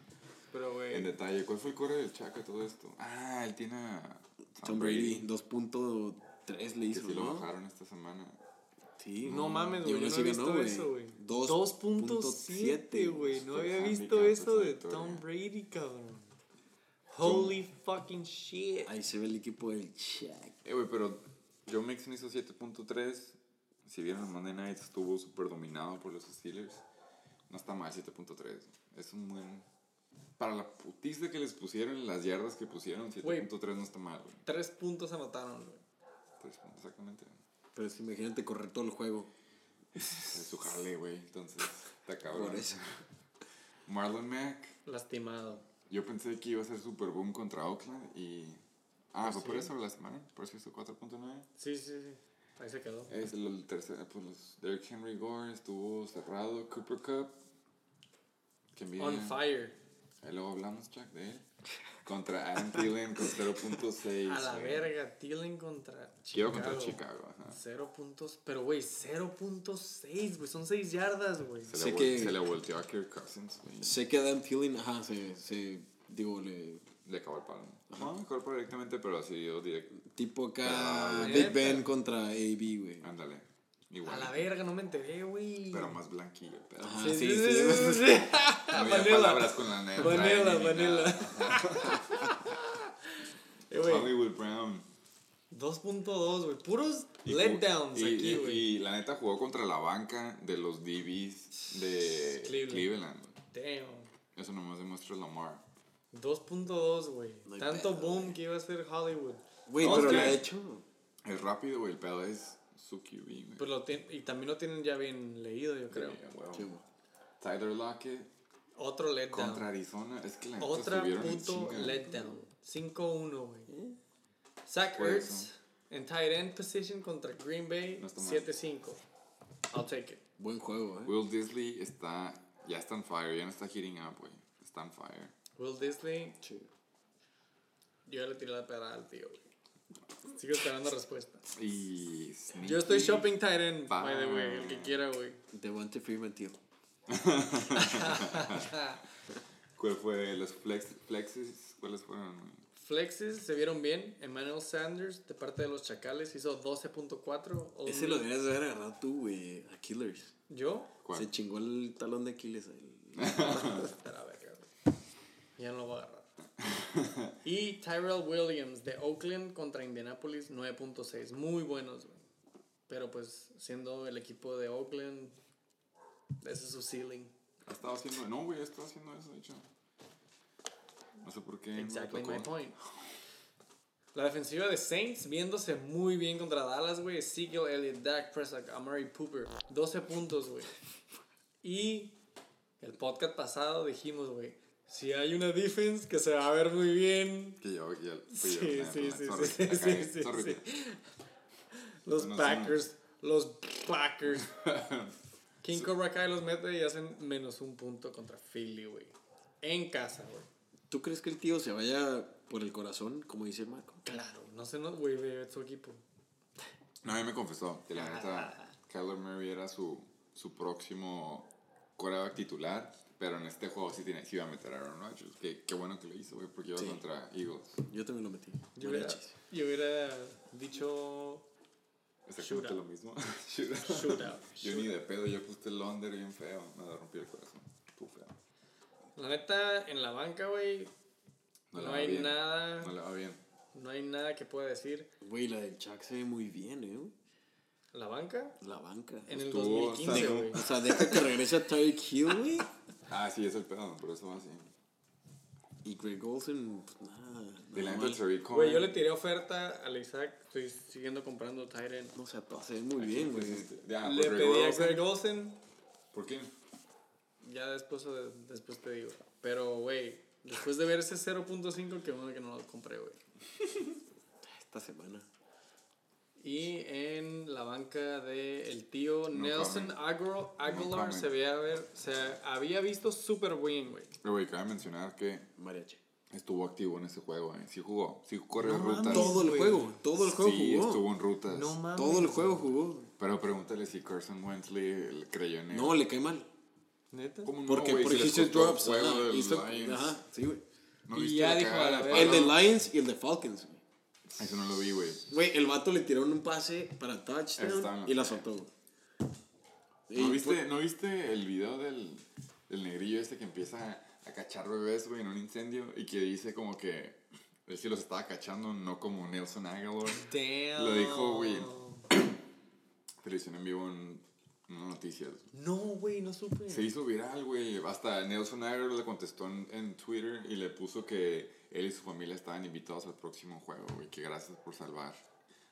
Speaker 1: Pero,
Speaker 2: En
Speaker 1: güey.
Speaker 2: detalle, ¿cuál fue el core del Chaca todo esto? Ah, él tiene a
Speaker 3: Tom Brady, 2.3 le
Speaker 2: Que
Speaker 3: hizo,
Speaker 2: sí lo
Speaker 3: ¿no?
Speaker 2: bajaron esta semana.
Speaker 3: Sí.
Speaker 1: No mames,
Speaker 3: Y
Speaker 1: güey.
Speaker 3: aún
Speaker 1: Yo no
Speaker 3: así
Speaker 1: he visto
Speaker 3: ganó, güey.
Speaker 1: eso, güey.
Speaker 3: 2.7,
Speaker 1: 2.7, güey. No
Speaker 2: Super
Speaker 1: había visto
Speaker 2: handicap,
Speaker 1: eso
Speaker 2: esa
Speaker 1: de
Speaker 2: victoria.
Speaker 1: Tom Brady, cabrón. Holy fucking shit.
Speaker 3: Ahí se ve el equipo del Shaq.
Speaker 2: Eh, güey, pero Joe Mixon hizo 7.3. Si vieron el Monday Night, estuvo súper dominado por los Steelers. No está mal, 7.3. Es un buen. Para la putiza que les pusieron, las yardas que pusieron, 7.3 no está mal, güey.
Speaker 1: Tres puntos anotaron, güey.
Speaker 2: Tres puntos, exactamente.
Speaker 3: Pero sí, imagínate correr todo el juego.
Speaker 2: Es su jale, güey. Entonces, está cabrón.
Speaker 3: Por eso.
Speaker 2: Marlon Mack.
Speaker 1: Lastimado.
Speaker 2: Yo pensé que iba a ser super boom contra Oakland y. Ah, fue por eso la semana. Por eso hizo 4.9.
Speaker 1: Sí, sí, sí. Ahí se quedó.
Speaker 2: Es el, el tercer, pues los Derrick Henry Gore estuvo cerrado, Cooper Cup. Que envidia.
Speaker 1: On fire.
Speaker 2: Ahí luego hablamos, Jack, de él. Contra Adam Thielen <laughs> con 0.6.
Speaker 1: A la
Speaker 2: güey.
Speaker 1: verga. Tillen contra Chicago.
Speaker 2: Quiero contra Chicago. ajá.
Speaker 1: Cero puntos. Pero, güey, 0.6, güey. Son seis yardas, güey.
Speaker 2: Se,
Speaker 3: Sé
Speaker 2: le vol-
Speaker 3: que-
Speaker 2: se le volteó a Kirk Cousins, güey.
Speaker 3: Sé que Adam Thielen, ajá, se, se digo, le,
Speaker 2: Le acabó el palo. No, mejor palo directamente, pero así dio directo.
Speaker 3: tipo acá,
Speaker 2: Ah,
Speaker 3: Big
Speaker 1: neta. Ah.
Speaker 3: Ben contra AB, güey.
Speaker 2: Ándale.
Speaker 1: A
Speaker 2: Igual.
Speaker 1: la verga, no me enteré, güey.
Speaker 2: Pero más blanquillo. Pero
Speaker 3: Ajá.
Speaker 1: Sí,
Speaker 3: Sí,
Speaker 1: sí,
Speaker 3: sí.
Speaker 1: sí, sí.
Speaker 2: no había palabras
Speaker 1: Ah, Vanilla.
Speaker 2: con la
Speaker 1: Vanilla,
Speaker 2: neta. ni nada. <laughs>
Speaker 1: vanilla. Eh, güey,
Speaker 2: Hollywood Brown.
Speaker 1: 2.2, güey. Puros
Speaker 2: Y
Speaker 1: letdowns
Speaker 2: jug- y-
Speaker 1: aquí,
Speaker 2: y-
Speaker 1: güey.
Speaker 2: Y, la neta jugó contra la banca de los DBs de
Speaker 1: Cleveland.
Speaker 2: Cleveland.
Speaker 1: Damn.
Speaker 2: Eso nomás demuestra Lamar.
Speaker 1: 2.2, güey.
Speaker 3: No hay
Speaker 1: Tanto
Speaker 3: pedo,
Speaker 1: boom que iba a ser Hollywood.
Speaker 3: Güey,
Speaker 2: No,
Speaker 3: pero
Speaker 2: es que-
Speaker 3: lo ha hecho.
Speaker 2: Es rápido, güey. El pedo es su QB, güey.
Speaker 1: Pues lo tien- y también lo tienen ya bien leído, yo creo.
Speaker 2: Sí, güey.
Speaker 3: Sí, güey.
Speaker 2: Tyler Lockett
Speaker 1: Otro letdown.
Speaker 2: contra Arizona. Es que la neta
Speaker 1: Otra
Speaker 2: estuvieron en
Speaker 1: puto
Speaker 2: chinga.
Speaker 1: letdown. 5-1, güey. Zach
Speaker 2: Por
Speaker 1: Ertz
Speaker 2: eso.
Speaker 1: en tight end position contra Green Bay.
Speaker 2: No está mal.
Speaker 1: 7-5. I'll take it.
Speaker 3: Buen juego, eh.
Speaker 2: Will Disley está. Ya está en fire. Ya no está heating up, güey. Está en fire.
Speaker 1: Will Disley,
Speaker 3: Sí.
Speaker 1: yo ya le tiré la pedrada al tío, güey. Sigo esperando respuesta.
Speaker 2: Y.
Speaker 1: Yo estoy
Speaker 2: sneaky.
Speaker 1: shopping tight end,
Speaker 2: Pa.
Speaker 1: by the way, el que quiera, güey.
Speaker 3: Devante Freeman, tío.
Speaker 2: ¿Cuál fue? Los flex, flexes. ¿Cuáles fueron? güey?
Speaker 1: Flexes se vieron bien. Emmanuel Sanders, de parte de los Chacales, hizo 12.4.
Speaker 3: Ese lo deberías de haber agarrado tú, güey, a Killers.
Speaker 1: ¿Yo?
Speaker 2: ¿Cuál?
Speaker 3: Se chingó el talón de Aquiles. el-
Speaker 1: Espera, a ver, cabrón. <laughs> Ya no lo voy a agarrar. y Tyrell Williams, de Oakland contra Indianapolis, 9.6. Muy buenos, güey. Pero pues, siendo el equipo de Oakland, ese es su ceiling.
Speaker 2: Ha estado haciendo. No, güey, ha estado haciendo eso, de hecho. No sé por qué. no me
Speaker 1: Exactly
Speaker 2: tocó.
Speaker 1: my point. La defensiva de Saints viéndose muy bien contra Dallas, güey. Ezekiel Elliott, Dak Prescott, Amari Pooper. 12 puntos, güey. Y el podcast pasado dijimos, güey, si hay una defense que se va a ver muy bien.
Speaker 2: Que yo, ya. fui yo,
Speaker 1: Sí,
Speaker 2: la
Speaker 1: sí,
Speaker 2: neta,
Speaker 1: sí,
Speaker 2: sorry,
Speaker 1: sí,
Speaker 2: la cagué,
Speaker 1: sí, sí,
Speaker 2: sorry.
Speaker 1: sí. Los
Speaker 2: No, no,
Speaker 1: Packers, los
Speaker 2: <laughs>
Speaker 1: Packers. King Cobra Kai los mete y hacen menos un punto contra Philly, güey. En casa, güey.
Speaker 3: ¿Tú crees que el tío se vaya por el corazón, como dice el Marco?
Speaker 1: Claro, no sé, no, güey, ve su equipo.
Speaker 2: No, a mí me confesó que la
Speaker 1: Ah.
Speaker 2: neta, Kyler Murray era su, su próximo coreback titular. Pero en este juego sí, tiene, sí iba a meter a Aaron Rodgers. Qué, qué bueno que lo hizo, güey, porque iba
Speaker 3: Sí.
Speaker 2: contra Eagles.
Speaker 3: Yo también lo metí.
Speaker 1: Yo hubiera,
Speaker 3: Mariachis.
Speaker 1: yo hubiera dicho
Speaker 2: Exactamente
Speaker 1: Shootout.
Speaker 2: lo mismo. <laughs> Shootout.
Speaker 1: shootout.
Speaker 2: <laughs> Yo ni de pedo, yo puse el under bien feo. Me rompió el corazón. Tú feo.
Speaker 1: La neta, en la banca, güey, no,
Speaker 2: le va
Speaker 1: hay
Speaker 2: bien.
Speaker 1: nada,
Speaker 2: No le va bien.
Speaker 1: no hay nada que pueda decir.
Speaker 3: Güey, la del Chuck se ve muy bien, eh. güey.
Speaker 1: La banca,
Speaker 3: La banca.
Speaker 1: en el
Speaker 2: Estuvo,
Speaker 1: 2015,
Speaker 2: salió.
Speaker 1: güey.
Speaker 3: O sea, deja que regrese a Tyreek Hill, güey.
Speaker 2: Ah, sí, es el pedo, por eso va así.
Speaker 3: Y Greg Olsen, pues nada.
Speaker 2: Y la neta,
Speaker 3: normal.
Speaker 2: el Tariq Cohen,
Speaker 1: Güey, yo le tiré oferta al Isaac. Estoy siguiendo comprando Tyrant.
Speaker 3: No sé, todo se ve muy bien, güey.
Speaker 2: Ya, por
Speaker 1: Le
Speaker 2: Greg
Speaker 1: pedí a
Speaker 2: Olsen.
Speaker 1: Greg Olsen.
Speaker 2: ¿Por qué?
Speaker 1: Ya después, eh, después te digo. Pero, güey, después de ver ese 0.5, que bueno que no lo compré, güey.
Speaker 3: Esta semana.
Speaker 1: Y en la banca de el tío
Speaker 2: No
Speaker 1: Nelson
Speaker 2: comment.
Speaker 1: Agro, Aguilar
Speaker 2: comment.
Speaker 1: se veía ver, se había visto súper bien, güey.
Speaker 2: Pero, güey, cabe mencionar que
Speaker 3: Mariachi.
Speaker 2: estuvo activo en ese juego, eh. Sí jugó, sí corrió rutas.
Speaker 3: Todo el
Speaker 1: güey.
Speaker 3: juego, todo el juego
Speaker 2: sí,
Speaker 3: jugó.
Speaker 2: estuvo en rutas.
Speaker 1: No mames.
Speaker 3: Todo el juego jugó.
Speaker 2: Pero pregúntale si Carson Wentz le le creyó en él.
Speaker 3: No, le cae mal.
Speaker 1: Neta.
Speaker 2: ¿Cómo no,
Speaker 3: Porque
Speaker 2: güey?
Speaker 3: por
Speaker 2: Si les
Speaker 3: Hitches
Speaker 2: costó el
Speaker 3: Drops.
Speaker 2: juego
Speaker 3: ajá,
Speaker 2: del
Speaker 3: hizo-
Speaker 2: Lions.
Speaker 3: Ajá, sí, güey.
Speaker 2: ¿No
Speaker 1: Y
Speaker 2: viste
Speaker 1: ya
Speaker 2: la
Speaker 1: dijo,
Speaker 2: cagada
Speaker 1: a la
Speaker 2: de
Speaker 1: verga.
Speaker 3: El
Speaker 2: palo?
Speaker 3: de Lions y el de Falcons, güey.
Speaker 2: Eso no lo vi, güey.
Speaker 3: Güey, el vato le tiró un pase para
Speaker 2: Está
Speaker 3: touchdown
Speaker 2: en
Speaker 3: y
Speaker 2: la-
Speaker 3: la soltó. güey.
Speaker 2: ¿No
Speaker 3: Y
Speaker 2: viste,
Speaker 3: fue-
Speaker 2: ¿No viste el video del, del negrillo este que empieza a, a cachar bebés, güey, en un incendio? Y que dice como que él sí los estaba cachando, no como
Speaker 1: <laughs>
Speaker 2: Nelson Aguilar.
Speaker 1: Damn.
Speaker 2: Lo dijo, güey. Pero hicieron en vivo en una noticia.
Speaker 1: No, güey, no supe.
Speaker 2: Se hizo viral, güey. Hasta Nelson Aguilar le contestó en, en Twitter y le puso que él y su familia estaban invitados al próximo juego, güey. Que gracias por salvar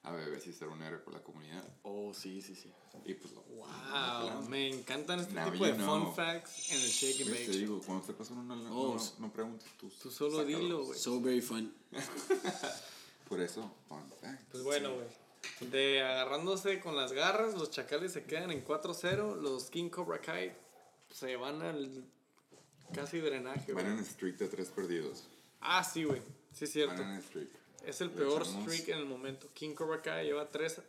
Speaker 2: a bebés y ser un héroe por la comunidad.
Speaker 3: Oh, sí, sí, sí.
Speaker 2: Y pues lo...
Speaker 1: Wow, me encantan este
Speaker 2: Now
Speaker 1: tipo de
Speaker 2: you know.
Speaker 1: fun facts en el Shake and
Speaker 2: Güey,
Speaker 1: Bake.
Speaker 2: te digo, cuando te pasa uno, no, no,
Speaker 3: Oh,
Speaker 2: no preguntes tú.
Speaker 1: Tú solo
Speaker 2: sácalos.
Speaker 1: dilo, güey.
Speaker 3: Pues. So very fun.
Speaker 2: Por eso, eh, fun fact.
Speaker 1: Pues bueno, güey. De agarrándose con las garras, los chacales se quedan en 4-0. Los King Cobra Kai se van al casi drenaje,
Speaker 2: Van
Speaker 1: güey.
Speaker 2: en streak de tres perdidos.
Speaker 1: Ah, sí, güey. Sí, es cierto.
Speaker 2: Van en streak.
Speaker 1: Es el
Speaker 2: Le
Speaker 1: peor
Speaker 2: echamos-
Speaker 1: streak en el momento. King Cobra Kai lleva 3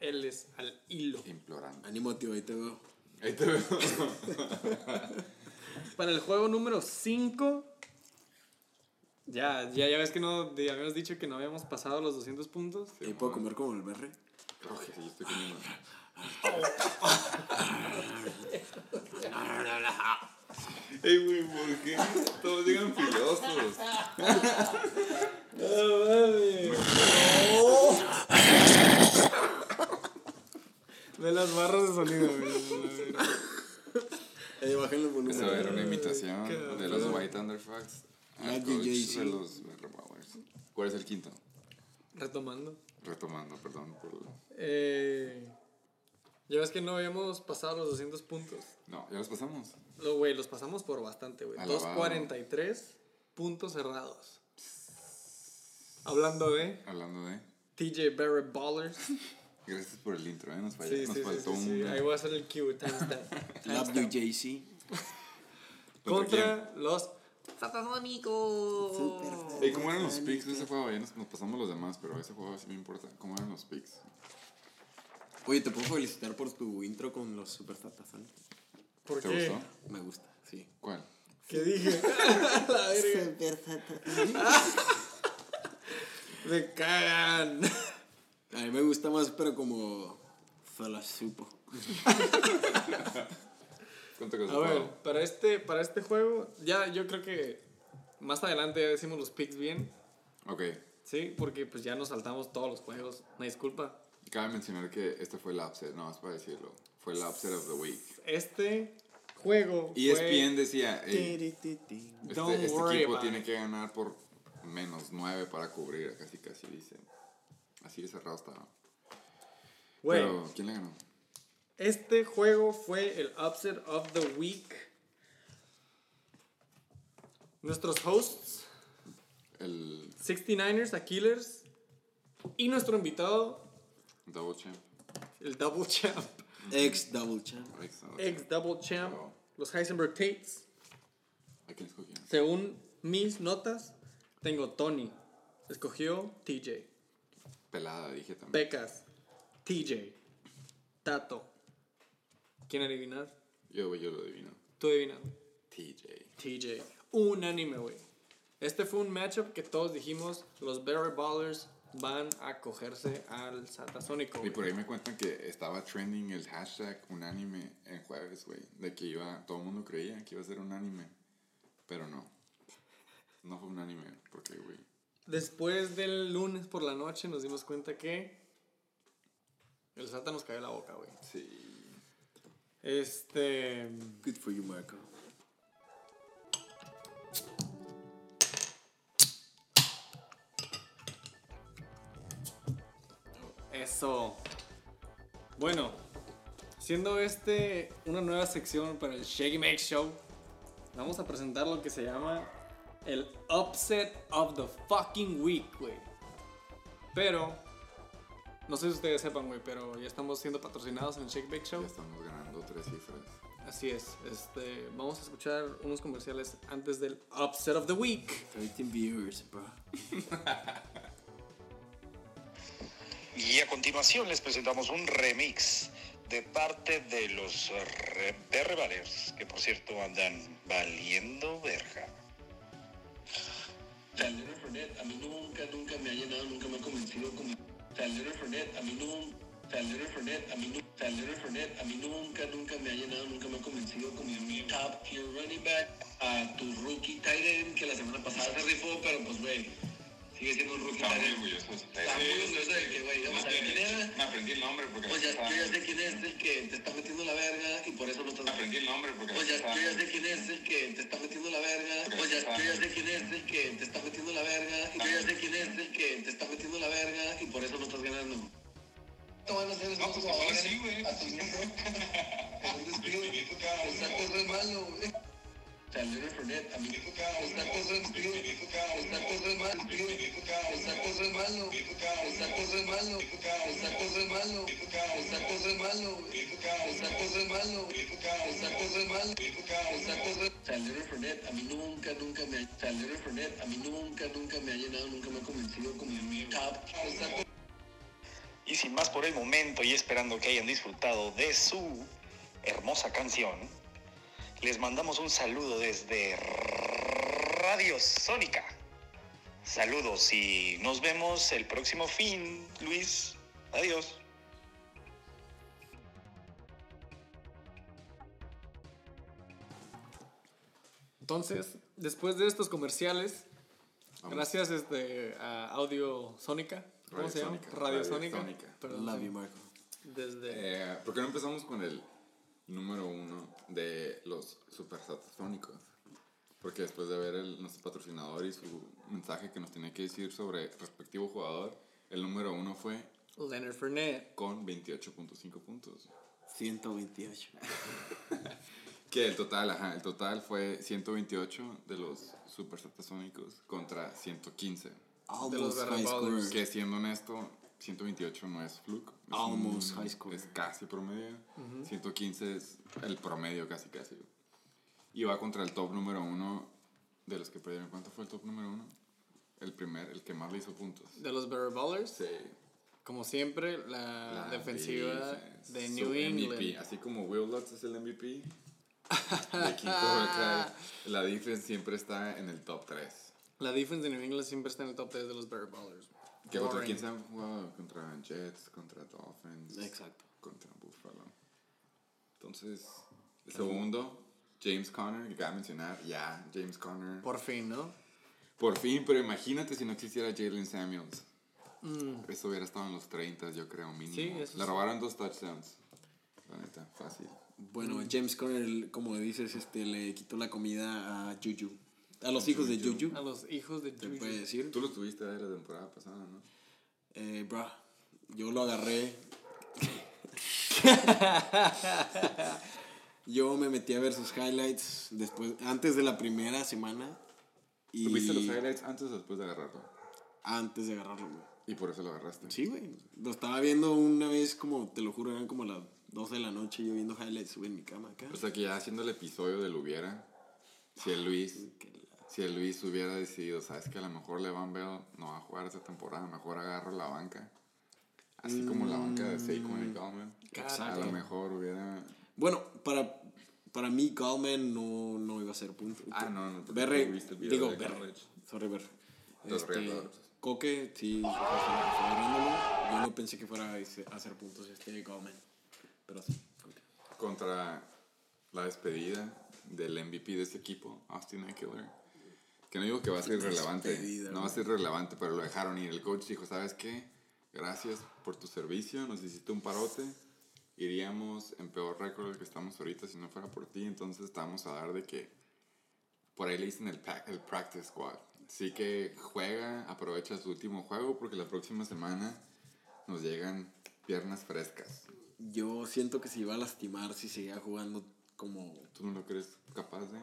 Speaker 1: L's al hilo.
Speaker 2: Implorando.
Speaker 3: Ánimo, tío, ahí te veo.
Speaker 2: Ahí te veo. <laughs>
Speaker 1: Para el juego número 5. Ya, ya, ya ves que no de- habíamos dicho que no habíamos pasado los 200 puntos.
Speaker 3: Ahí puedo comer como el berre.
Speaker 2: Creo que sí, yo estoy comiendo.
Speaker 1: <laughs>
Speaker 2: Ey, güey, ¿por qué? Todos llegan filosos.
Speaker 1: Oh. De las barras de sonido, güey.
Speaker 3: Eh, bájenle el volumen.
Speaker 2: Eso era una imitación
Speaker 1: Qué
Speaker 2: de los White Thunderfucks. al
Speaker 3: Magic
Speaker 2: coach
Speaker 3: Jason.
Speaker 2: De los Ramones. ¿Cuál es el quinto?
Speaker 1: Retomando.
Speaker 2: Retomando, perdón por...
Speaker 1: Eh, ya ves que no habíamos pasado los 200 puntos.
Speaker 2: No, ya los pasamos.
Speaker 1: No, güey, los pasamos por bastante, güey.
Speaker 2: Alabado.
Speaker 1: 243 puntos cerrados. Hablando de
Speaker 2: Hablando de...
Speaker 1: TJ Barrett Ballers.
Speaker 2: Gracias por el intro, ¿eh? Nos, falló,
Speaker 1: Sí, sí,
Speaker 2: nos
Speaker 1: sí,
Speaker 2: faltó
Speaker 1: sí, sí.
Speaker 2: un...
Speaker 1: Ahí voy a hacer el Q, timestamp.
Speaker 3: Love you, JC.
Speaker 1: Contra los
Speaker 2: quién? Ey, ¿Cómo eran los picks de ese juego? Ya nos, nos pasamos los demás, pero ese juego sí me importa. ¿Cómo eran los picks?
Speaker 3: Oye, te puedo felicitar por tu intro con los super tatazón.
Speaker 1: ¿Por
Speaker 2: ¿Te
Speaker 1: qué?
Speaker 2: gustó?
Speaker 3: Me gusta, sí.
Speaker 2: ¿Cuál?
Speaker 1: ¿Qué
Speaker 2: <laughs>
Speaker 1: dije? La verga. <laughs> Me cagan.
Speaker 3: A mí me gusta más, pero como. Zalasupo.
Speaker 2: ¿Cuánto costó?
Speaker 1: A ver, para este, para este juego, ya yo creo que más adelante ya decimos los picks bien,
Speaker 2: Ok.
Speaker 1: ¿sí? Porque pues ya nos saltamos todos los juegos. Una disculpa.
Speaker 2: Cabe mencionar que este fue el upset, no, es para decirlo. Fue el upset of the week. E
Speaker 1: Este juego.
Speaker 2: Y ESPN decía, "Ey,
Speaker 3: Tiri-ti-ti.
Speaker 1: don't
Speaker 2: este, este
Speaker 1: worry
Speaker 2: equipo
Speaker 1: about
Speaker 2: tiene
Speaker 1: it".
Speaker 2: que ganar por menos 9 para cubrir, casi casi dice. Así de cerrado estaba.
Speaker 1: Güey,
Speaker 2: Pero, ¿quién le ganó?
Speaker 1: este juego fue el upset of the week. Nuestros hosts,
Speaker 2: El
Speaker 1: 69ers, a Killers. Y nuestro invitado,
Speaker 2: double champ.
Speaker 1: el Double Champ,
Speaker 3: Ex Double Champ.
Speaker 2: Alex, ¿no?
Speaker 1: ex Double Champ,
Speaker 2: Wow.
Speaker 1: los Heisenberg Tates.
Speaker 2: ¿A quién escogieron?
Speaker 1: Según mis notas, tengo Tony. Escogió TJ.
Speaker 2: Pelada, dije también.
Speaker 1: Becas. TJ. Tato. ¿Quién adivinar?
Speaker 2: Yo, güey, yo lo adivino.
Speaker 1: Tú adivinas.
Speaker 2: TJ.
Speaker 1: TJ. Unánime, güey. Este fue un matchup que todos dijimos, los Barry Ballers van a cogerse al Satasónico.
Speaker 2: Y
Speaker 1: güey.
Speaker 2: por ahí me cuentan que estaba trending el hashtag unánime en jueves, güey. De que iba, todo el mundo creía que iba a ser unánime. Pero no. No fue unánime, porque, güey.
Speaker 1: Después del lunes por la noche nos dimos cuenta que el Sata nos cayó la boca, güey.
Speaker 2: Sí.
Speaker 1: Este...
Speaker 3: Good for you, Marco.
Speaker 1: Eso. Bueno, siendo este una nueva sección para el Shaggy Make Show, vamos a presentar lo que se llama el Upset of the Fucking Week, güey. Pero, no sé si ustedes sepan, güey, pero ya estamos siendo patrocinados en el Shaggy Make Show.
Speaker 2: Ya estamos ganando tres cifras.
Speaker 1: Así es, este, vamos a escuchar unos comerciales antes del Upset of the Week.
Speaker 3: 13 viewers, bro.
Speaker 4: Y a continuación les presentamos un remix de parte de los re- de Revalers, que por cierto andan valiendo verja.
Speaker 5: Saldero Fernet, a mí nunca, nunca me ha llenado, nunca me ha convencido como Saldero Fernet, a mí nunca, Saldero Fernet, a mí nunca, Saldero Fernet, a mí nunca, nunca me ha llenado, nunca me ha convencido como mi top tier running back a tu rookie tight end que la semana pasada se rifó, pero pues güey, sigue siendo un rookie
Speaker 6: Está
Speaker 5: tight
Speaker 6: muy
Speaker 5: end.
Speaker 6: orgulloso.
Speaker 5: Está muy orgulloso de que, güey, vamos a ver quién era.
Speaker 6: Me aprendí el nombre porque
Speaker 5: Pues ya,
Speaker 6: estaba-
Speaker 5: yo ya sé quién es el que te está metiendo la verga y por eso no estás
Speaker 6: me aprendí el nombre porque
Speaker 5: Oye,
Speaker 6: estaba-
Speaker 5: yo ya sé quién es el que te está metiendo la verga. Oye, yo ya sé quién es el que te está metiendo la verga. Y yo ya sé quién es el que te está metiendo la verga. Y por eso no estás ganando. No van a ser
Speaker 6: No,
Speaker 5: esos
Speaker 6: pues ahora
Speaker 5: jugadores
Speaker 6: sí, güey.
Speaker 5: a tu nivel. Está todo re malo, güey. Salió el Fernet, a mí. Está todo re malo. Está todo re malo. Está todo re malo. Está todo re malo. Está todo re malo. Está todo re malo. Está todo re malo. Está todo re malo. Está todo re- Salió el Fernet, a mí nunca, nunca me ha... Salió el Fernet, a mí nunca, nunca me ha llenado, nunca me ha convencido como mi top. Está todo
Speaker 4: Y sin más por el momento y esperando que hayan disfrutado de su hermosa canción, les mandamos un saludo desde Radio Sónica. Saludos y nos vemos el próximo fin, Luis. Adiós.
Speaker 1: Entonces, después de estos comerciales,
Speaker 2: Vamos.
Speaker 1: gracias este, a Audio Sónica. ¿Cómo
Speaker 2: Radio
Speaker 1: se llama?
Speaker 2: Sónica.
Speaker 1: Radio
Speaker 2: Radio
Speaker 1: Sónica.
Speaker 2: Sónica.
Speaker 1: Perdón,
Speaker 3: Love
Speaker 1: sí.
Speaker 3: you, Marco.
Speaker 1: Desde.
Speaker 2: Eh, ¿Por qué no empezamos con el número uno de los super satasónicos? Porque después de ver el, nuestro patrocinador y su mensaje que nos tenía que decir sobre respectivo jugador, el número uno fue
Speaker 1: Leonard Fernet.
Speaker 2: con 28.5 puntos.
Speaker 3: 128.
Speaker 2: Que el total, ajá, el total fue 128 de los super satasónicos contra 115.
Speaker 3: Almost high
Speaker 1: Garrapados.
Speaker 3: score.
Speaker 2: Que siendo honesto, 128 no es fluke. es
Speaker 3: Ah, Almost
Speaker 2: un-
Speaker 3: high score.
Speaker 2: Es casi promedio. 115 es el promedio casi casi. Y va contra el top número uno de los que perdieron. ¿Cuánto fue el top número uno? El primer, el que más le hizo puntos.
Speaker 1: De los Better Ballers.
Speaker 2: Sí.
Speaker 1: Como siempre, la,
Speaker 2: La
Speaker 1: defensiva
Speaker 2: defensa,
Speaker 1: de
Speaker 2: su
Speaker 1: New England.
Speaker 2: MVP. Así como Will Lutz es el
Speaker 1: <laughs>
Speaker 2: MVP, de King Cobra Kai, la defense siempre está en el top 3.
Speaker 1: La defensa de New England siempre está en el top 3 de los Better Ballers.
Speaker 2: ¿Qué otro?
Speaker 1: Boring.
Speaker 2: ¿Quién se han jugado? Contra Jets, contra Dolphins.
Speaker 3: Exacto.
Speaker 2: Contra Buffalo. Entonces, el segundo, James Conner, que acaba de mencionar. Ya, James Conner. Por,
Speaker 1: Por fin, ¿no?
Speaker 2: fin, pero imagínate si no existiera Jalen Samuels. Eso hubiera estado en los 30, yo creo, mínimo.
Speaker 1: Mm. Sí, eso
Speaker 2: Le
Speaker 1: sí.
Speaker 2: robaron dos touchdowns. La neta, fácil.
Speaker 3: Bueno, James Conner, como dices, este, le quitó la comida a Juju. A los hijos de Juju.
Speaker 1: A los hijos de
Speaker 3: Te
Speaker 1: Juju.
Speaker 3: puede decir.
Speaker 2: Tú lo tuviste la temporada pasada, ¿no?
Speaker 3: Eh, bro, yo lo agarré. yo me metí a ver sus highlights después, antes de la primera semana. Y
Speaker 2: Tuviste los highlights antes o después de agarrarlo.
Speaker 3: Antes de agarrarlo, güey.
Speaker 2: Y por eso lo agarraste.
Speaker 3: Sí, güey. Lo estaba viendo una vez, como te lo juro, eran como las 12 de la noche. Yo viendo highlights, güey, en mi cama acá.
Speaker 2: O sea que ya haciendo el episodio del hubiera, si el Luis, si el Luis hubiera decidido, sabes que a lo mejor Levan Bell no va a jugar esta temporada, mejor agarro la banca. Así como la banca de Saquon y Coleman. A
Speaker 3: Mm. Exacto.
Speaker 2: lo mejor hubiera.
Speaker 3: Bueno, para, para mí, Gallman no, no iba a ser punto.
Speaker 2: Ah, no, no, porque
Speaker 3: Berre,
Speaker 2: no viste el video
Speaker 3: digo,
Speaker 2: de
Speaker 3: Berre.
Speaker 2: Garbage.
Speaker 3: Sorry, Berre.
Speaker 2: Los
Speaker 3: Este,
Speaker 2: Red Dogs.
Speaker 3: Coque, sí, fue agarrándolo. Yo no pensé que fuera a ese- a hacer puntos este Gallman. Pero sí.
Speaker 2: Contra la despedida del MVP de este equipo, Austin Eckler. Que no digo que va a ser irrelevante.
Speaker 3: despedida,
Speaker 2: No va a ser relevante, pero lo dejaron ir. El coach dijo, ¿sabes qué? Gracias por tu servicio, nos hiciste un parote. Iríamos en peor récord del que estamos ahorita si no fuera por ti. Entonces estamos a dar de que por ahí le dicen el, pa- el practice squad. Así que juega, aprovecha su último juego porque la próxima semana nos llegan piernas frescas.
Speaker 3: Yo siento que se iba a lastimar si seguía jugando como
Speaker 2: ¿Tú no lo crees capaz de?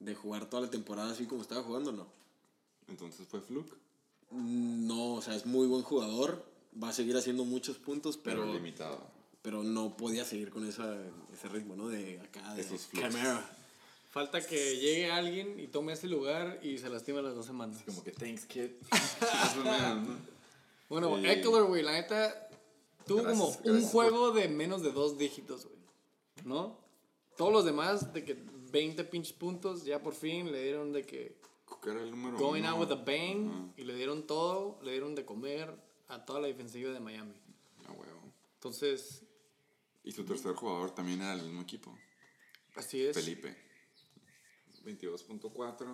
Speaker 3: de jugar toda la temporada así como estaba jugando, ¿no?
Speaker 2: Entonces fue fluke.
Speaker 3: No, o sea, es muy buen jugador, va a seguir haciendo muchos puntos,
Speaker 2: Pero,
Speaker 3: pero, pero,
Speaker 2: limitado.
Speaker 3: no podía seguir con esa, ese ritmo, ¿no? De acá, de
Speaker 2: Esos flujos.
Speaker 3: Camara.
Speaker 1: Falta que llegue alguien y tome ese lugar y se lastime las dos semanas.
Speaker 2: Como que thanks, kid. <laughs> Más o menos, ¿no?
Speaker 1: Bueno,
Speaker 2: Sí.
Speaker 1: Eckler, güey, la neta, tuvo
Speaker 2: Gracias,
Speaker 1: como un
Speaker 2: gracias,
Speaker 1: juego de menos de dos dígitos, güey. ¿No? Todos los demás, de que 20 pinches puntos, ya por fin le dieron de que
Speaker 2: Cook era el número
Speaker 1: going
Speaker 2: uno.
Speaker 1: out with a bang
Speaker 2: Ajá.
Speaker 1: y le dieron todo, le dieron de comer a toda la defensiva de Miami.
Speaker 2: Ah, huevo.
Speaker 1: Entonces,
Speaker 2: Y su tercer jugador también era del mismo equipo.
Speaker 1: así es.
Speaker 2: Felipe. 22.4.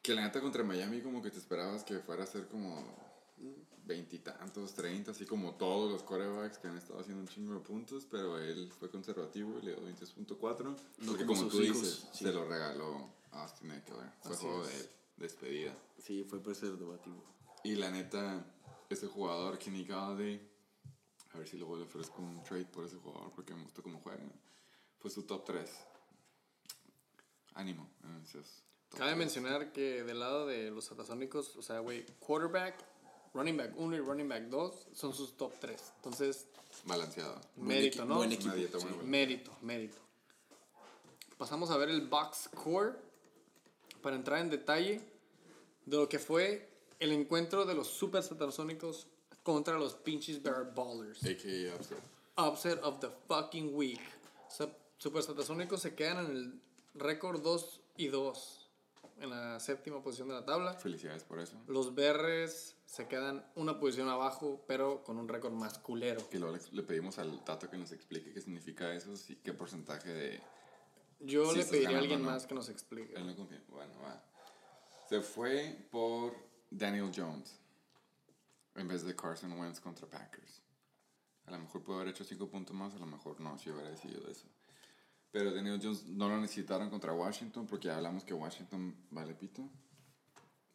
Speaker 2: Que la neta contra Miami como que te esperabas que fuera a ser como veintitantos, treinta, así como todos los corebacks que han estado haciendo un chingo de puntos, pero él fue conservativo y le dio 22.4. porque
Speaker 3: como
Speaker 2: como
Speaker 3: sus
Speaker 2: tú
Speaker 3: hijos,
Speaker 2: dices,
Speaker 3: sí.
Speaker 2: se lo regaló a Austin Eckler. Fue
Speaker 1: Así
Speaker 2: juego
Speaker 1: es.
Speaker 2: de despedida.
Speaker 3: Sí, fue preservativo.
Speaker 2: Y la neta, ese jugador, Kenny Galladay, a ver si luego le ofrezco un trade por ese jugador porque me gustó cómo juega. Fue su top 3. Ánimo. en esos top
Speaker 1: Cabe
Speaker 2: tres.
Speaker 1: mencionar que del lado de los satasónicos, o sea, güey, quarterback, running back 1 y running back 2 son sus top 3. Entonces,
Speaker 2: Balanceado.
Speaker 1: mérito,
Speaker 3: equi-
Speaker 1: ¿no?
Speaker 3: buen equipo.
Speaker 2: Una dieta
Speaker 3: sí.
Speaker 2: buena.
Speaker 1: Mérito, mérito. Pasamos a ver el box score para entrar en detalle de lo que fue el encuentro de los super satasónicos contra los pinches bear ballers.
Speaker 2: AKA upset.
Speaker 1: Upset of the fucking week. Sup- Super satasónicos se quedan en el récord 2 y 2 en la séptima posición de la tabla.
Speaker 2: Felicidades por eso.
Speaker 1: Los Berres se quedan una posición abajo, pero con un récord más culero.
Speaker 2: Que luego le, le pedimos al Tato que nos explique qué significa eso y qué porcentaje de...
Speaker 1: Yo
Speaker 2: Sí,
Speaker 1: le
Speaker 2: estás
Speaker 1: pediría a
Speaker 2: ganando,
Speaker 1: alguien
Speaker 2: ¿no?
Speaker 1: más que nos explique.
Speaker 2: Él no confía. Bueno, va. Se fue por Daniel Jones en vez de Carson Wentz contra Packers. A lo mejor pudo haber hecho 5 puntos más, a lo mejor no, si hubiera decidido eso. Pero Daniel Jones no lo necesitaron contra Washington porque ya hablamos que Washington vale pito.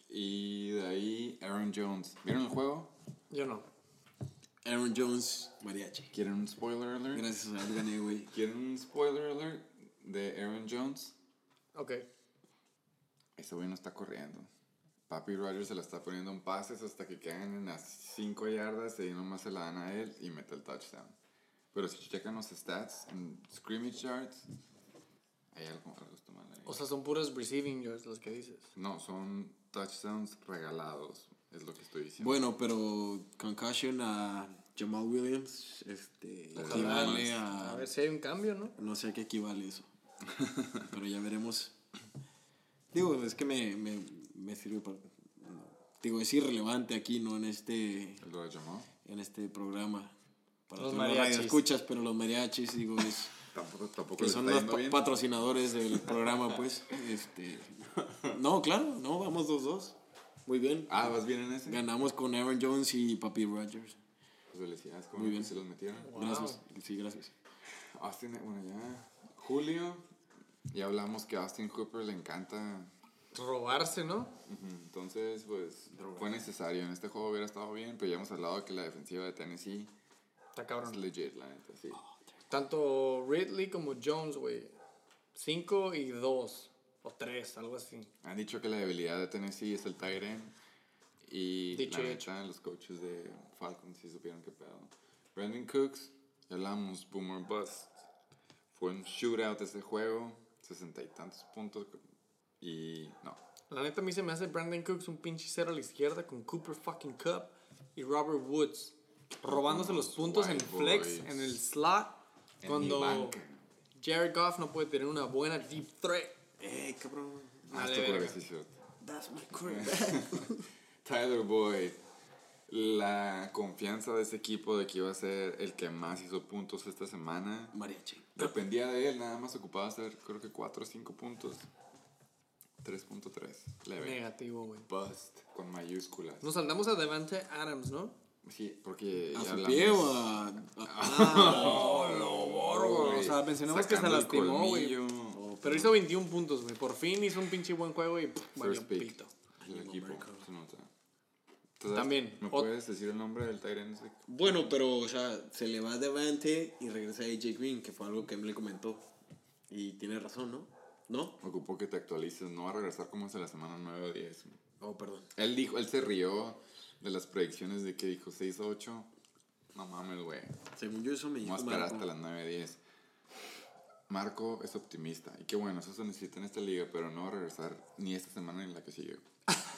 Speaker 2: Y de ahí Aaron Jones. ¿Vieron el juego?
Speaker 1: Yo no.
Speaker 3: Aaron Jones, mariachi.
Speaker 2: ¿Quieren un spoiler alert?
Speaker 3: Gracias a él gané, güey.
Speaker 2: ¿Quieren un spoiler alert de Aaron Jones?
Speaker 1: Ok.
Speaker 2: Ese güey no está corriendo. Papi Rogers se la está poniendo en pases hasta que quedan en las 5 yardas y nomás se la dan a él y mete el touchdown. Pero si checan los stats en scrimmage yards, hay algo, algo está mal ahí.
Speaker 1: O sea, son puras receiving yards las que dices.
Speaker 2: no, son touchdowns regalados, es lo que estoy diciendo.
Speaker 3: Bueno, pero concussion a Jamal Williams, este,
Speaker 2: Ojalá.
Speaker 3: equivale
Speaker 1: A
Speaker 3: a,
Speaker 1: ver si hay un cambio, ¿no?
Speaker 3: no sé a qué equivale eso, pero ya veremos. Digo, es que me, me, me sirve para, no. digo, es irrelevante aquí, ¿no? En este,
Speaker 2: ¿El lo de Jamal?
Speaker 3: en este programa. Para
Speaker 1: Los
Speaker 3: todos los
Speaker 1: mariachis.
Speaker 3: escuchas, pero los mariachis, digo, es,
Speaker 2: Tampoco, tampoco
Speaker 3: que
Speaker 2: le
Speaker 3: son
Speaker 2: está
Speaker 3: los
Speaker 2: yendo
Speaker 3: pa-
Speaker 2: bien.
Speaker 3: patrocinadores del programa, pues, este, no, claro, no, vamos dos, dos, muy bien.
Speaker 2: Ah, ¿vas bien en ese?
Speaker 3: Ganamos con Aaron Jones y Papi Rogers.
Speaker 2: Pues felicidades, como
Speaker 3: Muy
Speaker 2: que
Speaker 3: bien.
Speaker 2: se los metieron.
Speaker 3: Gracias. Sí, gracias.
Speaker 2: Austin, bueno, ya. Julio, ya hablamos que a Austin Cooper le encanta
Speaker 1: Robarse, ¿no?
Speaker 2: Ujú, Entonces, pues, fue necesario. En este juego hubiera estado bien, pero ya hemos hablado que la defensiva de Tennessee
Speaker 1: Está
Speaker 2: es
Speaker 1: cabrón.
Speaker 2: legit, la neta, sí.
Speaker 1: Tanto Ridley como Jones, güey. 5 y 2. O 3, algo así.
Speaker 2: Han dicho que la debilidad de Tennessee es el tight end. Y
Speaker 1: Dicho
Speaker 2: la
Speaker 1: y
Speaker 2: neta, los coaches de Falcons sí supieron qué pedo. Brandon Cooks, ya hablamos, Boomer Bust. Fue un shootout ese juego, sesenta y tantos puntos. Y no,
Speaker 1: La neta a mí se me hace Brandon Cooks un pinche cero a la izquierda con Cooper fucking Cup y Robert Woods robándose los
Speaker 2: Los
Speaker 1: puntos en
Speaker 2: white
Speaker 1: flex,
Speaker 2: boys.
Speaker 1: en el slot,
Speaker 2: En mi
Speaker 1: cuando
Speaker 2: banca.
Speaker 1: Jared Goff no puede tener una buena deep threat.
Speaker 3: Eh, cabrón.
Speaker 1: Vale,
Speaker 2: hasta por
Speaker 1: verga.
Speaker 2: ejercicio.
Speaker 3: That's my <laughs> quarterback.
Speaker 2: Tyler Boyd, la confianza de ese equipo de que iba a ser el que más hizo puntos esta semana,
Speaker 3: Mariachi.
Speaker 2: dependía de él, nada más ocupaba hacer creo que 4 o 5 puntos. 3.3, leve.
Speaker 1: Negativo, güey.
Speaker 2: Bust con mayúsculas.
Speaker 1: Nos saltamos a Devante Adams, ¿no?
Speaker 2: Sí, porque
Speaker 3: ¿A
Speaker 2: ya
Speaker 3: su
Speaker 2: hablamos.
Speaker 3: pie o a.? a-
Speaker 1: güey. O sea, mencionamos que se
Speaker 2: Sacando el
Speaker 1: lastimó, güey. Oh,
Speaker 2: colmillo.
Speaker 1: Pero hizo 21 puntos, güey. Por fin hizo un pinche buen juego y pff, valió
Speaker 2: First pick.
Speaker 1: pito.
Speaker 2: El equipo se nota. ¿Tú sabes-
Speaker 1: También,
Speaker 2: ¿Me
Speaker 1: ot-
Speaker 2: puedes decir el nombre del Tyrant?
Speaker 3: Bueno, pero, o sea, se le va Devante y regresa AJ Green, que fue algo que él le comentó. Y tiene razón, ¿no? ¿No?
Speaker 2: Ocupó que te actualices. No va a regresar como hace la semana 9 o 10.
Speaker 3: Oh, perdón.
Speaker 2: Él dijo, él se rió de las predicciones de que dijo 6 o 8. No mames, güey.
Speaker 3: Según yo, eso me
Speaker 2: Vamos a
Speaker 3: dijo
Speaker 2: esperar
Speaker 3: Marco.
Speaker 2: hasta las 9 10. Marco es optimista. Y qué bueno, eso se necesita en esta liga, pero no va a regresar ni esta semana ni la que sigue.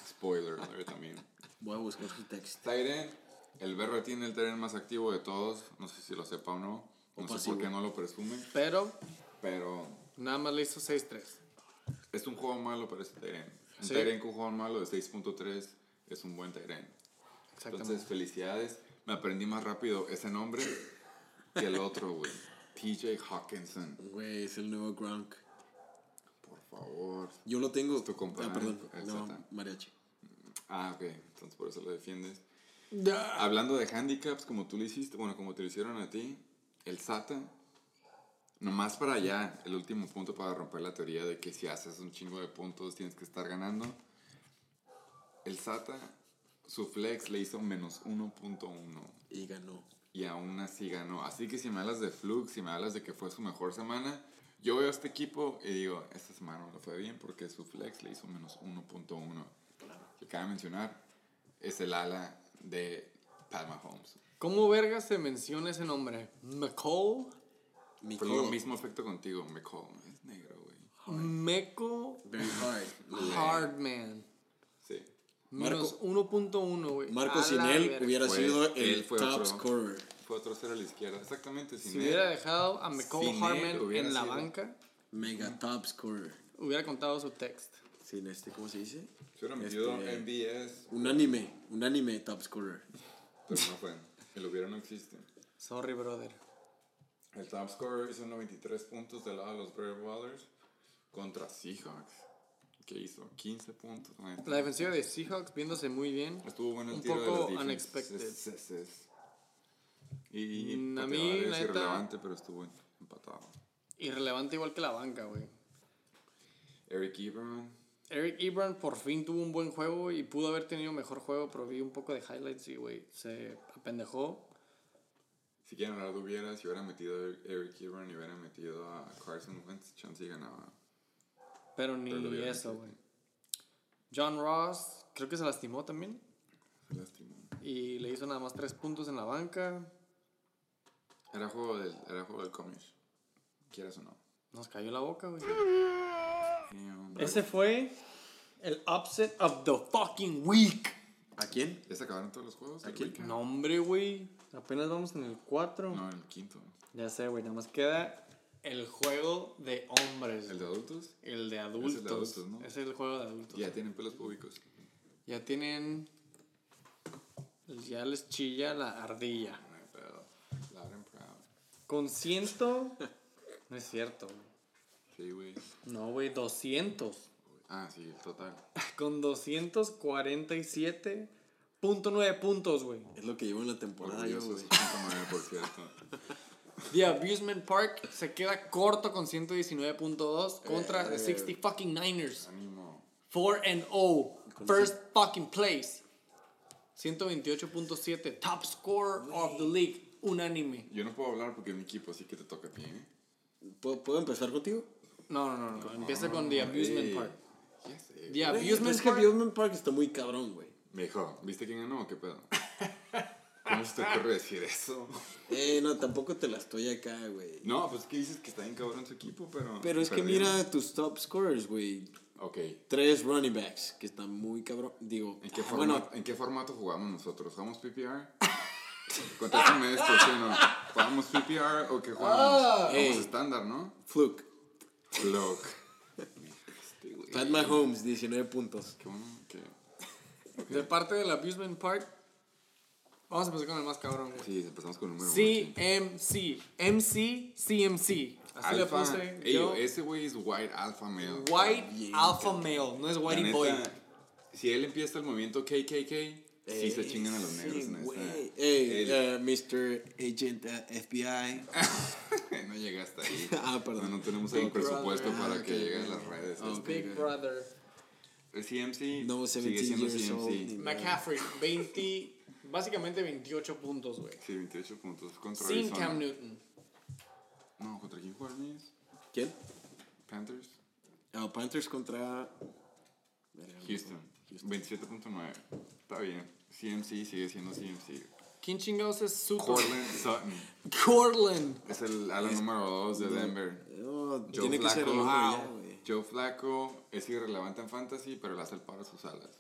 Speaker 2: Spoiler, a ver también.
Speaker 3: Voy a buscar su texto.
Speaker 2: Tyren, el Berro tiene el Tyren más activo de todos. No sé si lo sepa o no. No sé
Speaker 3: pasivo.
Speaker 2: por qué no lo presume,
Speaker 1: Pero
Speaker 2: pero
Speaker 1: nada más le hizo 6-3.
Speaker 2: es un juego malo para ese Tyren. Un
Speaker 1: Sí.
Speaker 2: Tyren con un juego malo de 6.3 es un buen Tyren.
Speaker 1: Exactamente.
Speaker 2: Entonces, felicidades. Me aprendí más rápido ese nombre que el otro, güey. <laughs> TJ Hawkinson.
Speaker 3: Güey, es el nuevo Gronk.
Speaker 2: Por favor.
Speaker 3: Yo lo tengo.
Speaker 2: Tu compa,
Speaker 3: Ah, perdón.
Speaker 2: el Zeta.
Speaker 3: No, mariachi.
Speaker 2: Ah, ok. Entonces por eso lo defiendes. Hablando de handicaps, como tú lo hiciste, bueno, como te lo hicieron a ti, el SATA, nomás para allá, el último punto para romper la teoría de que si haces un chingo de puntos tienes que estar ganando. El SATA, su flex le hizo menos 1.1
Speaker 3: Y ganó.
Speaker 2: y aún así ganó. Así que si me hablas de Flux, si me hablas de que fue su mejor semana, yo veo a este equipo y digo, esta semana no le fue bien porque su flex le hizo menos 1.1. Que cabe mencionar, es el ala de Pat Mahomes.
Speaker 1: ¿Cómo verga se menciona ese nombre? McCall,
Speaker 3: Mi
Speaker 2: Fue lo
Speaker 3: co-
Speaker 2: mismo efecto contigo, McCall. Es negro, güey.
Speaker 1: Meco,
Speaker 3: Very hard.
Speaker 2: <laughs>
Speaker 1: Hardman.
Speaker 2: Sí.
Speaker 1: Menos 1.1, güey.
Speaker 3: Marco
Speaker 1: A
Speaker 3: sin
Speaker 1: la
Speaker 3: él
Speaker 1: verga.
Speaker 3: hubiera
Speaker 2: Fue-
Speaker 3: sido
Speaker 2: él
Speaker 3: el
Speaker 2: fue
Speaker 3: top
Speaker 2: otro.
Speaker 3: scorer.
Speaker 2: Fue otro cero a la izquierda. Exactamente, sin
Speaker 1: Si
Speaker 2: él.
Speaker 1: hubiera dejado a McCall
Speaker 2: Sin él
Speaker 1: Hardman
Speaker 2: hubiera
Speaker 1: en la
Speaker 2: sido-
Speaker 1: banca,
Speaker 3: Mega top scorer.
Speaker 1: hubiera contado su text.
Speaker 3: Sin este, ¿cómo se dice?
Speaker 2: Se hubiera metido
Speaker 3: Este-
Speaker 2: MVS,
Speaker 3: Un anime. Un anime top scorer.
Speaker 2: pero no fue. El hubiera no existe.
Speaker 1: Sorry, brother.
Speaker 2: El top scorer hizo 93 puntos del lado de los Brave Brothers contra Seahawks, que hizo 15 puntos. ¿no?
Speaker 1: La defensiva de Seahawks viéndose muy bien.
Speaker 2: Estuvo bueno el
Speaker 1: un
Speaker 2: tiro de
Speaker 1: poco
Speaker 2: las defenses.
Speaker 1: unexpected.
Speaker 2: Es- es- es. Y
Speaker 1: Mm, a
Speaker 2: pateador
Speaker 1: mí,
Speaker 2: es
Speaker 1: neta-
Speaker 2: irrelevante, pero estuvo empatado.
Speaker 1: Irrelevante igual que la banca, güey.
Speaker 2: Eric Ebron,
Speaker 1: Eric Ebron por fin tuvo un buen juego y pudo haber tenido mejor juego, pero vi un poco de highlights y, güey, se apendejó.
Speaker 2: si quieren hablar de hubiera, si hubiera metido a Eric Ebron y hubiera metido a Carson Wentz, chance y ganaba.
Speaker 1: Pero ni
Speaker 2: Pero lo vieron,
Speaker 1: eso,
Speaker 2: sí.
Speaker 1: güey. John Ross, creo que se lastimó también.
Speaker 2: Se lastimó.
Speaker 1: Y le hizo nada más tres puntos en la banca.
Speaker 2: Era juego del, era juego del comish, quieras o no.
Speaker 1: Nos cayó la boca, güey.
Speaker 2: Damn, bro.
Speaker 1: Ese fue el upset of the fucking week.
Speaker 3: ¿A quién?
Speaker 2: ¿Ya se acabaron todos los juegos? del
Speaker 3: Aquí-
Speaker 2: weekend?
Speaker 1: No, hombre, güey. Apenas vamos en el 4.
Speaker 2: No, el quinto.
Speaker 1: Ya sé, güey. Nada más queda el juego de hombres.
Speaker 2: ¿El de adultos?
Speaker 1: El de adultos.
Speaker 2: Ese es de adultos, ¿no?
Speaker 1: Es el juego de adultos.
Speaker 2: Ya tienen pelos públicos.
Speaker 1: Ya tienen. pues, Ya les chilla la ardilla.
Speaker 2: No hay pedo. Loud and proud.
Speaker 1: Con ciento. <laughs> No es cierto, güey.
Speaker 2: Sí, güey.
Speaker 1: No, güey, 200.
Speaker 2: Ah, sí, el total.
Speaker 1: Con 247.9 puntos, güey.
Speaker 3: Es lo que llevo en la temporada yo,
Speaker 2: Orgulloso,
Speaker 3: güey.
Speaker 2: 59, por cierto.
Speaker 1: The Abusement Park se queda corto con 119.2 contra the 60 fucking Niners.
Speaker 2: Ánimo.
Speaker 1: 4 and 0. First fucking place. 128.7. Top scorer of the league. Unánime.
Speaker 2: Yo no puedo hablar porque es mi equipo, así que te toca a ti, ¿eh?
Speaker 3: ¿Puedo, puedo empezar contigo?
Speaker 1: No, no, no. no. Empieza
Speaker 2: ah,
Speaker 1: con The Abusement Park.
Speaker 2: Ya sé.
Speaker 1: The
Speaker 3: Güey, pero
Speaker 1: Abusement
Speaker 3: es que
Speaker 1: Park.
Speaker 3: Abusement Park está muy cabrón, güey.
Speaker 2: Mijo, ¿viste quién ganó o qué pedo? ¿Cómo se te ocurre decir eso?
Speaker 3: Eh, no, tampoco te la estoy acá, güey.
Speaker 2: No, pues que dices que está bien cabrón su equipo, pero.
Speaker 3: Pero es que
Speaker 2: perdieron.
Speaker 3: mira tus top scorers, güey.
Speaker 2: Ok.
Speaker 3: Tres running backs, que están muy cabrón. Digo,
Speaker 2: ¿En qué,
Speaker 3: ah,
Speaker 2: forma-
Speaker 3: bueno,
Speaker 2: ¿En qué formato jugamos nosotros? ¿Jugamos PPR? Contéstame esto, ¿sí o no? ¿Jugamos PPR o qué jugamos? Jugamos
Speaker 3: Ah, Ey.
Speaker 2: estándar, ¿no?
Speaker 3: fluke.
Speaker 2: Look.
Speaker 3: Pat Mahomes, 19 puntos.
Speaker 2: Qué bueno que-
Speaker 1: De parte del Abusement Park. Vamos a empezar con el más cabrón, güey.
Speaker 2: Sí, empezamos con el número uno. sí.
Speaker 1: CMC. MC, CMC. Así le
Speaker 2: Alfa.
Speaker 1: puse
Speaker 2: Ey,
Speaker 1: yo.
Speaker 2: ese güey es White Alpha Male.
Speaker 1: White
Speaker 3: bien,
Speaker 1: Alpha Male, no es
Speaker 2: La
Speaker 1: Whitey
Speaker 2: neta,
Speaker 1: Boy.
Speaker 2: Si él empieza el movimiento KKK, sí se chingan a los negros en esta.
Speaker 3: Eh, güey.
Speaker 2: <laughs>
Speaker 3: Ey,
Speaker 2: El-
Speaker 3: eh, Mr. Agent eh, FBI.
Speaker 2: no llega hasta ahí.
Speaker 3: <laughs> Ah, perdón.
Speaker 2: No, no tenemos el
Speaker 3: Big
Speaker 2: presupuesto
Speaker 1: Brother.
Speaker 2: para
Speaker 3: Ah,
Speaker 2: que
Speaker 3: ok,
Speaker 2: lleguen
Speaker 3: ok.
Speaker 2: las redes. este
Speaker 3: Ah,
Speaker 2: ¿no?
Speaker 3: ok.
Speaker 1: Big Brother.
Speaker 2: Es CMC.
Speaker 3: No,
Speaker 2: sigue
Speaker 3: 17
Speaker 2: siendo
Speaker 3: years old.
Speaker 2: CMC.
Speaker 1: McCaffrey, 20, básicamente 28 puntos, güey.
Speaker 2: Sí, 28 puntos contra
Speaker 1: Sin
Speaker 2: Arizona.
Speaker 1: Cam Newton.
Speaker 2: No, ¿contra quién jugaron ellos?
Speaker 3: ¿Quién?
Speaker 2: Panthers.
Speaker 3: Ah, Panthers contra. Verga, no
Speaker 2: Houston.
Speaker 3: Houston.
Speaker 2: 27.9. Está bien. CMC sigue siendo CMC.
Speaker 1: ¿Quién chingados es Sutton?
Speaker 2: Cortland Sutton.
Speaker 1: Cortland.
Speaker 2: Es el ala número 2 de Denver.
Speaker 3: No,
Speaker 2: Joe
Speaker 3: tiene que ser el
Speaker 2: Flacco.
Speaker 3: hombre ya,
Speaker 2: Wow.
Speaker 3: güey.
Speaker 2: Joe Flacco es irrelevante en fantasy, pero le hace el paro a sus alas.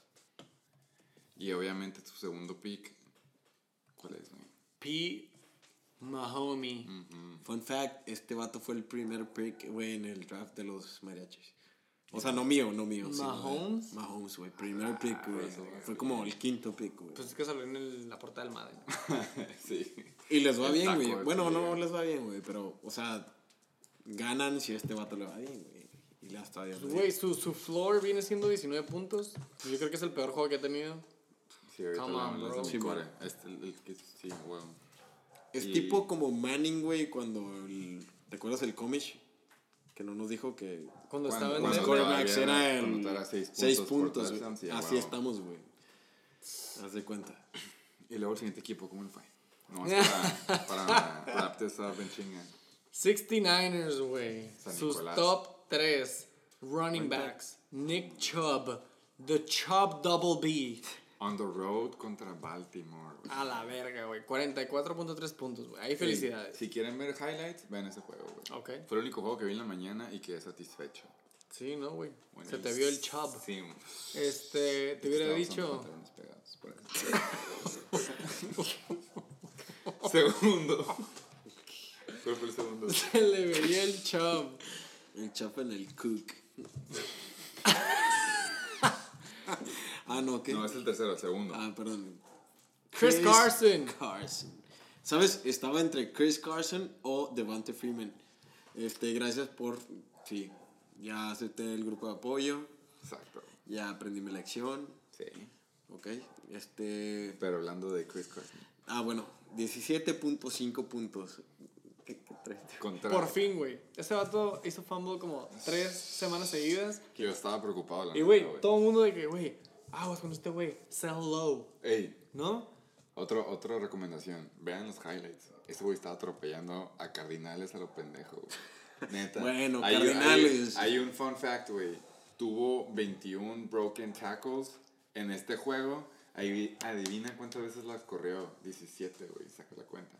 Speaker 2: Y obviamente su segundo pick. ¿Cuál es, güey? <laughs>
Speaker 1: P. Mahomey.
Speaker 3: Fun fact: este vato fue el primer pick, güey, en el draft de los mariachis. O sea, no mío, no mío. sino de-
Speaker 1: Mahomes?
Speaker 3: Mahomes, güey. Primer pick,
Speaker 2: Ah,
Speaker 3: güey. Fue como el quinto pick, güey.
Speaker 1: Pues es que salió en el- la portada del Madden.
Speaker 2: sí.
Speaker 3: Y les va
Speaker 2: El
Speaker 3: bien,
Speaker 2: taco
Speaker 3: güey.
Speaker 2: de
Speaker 3: Bueno, no
Speaker 2: pelea.
Speaker 3: les va bien, güey, pero, o sea, ganan si a este vato le va bien, güey. Y le está bien.
Speaker 1: Pues, Güey, su, su floor viene siendo 19 puntos. Yo creo que es el peor juego que ha tenido.
Speaker 2: Sí, ahorita
Speaker 1: Come on,
Speaker 2: hablamos de
Speaker 1: bro.
Speaker 2: un
Speaker 1: Sí,
Speaker 2: core. Este, el, el que sí, huevo.
Speaker 3: Es
Speaker 2: y-
Speaker 3: tipo como Manning, güey, cuando. el- ¿Te acuerdas el Comish? Que no nos dijo que.
Speaker 1: Cuando,
Speaker 2: Cuando-
Speaker 1: estaba en
Speaker 2: cuando
Speaker 3: Los
Speaker 1: Denver.
Speaker 2: todavía
Speaker 3: quarterbacks
Speaker 2: no
Speaker 3: eran.
Speaker 2: anotara seis
Speaker 3: 6
Speaker 2: puntos por
Speaker 3: puntos, güey.
Speaker 2: touchdown, sí, a
Speaker 3: Así
Speaker 2: huevo.
Speaker 3: estamos, güey. Haz de cuenta.
Speaker 2: Y luego el siguiente equipo, ¿cómo le fue? No, es para,
Speaker 1: <laughs>
Speaker 2: para wrap this up en chinga.
Speaker 1: 69ers, güey.
Speaker 2: San
Speaker 1: Sus
Speaker 2: Nicolás.
Speaker 1: top 3 running backs. Nick Chubb. The Chubb Double B.
Speaker 2: On the road contra Baltimore. güey.
Speaker 1: A la verga, güey. 44.3 puntos, güey. Ahí felicidades.
Speaker 2: Si quieren ver highlights, vean ese juego, güey.
Speaker 1: Ok.
Speaker 2: Fue el único juego que vi en la mañana y quedé satisfecho.
Speaker 1: Sí, no, güey.
Speaker 2: Bueno,
Speaker 1: Se
Speaker 2: y-
Speaker 1: te vio el Chubb.
Speaker 2: Sí. güey.
Speaker 1: Este, te hubiera
Speaker 2: Estaba usando
Speaker 1: dicho.
Speaker 2: pantalones pegados, por ahí. <laughs> segundo. ¿Cuál fue el segundo?
Speaker 1: Se le veía el Chubb.
Speaker 3: El chapa en el Cook. <laughs> ah, no, ¿qué?
Speaker 2: No, es el tercero, el segundo.
Speaker 3: Ah, perdón.
Speaker 1: Chris Carson.
Speaker 3: Carson. ¿Sabes? Estaba entre Chris Carson o Devante Freeman. Este, gracias por. Sí, ya acepté el grupo de apoyo.
Speaker 2: Exacto.
Speaker 3: Ya aprendí mi lección.
Speaker 2: Sí.
Speaker 3: Ok. Este.
Speaker 2: Pero hablando de Chris Carson.
Speaker 3: Ah, bueno. 17.5 puntos. ¿Qué, qué traes?
Speaker 2: Contra
Speaker 1: Por fin, güey. Ese vato hizo fumble como tres semanas seguidas.
Speaker 2: Que yo estaba preocupado. la
Speaker 1: Y,
Speaker 2: neta,
Speaker 1: güey, todo el mundo de que, güey, aguas con este güey. Sell low,
Speaker 2: Ey,
Speaker 1: ¿no?
Speaker 2: otro, otra recomendación. Vean los highlights. Este güey estaba atropellando a cardinales a lo pendejo.
Speaker 3: <laughs>
Speaker 2: güey. Neta.
Speaker 3: Bueno,
Speaker 2: Hay un- hay-
Speaker 3: Cardinales.
Speaker 2: Hay, un fun fact, güey. Tuvo 21 broken tackles en este juego. Ahí, adivina cuántas veces las corrió. 17, güey. Saca la cuenta.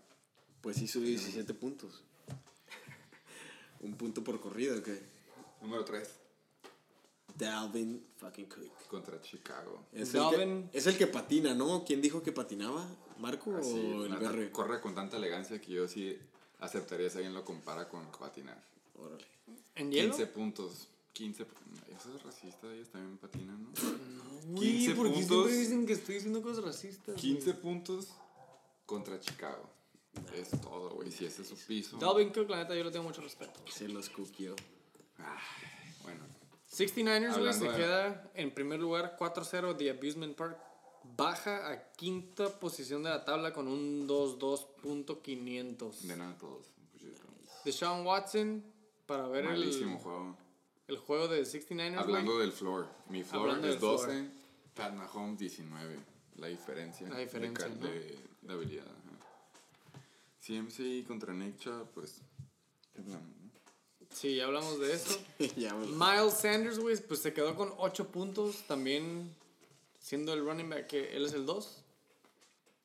Speaker 3: Pues hizo 17 puntos. <laughs> Un punto por corrida, ok.
Speaker 2: Número 3.
Speaker 3: Dalvin fucking Cook.
Speaker 2: Contra Chicago.
Speaker 3: Es
Speaker 1: Dalvin.
Speaker 3: el, que, es el que patina, ¿no? ¿Quién dijo que patinaba? Ah, ¿Marco
Speaker 2: Así,
Speaker 3: o Oh, el
Speaker 2: neta,
Speaker 3: BR?
Speaker 2: corre con tanta elegancia que yo sí aceptaría si alguien lo compara con patinar.
Speaker 3: Órale.
Speaker 1: ¿En hielo?
Speaker 2: 15 puntos. 15. Eso es racista, ellos también patinan, ¿no?
Speaker 1: Güey,
Speaker 2: 15
Speaker 1: ¿por qué
Speaker 2: puntos.
Speaker 1: siempre dicen que estoy diciendo cosas racistas?
Speaker 2: 15 puntos contra Chicago. Es todo, güey. Si ese es su piso.
Speaker 1: Dalvin Cook, la neta, yo le tengo mucho respeto.
Speaker 3: Se los cuquió.
Speaker 2: Bueno,
Speaker 1: 69ers, güey, se
Speaker 2: Hablando de-
Speaker 1: queda en primer lugar 4-0 de Abusement Park. Baja a quinta posición de la tabla con un 2-2.500.
Speaker 2: de nada a todos. Pues, yo-
Speaker 1: De Sean Watson, para ver
Speaker 2: Malísimo
Speaker 1: el,
Speaker 2: juego.
Speaker 1: el juego de 69ers. güey.
Speaker 2: Hablando del floor. Mi floor
Speaker 1: Hablando del
Speaker 2: es
Speaker 1: floor.
Speaker 2: 12. Pat Mahomes 19. La diferencia.
Speaker 1: La diferencia,
Speaker 2: de, cal-
Speaker 1: ¿no?
Speaker 2: de, de habilidad. ajá. CMC contra Nick Chubb, pues. ya hablamos, ¿no?
Speaker 1: Sí, ya hablamos de eso.
Speaker 3: <laughs> ya, güey.
Speaker 1: Miles Sanders, güey, pues se quedó con 8 puntos. También siendo el running back, que él es el 2.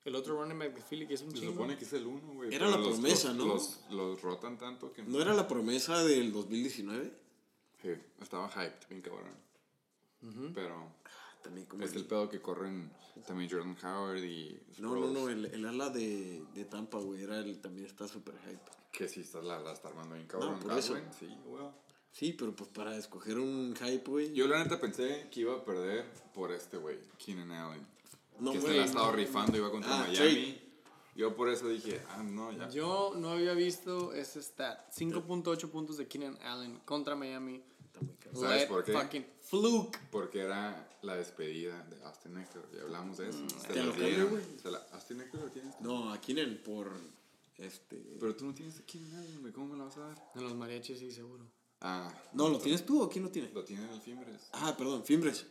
Speaker 1: El otro running back de Philly, que es un
Speaker 2: Se
Speaker 1: chingo.
Speaker 2: supone que es el 1, güey.
Speaker 3: Era
Speaker 2: pero
Speaker 3: la promesa,
Speaker 2: los,
Speaker 3: ¿no?
Speaker 2: Los, los rotan tanto que.
Speaker 3: ¿No era la promesa del 2019?
Speaker 2: Sí, estaba hyped, bien cabrón. Pero
Speaker 3: Ah, También como
Speaker 2: es el pedo que corren también Jordan Howard y.
Speaker 3: No, no,
Speaker 2: Sproles,
Speaker 3: no, eh. el, el ala de, de Tampa, güey, era el, también está súper hype.
Speaker 2: Que sí, está, la, la está armando bien cabrón.
Speaker 3: por eso.
Speaker 2: Godwin, sí, güey.
Speaker 3: Sí, pero pues para escoger un hype, güey.
Speaker 2: Yo la neta pensé que iba a perder por este güey, Keenan Allen.
Speaker 3: No,
Speaker 2: que se
Speaker 3: güey,
Speaker 2: la ha estado
Speaker 3: no.
Speaker 2: rifando, iba contra
Speaker 3: Ah,
Speaker 2: Miami.
Speaker 3: sí.
Speaker 2: Yo por eso dije, ah, no, ya.
Speaker 1: Yo no había visto ese stat. 5.8 puntos de Keenan Allen contra Miami.
Speaker 3: Está muy caro.
Speaker 2: ¿Sabes
Speaker 1: Let
Speaker 2: por qué?
Speaker 1: Fucking fluke.
Speaker 2: Porque era la despedida de Austin Eckler. Ya hablamos de eso. se
Speaker 3: Mm, te
Speaker 2: la
Speaker 3: lo cambio,
Speaker 2: dieron.
Speaker 3: güey.
Speaker 2: Se la- Austin Eckler lo tienes.
Speaker 3: No, a Keenan por este.
Speaker 2: Pero tú no tienes a Keenan Allen, güey. ¿Cómo me la vas a dar?
Speaker 1: En los mariachis, sí, seguro.
Speaker 2: Ah,
Speaker 3: No, ¿lo tienes tú o quién lo tiene?
Speaker 2: lo tienen al Fimbres.
Speaker 3: Ah, perdón, Fimbres.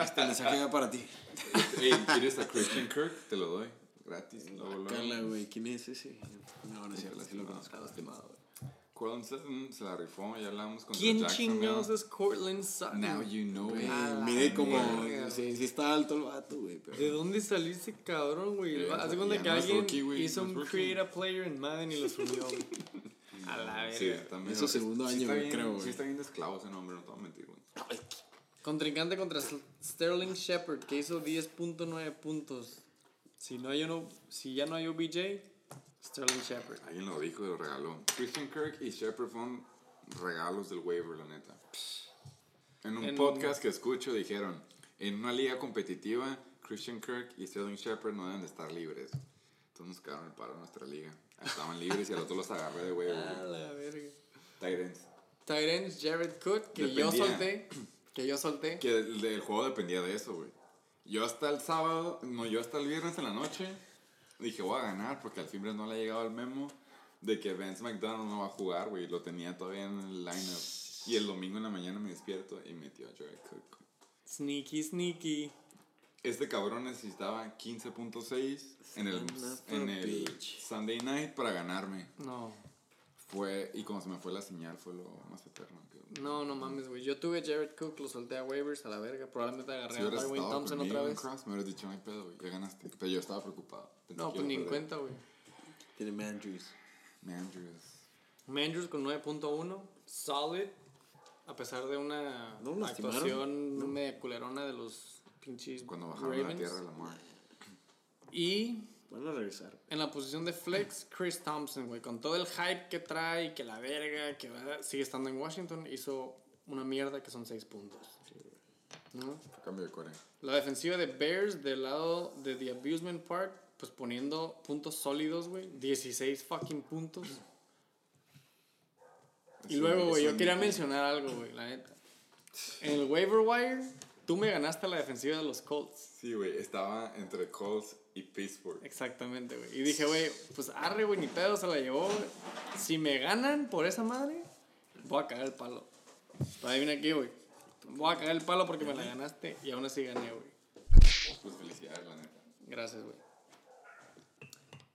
Speaker 3: Este mensaje va para ti.
Speaker 2: <laughs> Ey, ¿quieres a Christian Kirk? Te lo doy. Gratis. luego, luego.
Speaker 3: Carla, güey, ¿quién es ese? No, no sé, sí lo
Speaker 2: Lastimado.
Speaker 3: conozco. Lastimado, güey.
Speaker 2: Cortland Sutton se la rifó, ya hablamos con
Speaker 1: ¿Quién chingados es Cortland Sutton?
Speaker 2: Now you know it.
Speaker 3: Eh,
Speaker 1: la
Speaker 3: mide como.
Speaker 1: verga,
Speaker 3: Sí, sí está alto el vato, güey. pero-
Speaker 1: ¿De dónde salió ese cabrón, güey?
Speaker 2: Eh,
Speaker 1: Haz de
Speaker 2: ya
Speaker 1: cuenta
Speaker 2: no
Speaker 1: que
Speaker 2: es
Speaker 1: alguien
Speaker 2: rookie, güey,
Speaker 1: hizo
Speaker 2: no es
Speaker 1: un
Speaker 2: rookie.
Speaker 1: create a player en Madden y lo subió,
Speaker 2: <laughs>
Speaker 1: güey. A la verga.
Speaker 2: Sí, está medio-
Speaker 3: Es su segundo
Speaker 2: sí
Speaker 3: año,
Speaker 2: está
Speaker 3: güey,
Speaker 2: bien-
Speaker 3: creo, güey.
Speaker 2: Sí, está bien desclavado ese nombre, no te voy a mentir, güey.
Speaker 1: Contrincante contra S- Sterling Shepard, que hizo 10.9 puntos. Si, no hay uno, si ya no hay OBJ, Sterling Shepard.
Speaker 2: Alguien lo dijo y lo regaló. Christian Kirk y Shepard fueron regalos del waiver, la neta. En un
Speaker 1: En-
Speaker 2: podcast que escucho dijeron, en una liga competitiva, Christian Kirk y Sterling Shepard no deben de estar libres. Entonces nos cagaron el paro en nuestra liga. Estaban libres y al otro los agarré de
Speaker 1: A
Speaker 3: <laughs>
Speaker 2: waiver.
Speaker 3: Ah.
Speaker 1: la verga.
Speaker 2: Tyrants.
Speaker 1: Tyrants, Jared Cook, que yo
Speaker 2: Dependía.
Speaker 1: solté. Que yo solté.
Speaker 2: Que el, del juego dependía de eso, güey. Yo hasta el sábado, no, yo hasta el viernes en la noche dije, voy a ganar porque al Fimbres no le ha llegado el memo de que Vance McDonald no va a jugar, güey. Lo tenía todavía en el lineup. Y el domingo en la mañana me despierto y metió a Jared Cook.
Speaker 1: Sneaky, sneaky.
Speaker 2: Este cabrón necesitaba 15.6 en el,
Speaker 3: Son of a
Speaker 2: en el
Speaker 3: bitch.
Speaker 2: Sunday night para ganarme.
Speaker 1: No.
Speaker 2: Fue, y como se me fue la señal, fue lo más eterno. que-
Speaker 1: No, no mames, güey. Yo tuve Jared Cook, lo solté a waivers a la verga. Probablemente agarré
Speaker 2: Si
Speaker 1: a
Speaker 2: hubieras
Speaker 1: Darwin
Speaker 2: estado
Speaker 1: Thompson
Speaker 2: conmigo
Speaker 1: otra
Speaker 2: en
Speaker 1: vez.
Speaker 2: Cross, me hubieras dicho, no hay pedo, güey, ya ganaste. Pero yo estaba preocupado. Pensé
Speaker 1: No,
Speaker 2: que
Speaker 1: pues
Speaker 2: iba a
Speaker 1: ni en
Speaker 2: perder.
Speaker 1: cuenta, güey.
Speaker 3: Tiene Mandrews.
Speaker 2: Mandrews.
Speaker 1: Mandrews con 9.1, solid, a pesar de una
Speaker 3: No lo lastimaron,
Speaker 1: actuación media culerona de los pinches
Speaker 2: Cuando bajaron a la
Speaker 1: Ravens.
Speaker 2: tierra de la muerte.
Speaker 1: Y
Speaker 3: Van a regresar.
Speaker 1: en la posición de flex, Chris Thompson, güey, con todo el hype que trae, que la verga, que va- sigue estando en Washington, hizo una mierda que son 6 puntos. ¿No?
Speaker 2: Fue cambio de Corea.
Speaker 1: La defensiva de Bears del lado de The Abusement Park, pues poniendo puntos sólidos, güey. 16 fucking puntos. Y luego, güey, yo quería mencionar algo, güey, la neta. En el waiver wire, tú me ganaste la defensiva de los Colts.
Speaker 2: Sí, güey, estaba entre Colts y Pittsburgh.
Speaker 1: Exactamente, güey. Y dije, güey, pues arre, güey, ni pedo se la llevó. güey. Si me ganan por esa madre, voy a cagar el palo. Todavía viene aquí, güey. Voy a cagar el palo porque me la ganaste y aún así gané, güey.
Speaker 2: Pues felicidades, la neta.
Speaker 1: Gracias, güey.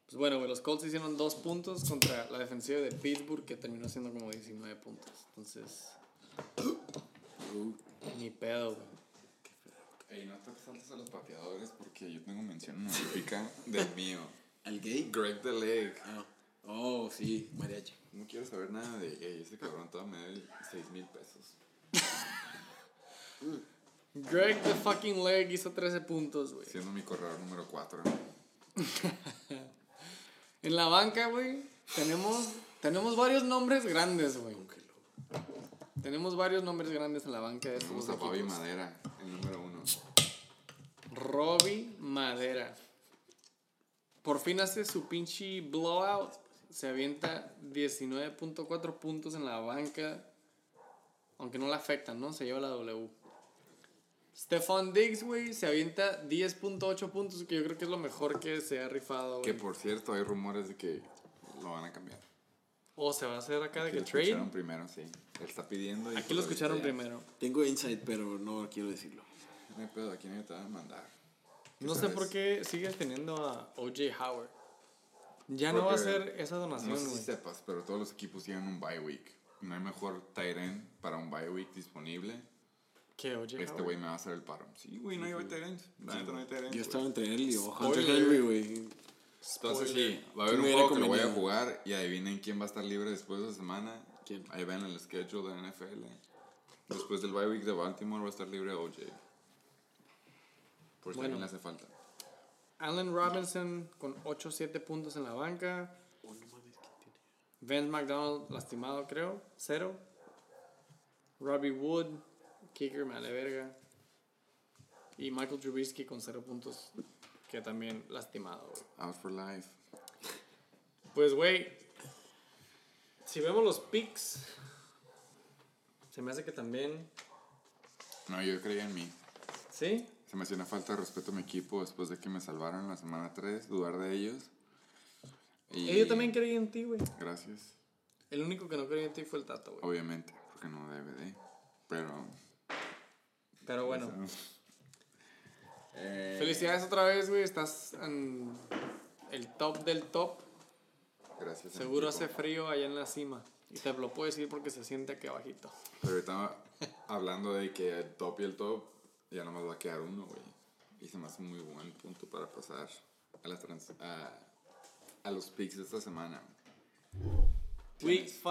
Speaker 1: Pues bueno, güey, los Colts hicieron dos puntos contra la defensiva de Pittsburgh que terminó siendo como 19 puntos. Entonces, <gasps> ni pedo, güey.
Speaker 2: Ey, no te saltes a los pateadores porque yo tengo mención honorífica <laughs> del mío.
Speaker 3: ¿Al gay?
Speaker 2: Greg the Leg.
Speaker 3: Ah. Oh, sí, mariachi.
Speaker 2: No quiero saber nada de gay. Ese cabrón todavía me debe 6 mil pesos.
Speaker 1: Greg the fucking leg hizo 13 puntos, güey.
Speaker 2: Siendo mi corredor número 4.
Speaker 1: En la banca, güey, tenemos, tenemos varios nombres grandes, güey. Tenemos varios nombres grandes en la banca de estos
Speaker 2: Tenemos
Speaker 1: dos
Speaker 2: a Bobby
Speaker 1: equipos.
Speaker 2: Madera, el número 1.
Speaker 1: Robbie Madera. Por fin hace su pinche blowout. Se avienta 19.4 puntos en la banca. Aunque no le afectan, ¿no? Se lleva la W. Stefan Diggs, güey, se avienta 10.8 puntos, que yo creo que es lo mejor que se ha rifado,
Speaker 2: Que
Speaker 1: güey.
Speaker 2: por cierto, hay rumores de que lo van a cambiar.
Speaker 1: O se va a hacer acá de
Speaker 2: Aquí
Speaker 1: que
Speaker 2: lo
Speaker 1: trade.
Speaker 2: escucharon primero, sí. Él está pidiendo. y
Speaker 1: Aquí lo
Speaker 2: pues
Speaker 1: escucharon
Speaker 2: ahorita ya.
Speaker 1: primero.
Speaker 3: Tengo insight, pero no quiero decirlo.
Speaker 2: No hay pedo, aquí nadie te va a mandar.
Speaker 1: No sé
Speaker 2: sabes?
Speaker 1: por qué sigues teniendo a OJ Howard. Ya no va a
Speaker 2: Porque
Speaker 1: hacer esa donación,
Speaker 2: No sé
Speaker 1: güey.
Speaker 2: si sepas, pero todos los equipos tienen un bye week. No hay mejor Tyren para un bye week disponible.
Speaker 1: Que OJ
Speaker 2: Este
Speaker 1: Howard.
Speaker 2: güey me va a hacer el paro. Sí, güey, no hay Tyren. La neta no hay Tyren.
Speaker 3: Yo estaba entre él y o
Speaker 1: Spoiler.
Speaker 3: Hunter Henry, güey.
Speaker 2: Entonces sí, va a haber
Speaker 3: ¿Quién
Speaker 2: un juego
Speaker 3: me hubiera
Speaker 2: que lo voy a
Speaker 3: convenido?
Speaker 2: jugar y adivinen quién va a estar libre después de la semana.
Speaker 3: ¿Quién?
Speaker 2: Ahí ven el schedule de la NFL. Después del bye week de Baltimore va a estar libre OJ. Por si a
Speaker 1: Bueno.
Speaker 2: alguien le hace falta.
Speaker 1: Allen Robinson con 8-7 puntos en la banca. Vance McDonald lastimado, creo. Cero. Robbie Wood, kicker, me vale verga. Y Michael Trubisky con 0 puntos, que también lastimado, güey.
Speaker 2: Out for life.
Speaker 1: Pues, güey, si vemos los picks, se me hace que también.
Speaker 2: No, yo creía en mí.
Speaker 1: ¿Sí?
Speaker 2: Se me hacía una falta de respeto a mi equipo después de que me salvaron en la semana 3, dudar de ellos. Y
Speaker 1: Eh, Yo también creí en ti, güey.
Speaker 2: Gracias.
Speaker 1: El único que no creyó en ti fue el Tato, güey.
Speaker 2: Obviamente, porque no DVD. Pero.
Speaker 1: Pero bueno. <laughs>
Speaker 2: Eh,
Speaker 1: Felicidades otra vez, güey. Estás en el top del top.
Speaker 2: Gracias.
Speaker 1: Seguro
Speaker 2: Enrico.
Speaker 1: hace frío allá en la cima. Y te lo puedo decir porque se siente aquí abajito.
Speaker 2: Pero ahorita hablando de que el top y el top, ya nomás va a quedar uno, güey. Y se me hace muy buen punto para pasar a, las trans- a, a los picks de esta semana.
Speaker 1: Week 5.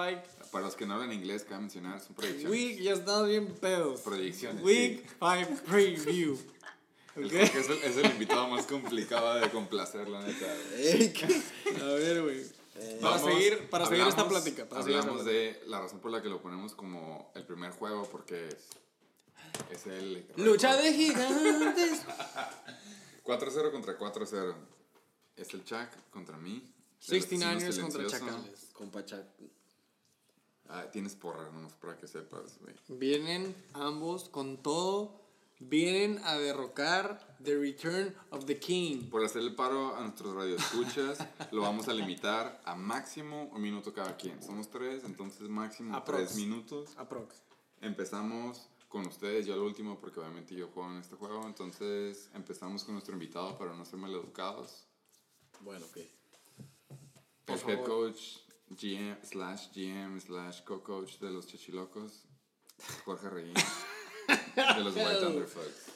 Speaker 2: Para los que no hablan inglés, cabe mencionar, son predicciones.
Speaker 1: Week, ya estamos bien pedos.
Speaker 2: Predicciones,
Speaker 1: Week 5 preview.
Speaker 2: El
Speaker 1: ¿Ok?
Speaker 2: Jorge es, el, es el invitado más complicado de complacer, la neta. güey.
Speaker 3: Ey, ¿qué?
Speaker 1: A ver, güey. para
Speaker 2: Vamos,
Speaker 1: seguir, para seguir esta
Speaker 2: Eh, hablamos-
Speaker 1: plática. Para seguir esta
Speaker 2: hablamos
Speaker 1: plática.
Speaker 2: de la razón por la que lo ponemos como el primer juego, porque es, es el...
Speaker 1: Lucha de gigantes.
Speaker 2: 4-0 contra 4-0. Es el Chuck contra mí. El
Speaker 1: 69ers
Speaker 2: asesino
Speaker 1: contra
Speaker 2: silencioso.
Speaker 1: Chacales.
Speaker 3: <laughs> Compa Chac.
Speaker 2: Ah, tienes porra, nomás para que sepas, güey.
Speaker 1: Vienen ambos con todo. Vienen a derrocar The Return of the King.
Speaker 2: Por hacer el paro a nuestros radioescuchas,
Speaker 1: <laughs>
Speaker 2: lo vamos a limitar a máximo un minuto cada quien. Somos tres, entonces máximo
Speaker 1: Aprox.
Speaker 2: tres minutos.
Speaker 1: Aprox.
Speaker 2: Empezamos con ustedes, yo al último, porque obviamente yo juego en este juego. Entonces empezamos con nuestro invitado para no ser maleducados.
Speaker 3: Bueno, ok.
Speaker 1: Por
Speaker 2: El head
Speaker 1: favor.
Speaker 2: coach, GM, slash GM, slash co-coach de los Chichilocos, Jorge Reguín, de los White Thunderfucks.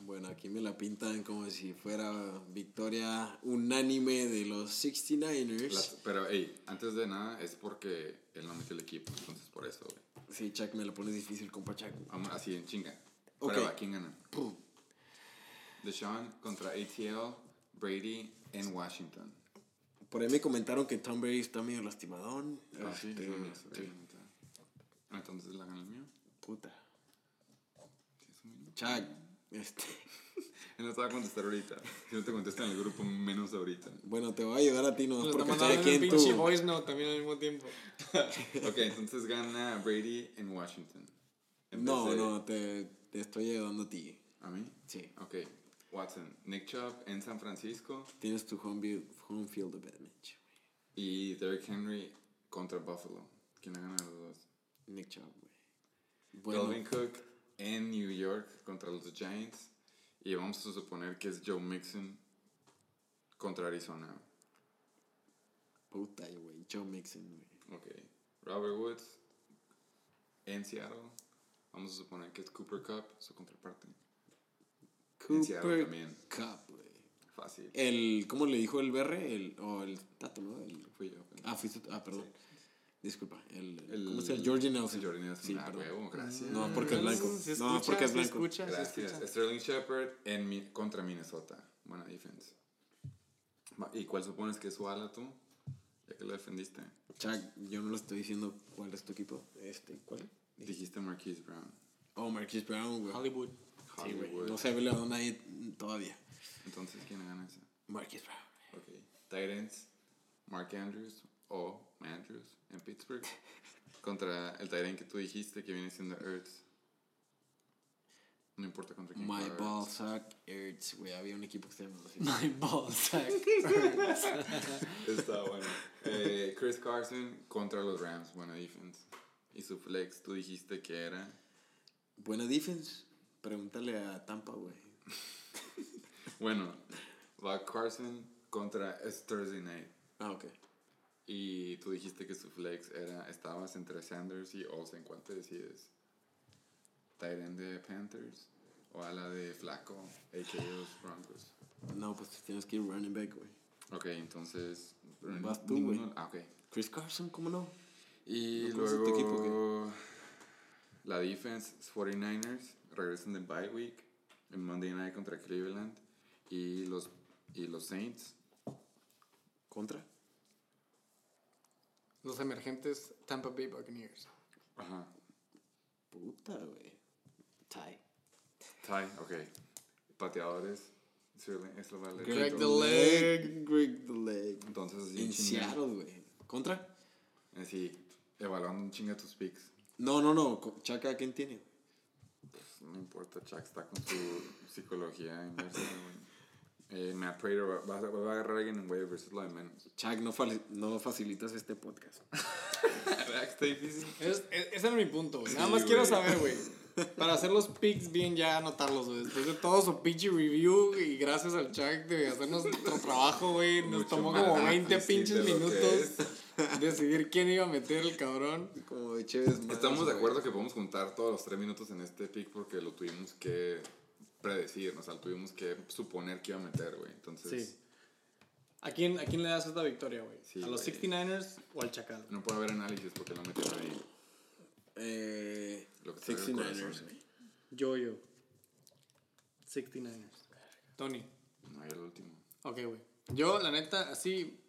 Speaker 3: Bueno, aquí me la pintan como si fuera victoria unánime de los 69ers.
Speaker 2: Las- pero, hey, antes de nada, es porque él no metió el equipo, entonces por eso, güey.
Speaker 3: Sí, Chac, me la pones difícil, compa Chac.
Speaker 2: Vamos, así en chinga.
Speaker 3: Ok.
Speaker 2: Pero va, ¿quién gana? Deshaun contra ATL, Brady en Washington.
Speaker 3: Por ahí me comentaron que Tom Brady está medio lastimadón.
Speaker 2: Ah, sí,
Speaker 3: Este,
Speaker 2: sí, me lo sabía,
Speaker 3: sí.
Speaker 2: la neta. Ah, Entonces la gana el mío.
Speaker 3: Puta.
Speaker 2: ¿Tienes un minuto?
Speaker 3: Chac, este, <laughs>
Speaker 2: Él no te va a contestar ahorita. Si no te contesta en el grupo, menos ahorita.
Speaker 3: bueno, te voy a ayudar a ti,
Speaker 2: Pues
Speaker 3: no
Speaker 1: Nos
Speaker 3: porque estoy
Speaker 1: mandaron
Speaker 3: aquí
Speaker 1: un
Speaker 3: en
Speaker 1: pinche
Speaker 3: tu...
Speaker 1: voice note también al mismo tiempo.
Speaker 2: Ok, entonces gana Brady en Washington. En
Speaker 3: No,
Speaker 2: vez de-
Speaker 3: no, te, te estoy ayudando a ti.
Speaker 2: ¿A mí?
Speaker 3: Sí.
Speaker 2: Ok. Watson, Nick Chubb en San Francisco
Speaker 3: Tienes tu home, view- home field advantage.
Speaker 2: y Derrick Henry contra Buffalo. ¿Quién gana los dos?
Speaker 3: güey. Nick Chubb, güey.
Speaker 2: Dalvin
Speaker 3: Bueno,
Speaker 2: Cook en New York contra los Giants. Y vamos a suponer que es Joe Mixon contra Arizona.
Speaker 3: puta, güey. Joe Mixon, güey.
Speaker 2: Ok. Robert Woods en Seattle. Vamos a suponer que es Cooper Cup, su contraparte. En Seattle
Speaker 3: Cooper
Speaker 2: también.
Speaker 3: Cup, güey.
Speaker 2: Fácil.
Speaker 3: Eh, El, ¿cómo le dijo el BR? El, o el Tato, ¿no? El,
Speaker 2: Fui yo. pero-
Speaker 3: ah, fuiste tú, ah, perdón. Disculpa. El,
Speaker 2: El-
Speaker 3: ¿Cómo se llama? Georgie Nelson.
Speaker 2: El Jordan Nelson.
Speaker 3: Sí,
Speaker 2: ah,
Speaker 3: perdón.
Speaker 2: huevo, gracias.
Speaker 3: No, porque es blanco.
Speaker 1: Se escucha,
Speaker 3: No, porque es
Speaker 1: se
Speaker 3: blanco.
Speaker 1: escucha, se
Speaker 2: Gracias.
Speaker 1: escucha.
Speaker 2: Sterling Shepard en mi- contra Minnesota. Buena defensa. Va, ¿Y cuál supones que es su ala tú? Ya que lo defendiste.
Speaker 3: Chuck, yo no le estoy diciendo cuál es tu equipo. Este, ¿cuál?
Speaker 2: Dijiste Marquise Brown.
Speaker 3: Oh, Marquis Brown, güey.
Speaker 1: Hollywood.
Speaker 3: Sí, güey.
Speaker 2: Hollywood.
Speaker 3: No se ve la onda ahí todavía.
Speaker 2: Entonces, ¿quién gana esa?
Speaker 3: Marquis Brown.
Speaker 2: Ok. Titans, Mark Andrews o Andrews en Pittsburgh.
Speaker 3: <laughs>
Speaker 2: contra el Titan que tú dijiste que viene siendo Ertz. No importa contra quién.
Speaker 3: My
Speaker 2: juega Ertz.
Speaker 3: ball suck Ertz, güey. Había un equipo que se llamaba
Speaker 1: <laughs>
Speaker 3: así.
Speaker 1: My ballsack.
Speaker 2: Está bueno. Eh, Chris Carson contra los Rams. Buena defense. Y su flex, tú dijiste que era.
Speaker 3: Buena defense. Pregúntale a Tampa, güey.
Speaker 2: Bueno, va Carson contra es Thursday Night.
Speaker 3: Ah, ok.
Speaker 2: Y tú dijiste que su flex era. Estabas entre Sanders y Olsen. ¿Cuál te decides? ¿Tyrant de Panthers? ¿O a la de Flaco? A.k.a. los Broncos.
Speaker 3: No, pues tienes que ir running back, güey.
Speaker 2: Ok, entonces.
Speaker 3: Vas tú, güey.
Speaker 2: ninguno- Ah, ok.
Speaker 3: Chris Carson, ¿cómo no?
Speaker 2: Y
Speaker 3: ¿No conoces
Speaker 2: luego
Speaker 3: tu equipo o qué?
Speaker 2: la defense, 49ers, regresan de bye week en Monday Night contra Cleveland y los, y los Saints.
Speaker 3: ¿Contra?
Speaker 1: Los emergentes Tampa Bay Buccaneers.
Speaker 2: Ajá.
Speaker 3: Puta, güey. Tie.
Speaker 2: Tie, ok. Pateadores, Sirle- es lo vale.
Speaker 1: Greg
Speaker 2: Entonces,
Speaker 1: the Leg.
Speaker 3: Greg the Leg.
Speaker 2: Entonces, así
Speaker 3: En
Speaker 2: chinga-
Speaker 3: Seattle, güey. ¿Contra?
Speaker 2: Así, Eh, evaluando un chinga tus picks.
Speaker 3: No, no, no. co- Chaca, ¿quién tiene?
Speaker 2: Pues, no importa, Chuck está con su psicología inversa, güey. Eh, Matt Prater <laughs> va, va- va a agarrar a alguien en waivers, es lo de menos.
Speaker 3: Chuck, no, fali- no facilitas este podcast.
Speaker 2: Está difícil.
Speaker 1: Es, es- ese era mi punto, güey. Nada
Speaker 2: Sí,
Speaker 1: más quiero
Speaker 2: güey.
Speaker 1: saber,
Speaker 2: <laughs>
Speaker 1: güey. Para hacer los picks bien, ya anotarlos, güey. Después de todo su pinche review y gracias al Chuck de hacernos nuestro trabajo, güey. Nos
Speaker 2: Mucho
Speaker 1: tomó
Speaker 2: más
Speaker 1: como 20
Speaker 2: difícil
Speaker 1: pinches
Speaker 2: de lo que
Speaker 1: minutos <laughs> decidir quién iba a meter el cabrón.
Speaker 3: Como de chéves más,
Speaker 2: Estamos de
Speaker 3: güey.
Speaker 2: acuerdo que podemos juntar todos los tres minutos en este pick porque lo tuvimos que predecir, o sea, lo tuvimos que suponer que iba a meter, güey. Entonces,
Speaker 1: Sí. ¿A quién, ¿A quién le das esta victoria, güey?
Speaker 2: Sí,
Speaker 1: ¿A los
Speaker 2: güey.
Speaker 1: 69ers o al Chacal?
Speaker 2: no puede haber análisis porque lo metieron ahí.
Speaker 3: Eh,
Speaker 2: Lo que traiga el
Speaker 3: 69ers,
Speaker 2: corazón.
Speaker 3: güey.
Speaker 1: Yo, yo. 69ers. Tony.
Speaker 2: No era el último.
Speaker 1: Ok, güey. Yo, la neta, así.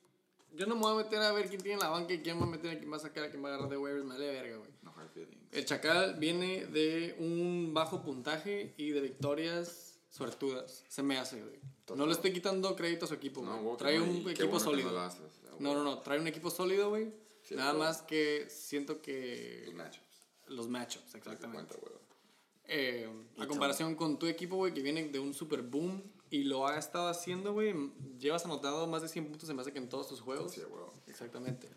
Speaker 1: Yo no me voy a meter a ver quién tiene la banca y quién va a meter, a quién va a sacar, a quién va a agarrar de waivers. Me vale verga, güey.
Speaker 2: No hard feelings.
Speaker 1: El Chacal viene de un bajo puntaje y de victorias suertudas. Se me hace, güey. No le estoy quitando crédito a su equipo, güey.
Speaker 2: No, güey,
Speaker 1: trae
Speaker 2: no,
Speaker 1: un
Speaker 2: y qué
Speaker 1: equipo
Speaker 2: bueno que
Speaker 1: sólido.
Speaker 2: No, lo haces, o sea,
Speaker 1: No, no,
Speaker 2: güey,
Speaker 1: no. Trae un equipo sólido, güey.
Speaker 2: Sí,
Speaker 1: Nada
Speaker 2: güey.
Speaker 1: más que siento
Speaker 2: Los
Speaker 1: que
Speaker 2: matchups.
Speaker 1: los matchups, exactamente.
Speaker 2: Exactamente. pues, Cuenta, güey.
Speaker 1: Eh, a comparación con tu equipo, güey, que viene de un super boom y lo ha estado haciendo, güey. Llevas anotado más de 100 puntos, se me hace que en todos tus juegos.
Speaker 2: Sí, güey.
Speaker 1: Exactamente.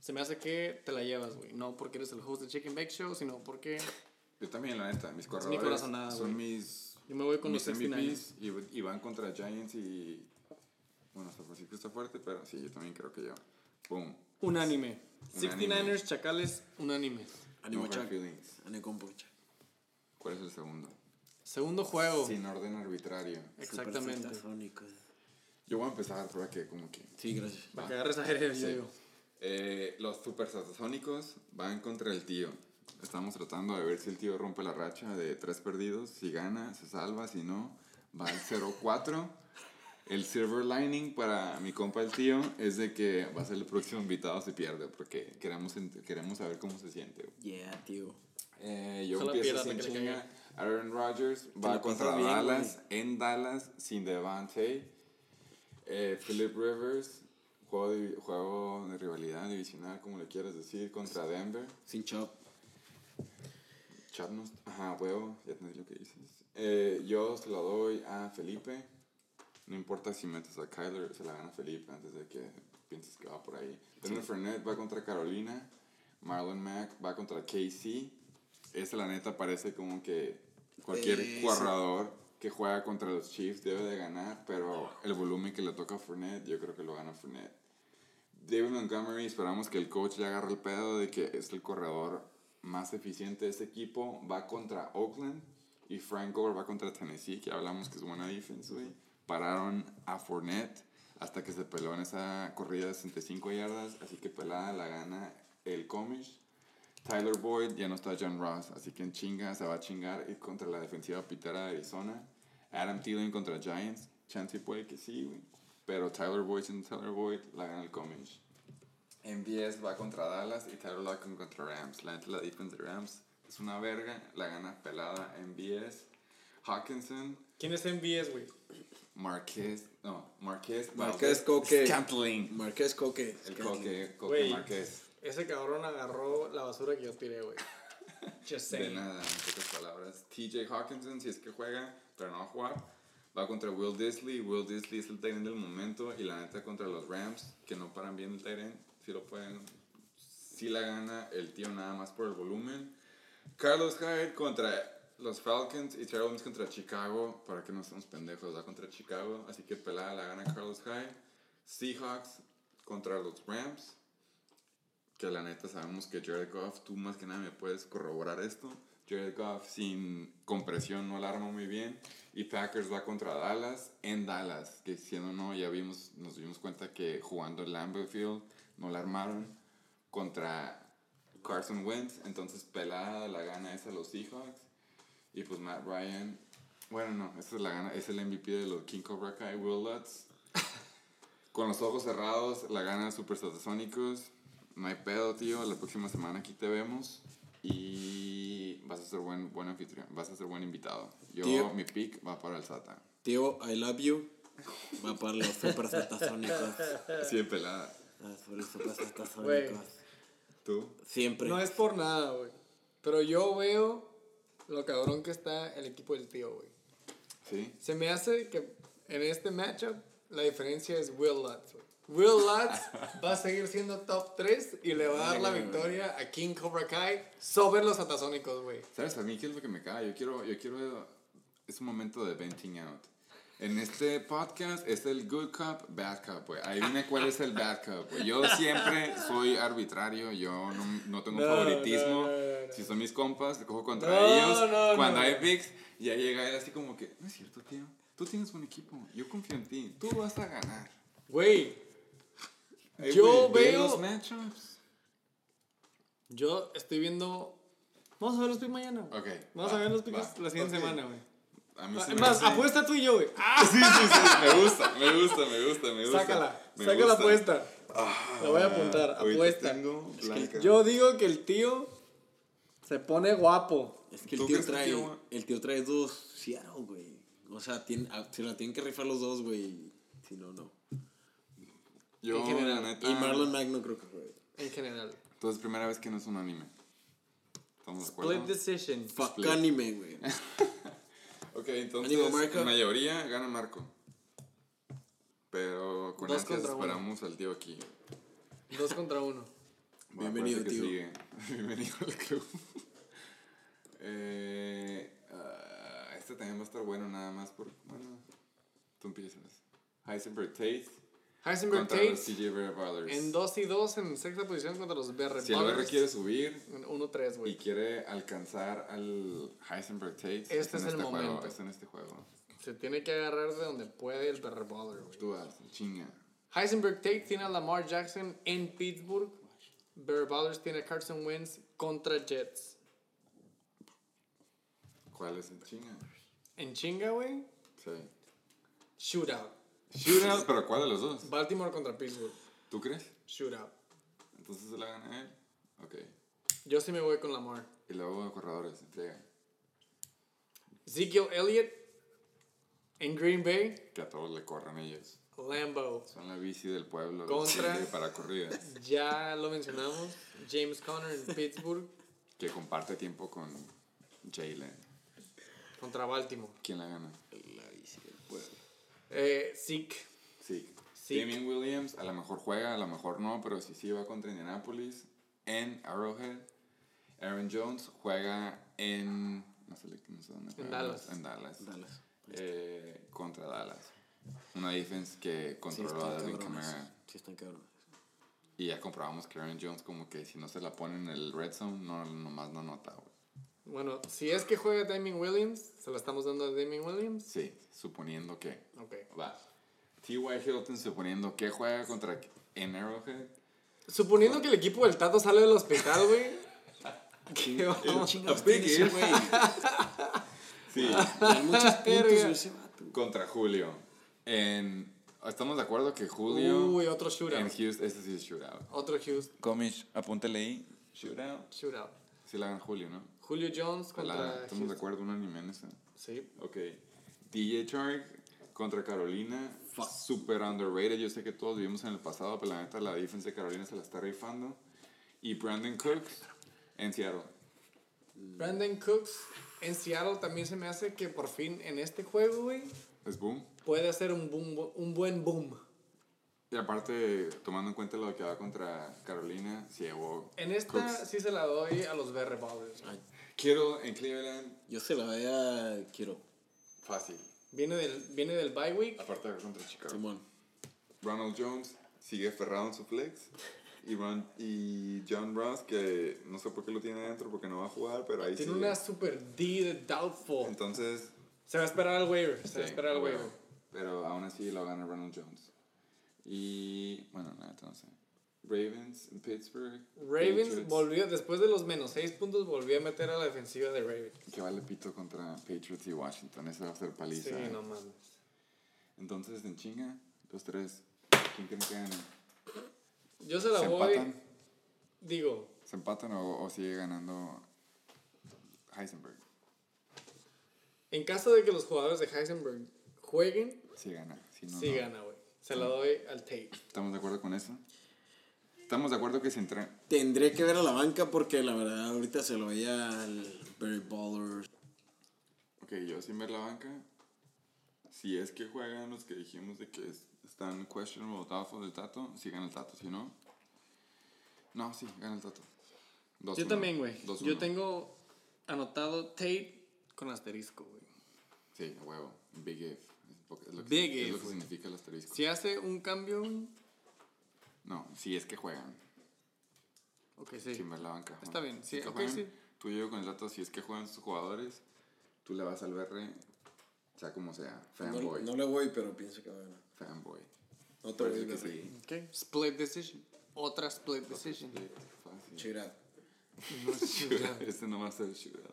Speaker 1: Se me hace que te la llevas, güey. No porque eres el host de Chicken Bake Show, sino porque
Speaker 2: Yo también, la neta, mis corredores
Speaker 1: corazonada,
Speaker 2: son
Speaker 1: güey.
Speaker 2: mis,
Speaker 1: yo me voy con
Speaker 2: mis
Speaker 1: los 69ers.
Speaker 2: MVPs y, y van contra Giants y... Bueno, San Francisco está fuerte, pero sí, yo también creo que yo. Boom.
Speaker 1: Unánime.
Speaker 2: Unánime.
Speaker 1: 69ers, chacales, unánime.
Speaker 2: No
Speaker 3: Ánimo,
Speaker 2: hard
Speaker 3: Chuck.
Speaker 2: feelings.
Speaker 3: Ánimo, Chuck.
Speaker 2: ¿Cuál es el segundo?
Speaker 1: Segundo juego.
Speaker 2: Sin orden arbitrario.
Speaker 1: Exactamente.
Speaker 3: Supersatasónico.
Speaker 2: Yo voy a empezar por aquí, como que...
Speaker 3: Sí, gracias.
Speaker 1: Para que agarres aire, yo digo.
Speaker 2: Eh, los super van contra el tío. Estamos tratando de ver si el tío rompe la racha de tres perdidos. Si gana, se salva. Si no, va al 0-4. El silver lining para mi compa el tío es de que va a ser el próximo invitado si pierde, porque queremos, ent- queremos saber cómo se siente. güey.
Speaker 3: Yeah, tío.
Speaker 2: Eh, yo
Speaker 1: Ojalá pierda,
Speaker 2: empiezo sin
Speaker 1: que le
Speaker 2: chinga.
Speaker 1: caiga.
Speaker 2: Aaron Rodgers
Speaker 3: la
Speaker 2: va
Speaker 3: pasó
Speaker 2: contra
Speaker 3: bien,
Speaker 2: Dallas, en Dallas, sin Devante. Eh, Philip Rivers, juego de, juego de rivalidad divisional, como le quieras decir, contra Denver.
Speaker 3: Sin chop.
Speaker 2: Chad no- Ajá, huevo, ya entendí lo que dices. Eh, yo se la doy a Felipe. No importa si metes a Kyler, se la gana Felipe antes de que pienses que va por ahí. Leonard Fournette va contra Carolina. Marlon Mack va contra KC. Ese, la neta, parece como que cualquier
Speaker 3: Eh, sí.
Speaker 2: corredor que juega contra los Chiefs debe de ganar, pero el volumen que le toca a Fournette, yo creo que lo gana Fournette. David Montgomery, esperamos que el coach le agarre el pedo de que es el corredor más eficiente de este equipo. Va contra Oakland y Frank Gore va contra Tennessee, que hablamos que es buena defense, güey. Pararon a Fournette hasta que se peló en esa corrida de 65 yardas, así que pelada la gana el Comish. Tyler Boyd ya no está John Ross, así que en chinga se va a chingar y contra la defensiva pitera de Arizona. Adam Thielen contra Giants, chance puede que sí, güey. Pero Tyler Boyd sin Tyler Boyd la gana el Comish. En 10 va contra Dallas y Tyler Lockett contra Rams. La neta, la defense de Rams es una verga, la gana pelada en 10. Hawkinson,
Speaker 1: ¿Quién es MVS, güey?
Speaker 2: Marquez, no, Marquez,
Speaker 3: Marquez Coque.
Speaker 2: Scantling.
Speaker 3: Marqués Coque.
Speaker 2: El Coque, Coque
Speaker 1: Güey.
Speaker 2: Marquez.
Speaker 1: Ese cabrón agarró la basura que yo tiré, <laughs> güey. Just
Speaker 2: De
Speaker 1: saying.
Speaker 2: nada, en pocas palabras. TJ Hawkinson, si es que juega, pero no va a jugar, va contra Will Disley. Will Disley es el tight end del momento y la neta contra los Rams, que no paran bien el tight end. Si lo pueden, si la gana el tío nada más por el volumen. Carlos Hyde contra los Falcons y Terrell Owens contra Chicago, para que no seamos pendejos, va contra Chicago. Así que pelada la gana Carlos Hyde. Seahawks contra los Rams que la neta sabemos que Jared Goff, tú más que nada me puedes corroborar esto. Jared Goff sin compresión no la arma muy bien. Y Packers va contra Dallas en Dallas, que siendo no, ya vimos, nos dimos cuenta que jugando en Lambeau Field no la armaron contra Carson Wentz. Entonces pelada la gana esa a los Seahawks. Y pues Matt Ryan, bueno, no, esa es la gana, es el MVP de los King Cobra Kai, Will Lutz. Con los ojos cerrados, la gana Super Satasónicos. No hay pedo, tío. La próxima semana aquí te vemos. Y vas a ser buen, buen anfitrión. Vas a ser buen invitado. Yo,
Speaker 3: Tío.
Speaker 2: mi pick va para el Sata.
Speaker 3: Tío, I love you. Va para los supersatasónicos.
Speaker 1: <laughs>
Speaker 2: Así de pelada.
Speaker 3: Ah, por los supersatasónicos.
Speaker 2: ¿Tú?
Speaker 3: Siempre.
Speaker 1: No es por nada, güey. Pero yo veo lo cabrón que está el equipo del tío, güey.
Speaker 2: ¿Sí?
Speaker 1: Se me hace que en este matchup la diferencia es Will Lutz, güey. Will
Speaker 2: <laughs>
Speaker 1: Lutz va a seguir siendo top 3 y le va a dar la victoria a King Cobra Kai sobre los atasónicos, güey.
Speaker 2: ¿Sabes a mí qué es lo que me cae? Yo quiero, yo quiero, es un momento de venting out. En este podcast es el good cup, bad cup, güey. Adivina cuál es el bad cup, güey. Yo siempre soy arbitrario, yo no, no tengo
Speaker 1: No,
Speaker 2: favoritismo.
Speaker 1: no, no, no.
Speaker 2: Si son mis compas, cojo contra
Speaker 1: No,
Speaker 2: ellos.
Speaker 1: no,
Speaker 2: Cuando
Speaker 1: no.
Speaker 2: hay picks, ya llega él así como que, no es cierto, tío. Tú tienes un equipo, yo confío en ti, tú vas a ganar.
Speaker 1: Güey,
Speaker 2: Ey,
Speaker 1: Yo
Speaker 2: güey, ve
Speaker 1: veo-
Speaker 2: los matchups.
Speaker 1: yo estoy viendo... Vamos a ver los picks mañana. güey.
Speaker 2: Ok,
Speaker 1: Vamos
Speaker 2: va,
Speaker 1: a ver los
Speaker 2: va.
Speaker 1: picks la siguiente
Speaker 2: Ok.
Speaker 1: semana, güey.
Speaker 2: A mí se
Speaker 1: Es
Speaker 2: me
Speaker 1: más,
Speaker 2: hace-
Speaker 1: apuesta tú y yo, güey. Ah,
Speaker 2: Sí, sí, sí, me gusta, me gusta, me gusta, me gusta.
Speaker 1: sácala,
Speaker 2: Me
Speaker 1: saca la
Speaker 2: gusta.
Speaker 1: apuesta. La voy a apuntar,
Speaker 2: Ah, ahorita
Speaker 1: apuesta.
Speaker 2: tengo blanca.
Speaker 1: Yo digo que el tío se pone guapo.
Speaker 3: Es que
Speaker 2: ¿Tú
Speaker 3: el tío,
Speaker 2: crees que
Speaker 3: trae,
Speaker 2: el tío-
Speaker 3: el tío trae dos Seattle, güey. O sea, tiene, a- se la tienen que rifar los dos, güey. Si no, no.
Speaker 2: Yo,
Speaker 1: En general.
Speaker 2: la neta.
Speaker 3: Y Marlon Magno creo que fue.
Speaker 1: En general.
Speaker 2: Entonces, primera vez que no es un anime. ¿Estamos de acuerdo?
Speaker 1: Split decision.
Speaker 3: Fuck
Speaker 2: Split.
Speaker 3: anime, <laughs> güey.
Speaker 2: Ok, entonces,
Speaker 3: Ánimo, Marco.
Speaker 2: la mayoría gana Marco. Pero con
Speaker 1: Dos
Speaker 2: ansias
Speaker 1: contra uno.
Speaker 2: esperamos al tío aquí.
Speaker 1: Dos contra
Speaker 2: <laughs>
Speaker 1: uno.
Speaker 2: Bueno,
Speaker 3: Bienvenido,
Speaker 2: parece que
Speaker 3: tío.
Speaker 2: sigue. <laughs> Bienvenido al club. eh, ah, este también va a estar bueno nada más por... Bueno, tú empiezas. Heisenberg Tate
Speaker 1: Heisenberg
Speaker 2: contra
Speaker 1: Tate
Speaker 2: los CJ Bear Brothers.
Speaker 1: en 2 y 2 en sexta posición contra los BR
Speaker 2: Si el BR quiere subir,
Speaker 1: En 1-3,
Speaker 2: y
Speaker 1: güey.
Speaker 2: quiere alcanzar al Heisenberg Tate.
Speaker 1: Este
Speaker 2: en
Speaker 1: es el
Speaker 2: juego,
Speaker 1: momento.
Speaker 2: es en este juego.
Speaker 1: Se tiene que agarrar de donde puede el BR Baller, güey.
Speaker 2: Tú haz, chinga.
Speaker 1: Heisenberg Tate tiene a Lamar Jackson en Pittsburgh. Bear Ballers tiene a Carson Wentz contra Jets.
Speaker 2: ¿Cuál es el chinga?
Speaker 1: En chinga, güey.
Speaker 2: Sí.
Speaker 1: Shootout.
Speaker 2: Shootout, pero ¿cuál de los dos?
Speaker 1: Baltimore contra Pittsburgh.
Speaker 2: ¿Tú crees?
Speaker 1: Shootout.
Speaker 2: Entonces se la gana él. Ok.
Speaker 1: Yo sí me voy con Lamar.
Speaker 2: Y luego de corredores, entrega.
Speaker 1: Ezekiel Elliott en Green Bay.
Speaker 2: Que a todos le corran ellos.
Speaker 1: Lambo.
Speaker 2: Son la bici del pueblo.
Speaker 1: Contra-
Speaker 2: los de Para corridas.
Speaker 1: Ya lo mencionamos. James Conner en Pittsburgh <laughs>
Speaker 2: Que comparte tiempo con Jalen.
Speaker 1: contra Baltimore.
Speaker 2: ¿Quién la gana?
Speaker 3: La bici del pueblo.
Speaker 1: Eh, Zeke.
Speaker 2: Sí.
Speaker 1: Sí.
Speaker 2: Damien Williams a lo mejor juega, a lo mejor no, pero si sí va contra Indianapolis en Arrowhead. Aaron Jones juega en. No sé, no sé dónde juega,
Speaker 1: Dallas.
Speaker 2: En Dallas.
Speaker 3: Dallas.
Speaker 2: Eh, contra Dallas. Una defense que
Speaker 3: Sí,
Speaker 2: controló a
Speaker 3: están
Speaker 2: David
Speaker 3: cabrones.
Speaker 2: Camara.
Speaker 3: Sí, están cabrones.
Speaker 2: Y ya comprobamos que Aaron Jones, como que si no se la pone en el red zone, no, nomás no nota, güey.
Speaker 1: Bueno, si es que juega Damien Williams, se la estamos dando a Damien Williams.
Speaker 2: Sí, suponiendo que.
Speaker 1: Ok.
Speaker 2: Va. T.Y. Hilton suponiendo que juega contra. En Arrowhead.
Speaker 1: Suponiendo que el equipo del Tato sale del hospital,
Speaker 2: <laughs>
Speaker 1: güey. ¿Qué vamos?
Speaker 3: Chingados
Speaker 2: big
Speaker 3: tiene ese
Speaker 1: <laughs>
Speaker 2: if.
Speaker 3: güey.
Speaker 2: Sí.
Speaker 3: Hay
Speaker 2: <laughs>
Speaker 3: muchos puntos
Speaker 1: Verga.
Speaker 3: en ese vato.
Speaker 2: contra Julio. En, estamos de acuerdo que Julio
Speaker 1: Uy, otro
Speaker 2: en
Speaker 1: shootout.
Speaker 2: Houston, ese sí es shootout.
Speaker 1: Otro Hughes
Speaker 2: Comish, apúntale ahí. Shootout.
Speaker 1: shootout.
Speaker 2: Sí la gana Julio, ¿no?
Speaker 1: Julio Jones
Speaker 2: La-
Speaker 1: contra
Speaker 2: estamos de
Speaker 1: Houston.
Speaker 2: acuerdo unánime en eso.
Speaker 1: Sí.
Speaker 2: Ok. DJ Chark contra Carolina.
Speaker 3: Fuck.
Speaker 2: Super underrated. Yo sé que todos vivimos en el pasado, pero la neta la defensa de Carolina se la está rifando. Y Brandon Cooks en Seattle.
Speaker 1: Brandon Cooks en Seattle también se me hace que por fin en este juego, güey,
Speaker 2: Es boom.
Speaker 1: puede hacer un, boom, un buen boom.
Speaker 2: Y aparte, tomando en cuenta lo que va contra Carolina, se llevó
Speaker 1: En esta
Speaker 2: Cooks.
Speaker 1: sí se la doy a los BR Ballers.
Speaker 3: Ay,
Speaker 2: Quiero en Cleveland
Speaker 3: Yo se la voy a... Quiero.
Speaker 2: Fácil.
Speaker 1: Viene del, viene del bye week.
Speaker 2: Aparte de contra Chicago.
Speaker 3: Simón.
Speaker 2: Ronald Jones sigue ferrado en su flex. Y, Ron- y John Ross, que no sé por qué lo tiene adentro, porque no va a jugar, pero ahí
Speaker 1: Tiene
Speaker 2: sigue.
Speaker 1: una super D de doubtful.
Speaker 2: Entonces.
Speaker 1: Se va a esperar al waiver. Se
Speaker 2: sí,
Speaker 1: va a esperar al
Speaker 2: bueno,
Speaker 1: waiver.
Speaker 2: Pero aún así lo gana Ronald Jones. Y. Bueno, nada, entonces. Ravens en Pittsburgh.
Speaker 1: Ravens
Speaker 2: Patriots,
Speaker 1: volvió, después de los menos 6 puntos, volvió a meter a la defensiva de Ravens.
Speaker 2: Que vale pito contra Patriots y Washington. Esa va a ser paliza.
Speaker 1: Sí, no mames.
Speaker 2: Entonces, en chinga, los tres. ¿Quién creen que gane?
Speaker 1: Yo se la
Speaker 2: ¿Se
Speaker 1: voy.
Speaker 2: empatan?
Speaker 1: Digo,
Speaker 2: ¿Se empatan o, o sigue ganando Heisenberg?
Speaker 1: en caso de que los jugadores de Heisenberg jueguen,
Speaker 2: Sí gana. Si no,
Speaker 1: sí
Speaker 2: no.
Speaker 1: gana, güey. Se la doy al Tate.
Speaker 2: ¿Estamos de acuerdo con eso? ¿Estamos de acuerdo que se entra...
Speaker 3: Tendré que ver a la banca porque la verdad ahorita se lo veía al Barry Baller.
Speaker 2: Ok, yo sin ver la banca, Si es que juegan los que dijimos de que es- están questionable o doubtful del Tato, sí gana el Tato, si no. No, sí, gana el Tato. 2-1.
Speaker 1: Yo también, güey.
Speaker 2: 2-1.
Speaker 1: Yo tengo anotado Tate con asterisco, güey.
Speaker 2: Sí, a huevo. Big if. Es po- Es lo que,
Speaker 1: Big
Speaker 2: es
Speaker 1: if,
Speaker 2: lo que
Speaker 1: güey.
Speaker 2: significa el asterisco.
Speaker 1: Si hace un cambio, güey,
Speaker 2: No, si es que juegan.
Speaker 1: ok, sí.
Speaker 2: Sin ver la banca. ajá.
Speaker 1: Está bien, sí,
Speaker 2: Si es que
Speaker 1: ok,
Speaker 2: juegan,
Speaker 1: sí.
Speaker 2: Tú y yo con el Tato, si es que juegan sus jugadores, tú le vas al BR, sea como sea.
Speaker 3: No,
Speaker 2: Fanboy.
Speaker 3: no le voy, pero pienso que va a ganar.
Speaker 2: Fanboy.
Speaker 3: No te voy
Speaker 2: Parece
Speaker 3: a
Speaker 2: que
Speaker 3: decir.
Speaker 2: sí.
Speaker 1: Ok, Split decision. Otra split decision.
Speaker 2: Sí, fácil.
Speaker 3: Chirad.
Speaker 2: <laughs> Este no va a ser shootout.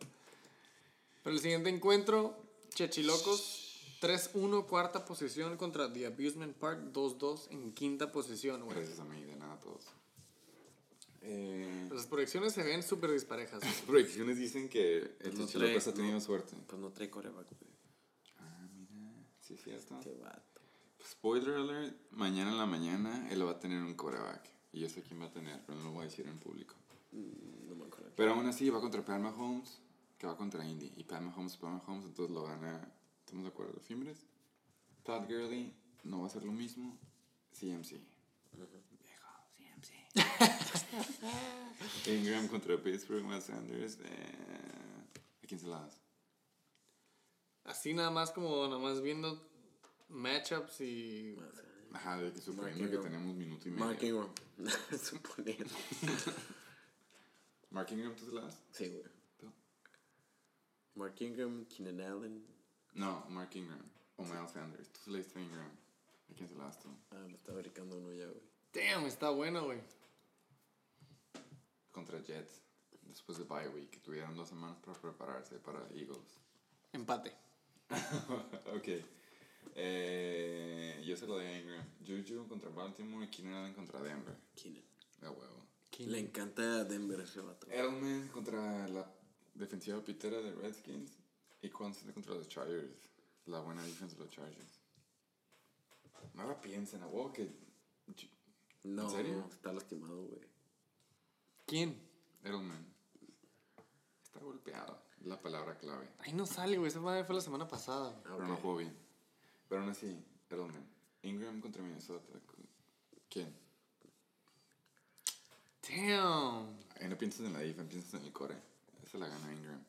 Speaker 1: Pero el siguiente encuentro, Chechilocos, 3-1, cuarta posición contra The Abusement Park, 2-2 en quinta posición, güey.
Speaker 2: Gracias a mí, de nada a todos. Eh,
Speaker 1: Las proyecciones se ven súper disparejas. güey.
Speaker 2: proyecciones dicen que el
Speaker 3: No
Speaker 2: Chilocos
Speaker 3: trae-
Speaker 2: ha tenido
Speaker 3: no.
Speaker 2: suerte.
Speaker 3: Pues no trae coreback, güey.
Speaker 2: Sí, es cierto.
Speaker 3: Qué vato.
Speaker 2: Spoiler alert, mañana en la mañana él va a tener un coreback. Y yo sé quién va a tener, pero no lo voy a decir en público.
Speaker 3: No me acuerdo.
Speaker 2: Pero aún así va contra Pat Mahomes, que va contra Indy. Y Pat Mahomes, Pat Mahomes, entonces lo gana. ¿Estamos de acuerdo? ¿Fimbres? Todd Gurley no va a ser lo mismo. CMC. Viejo, CMC. <laughs> Ingram contra Pittsburgh, Miles Sanders. eh, ¿A quién se la das?
Speaker 1: Así nada más como nada más viendo matchups y...
Speaker 2: Ajá, de que suponiendo
Speaker 3: Mark
Speaker 2: que
Speaker 3: Ingram.
Speaker 2: tenemos minuto y medio.
Speaker 3: Mark Ingram. <laughs> Suponiendo.
Speaker 2: Mark Ingram, ¿tú se la das?
Speaker 3: Sí, güey.
Speaker 2: ¿Tú?
Speaker 3: Mark Ingram, Keenan Allen.
Speaker 2: No, Mark Ingram. O Miles Sanders. Tú se la diste a Ingram. ¿A quién se la das tú?
Speaker 3: Ah, me estaba brincando uno ya, güey.
Speaker 1: Damn, está bueno, güey.
Speaker 2: contra Jets después de bye week. Tuvieron dos semanas para prepararse para Eagles. <laughs>
Speaker 1: Empate.
Speaker 2: ok. Eh, yo se lo doy a Ingram. Juju contra Baltimore y Keenan Allen contra Denver.
Speaker 3: Keenan.
Speaker 2: A huevo.
Speaker 3: Le encanta a Denver ese vato.
Speaker 2: Edelman contra la defensiva pitera de Redskins y Constant contra los Chargers. La buena defensa de los Chargers. No la piensen, a huevo que Ju-
Speaker 3: No,
Speaker 2: ¿En serio?
Speaker 3: está lastimado, güey.
Speaker 1: ¿Quién?
Speaker 2: Edelman está golpeado. Es la palabra clave.
Speaker 1: Ahí no sale, güey. Esa madre fue la semana pasada, güey.
Speaker 3: Ah,
Speaker 2: Pero no
Speaker 3: ok.
Speaker 2: jugó bien. Pero aún así, Edelman. Ingram contra Minnesota. ¿Quién?
Speaker 1: Damn.
Speaker 2: Ahí no piensas en la defensa, piensas en el core. Esa la gana Ingram.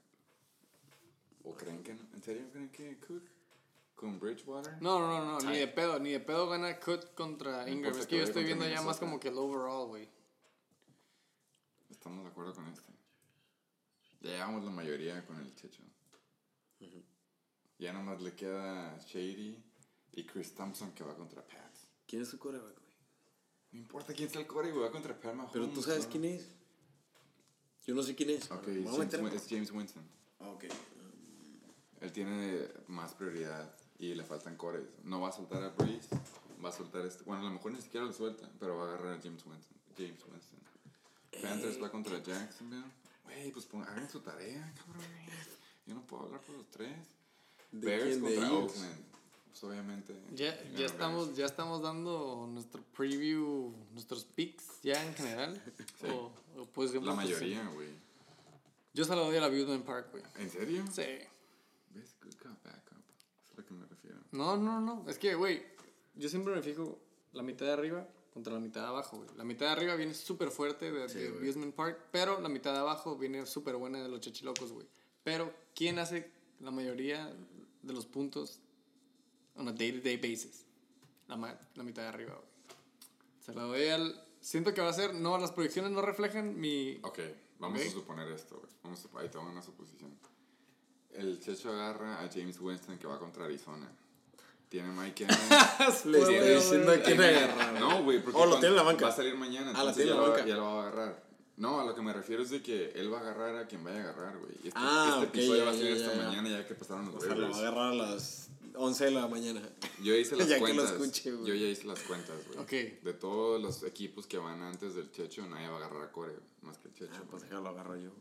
Speaker 2: ¿O creen que no? ¿En serio creen que Cook? ¿Con Bridgewater?
Speaker 1: No, no, no, no, ni de pedo, ni de pedo gana Cut contra
Speaker 2: No
Speaker 1: Ingram.
Speaker 2: importa
Speaker 1: Es
Speaker 2: que
Speaker 1: que yo
Speaker 2: vaya
Speaker 1: estoy
Speaker 2: contra
Speaker 1: viendo ya más
Speaker 2: Minnesota.
Speaker 1: como que el overall, güey.
Speaker 2: Estamos de acuerdo con este. Ya llevamos la mayoría con el Checho. Ya nomás le queda Shady y Chris Thompson que va contra Pat.
Speaker 3: ¿Quién es su coreback, güey?
Speaker 2: No importa quién sea el core, güey, va contra Pat Mahomes.
Speaker 3: Pero tú sabes quién es. Yo no sé quién es.
Speaker 2: Ok,
Speaker 3: Me
Speaker 2: es
Speaker 3: voy a
Speaker 2: James,
Speaker 3: meter-
Speaker 2: Win- es James Winston.
Speaker 3: Ah, ok.
Speaker 2: Él tiene más prioridad y le faltan cores. No va a soltar a Breeze, va a soltar este. Bueno, a lo mejor ni siquiera lo suelta, pero va a agarrar a James Winston. James Winston. Panthers va
Speaker 1: Eh.
Speaker 2: contra Jacksonville. Güey, pues pon- hagan su tarea, cabrón. Yo no puedo hablar por los tres.
Speaker 3: ¿De
Speaker 2: Bears
Speaker 3: quién? ¿De
Speaker 2: contra
Speaker 3: ellos?
Speaker 2: Oakland. Pues obviamente.
Speaker 1: Ya,
Speaker 2: ganan
Speaker 1: ya,
Speaker 2: Bears.
Speaker 1: estamos, ya estamos dando nuestro preview, nuestros picks ya en general.
Speaker 2: <laughs> Sí.
Speaker 1: O, o pues,
Speaker 2: La
Speaker 1: digamos,
Speaker 2: mayoría, güey.
Speaker 1: Yo se lo doy a la Abusement Park, güey.
Speaker 2: ¿En serio?
Speaker 1: Sí.
Speaker 2: ¿Ves? Good cop, bad cop. Es a lo que me refiero.
Speaker 1: No, no, no. Es que, güey, yo siempre me fijo la mitad de arriba contra la mitad de abajo, güey. La mitad de arriba viene súper fuerte de, de Abusement Park, pero la mitad de abajo viene súper buena de los chechilocos, güey. Pero, ¿quién hace la mayoría de los puntos on a day-to-day basis? La, ma- la mitad de arriba, güey. Se la doy al... Siento que va a ser... No, las proyecciones no reflejan mi...
Speaker 2: Ok, vamos
Speaker 1: Ok.
Speaker 2: a suponer esto, güey. Vamos a, ahí te va una suposición. El Checho agarra a James Winston que va contra Arizona. Tiene Mike
Speaker 3: <laughs>
Speaker 2: Evans.
Speaker 3: <laughs> Le estoy
Speaker 2: Tiene-
Speaker 3: diciendo a
Speaker 2: <laughs>
Speaker 3: quién
Speaker 2: Tiene-
Speaker 3: agarrar.
Speaker 2: No, güey, porque
Speaker 3: Oh, lo
Speaker 2: cuando-
Speaker 3: tiene en la banca.
Speaker 2: va a salir mañana.
Speaker 3: Ah, la
Speaker 2: entonces
Speaker 3: tiene en
Speaker 2: ya
Speaker 3: la
Speaker 2: lo va-
Speaker 3: banca.
Speaker 2: Ya lo va a agarrar. No, a lo que me refiero es de que él va a agarrar a quien vaya a agarrar, güey. Y Este,
Speaker 3: Ah,
Speaker 2: este
Speaker 3: ok,
Speaker 2: episodio
Speaker 3: ya,
Speaker 2: va a ser
Speaker 3: ya,
Speaker 2: esta
Speaker 3: ya, ya.
Speaker 2: mañana ya que pasaron los
Speaker 3: O sea, lo va a
Speaker 2: juegos.
Speaker 3: agarrar a las 11 de la mañana.
Speaker 2: Yo ya
Speaker 3: <laughs>
Speaker 2: hice las
Speaker 3: Ya que lo
Speaker 2: cuentas.
Speaker 3: escuche, güey.
Speaker 2: Yo ya hice las cuentas, güey.
Speaker 1: Ok.
Speaker 2: De todos los equipos que van antes del Checho, nadie va a agarrar a Core, güey, más que el Checho.
Speaker 3: Ah, pues déjalo, agarro yo.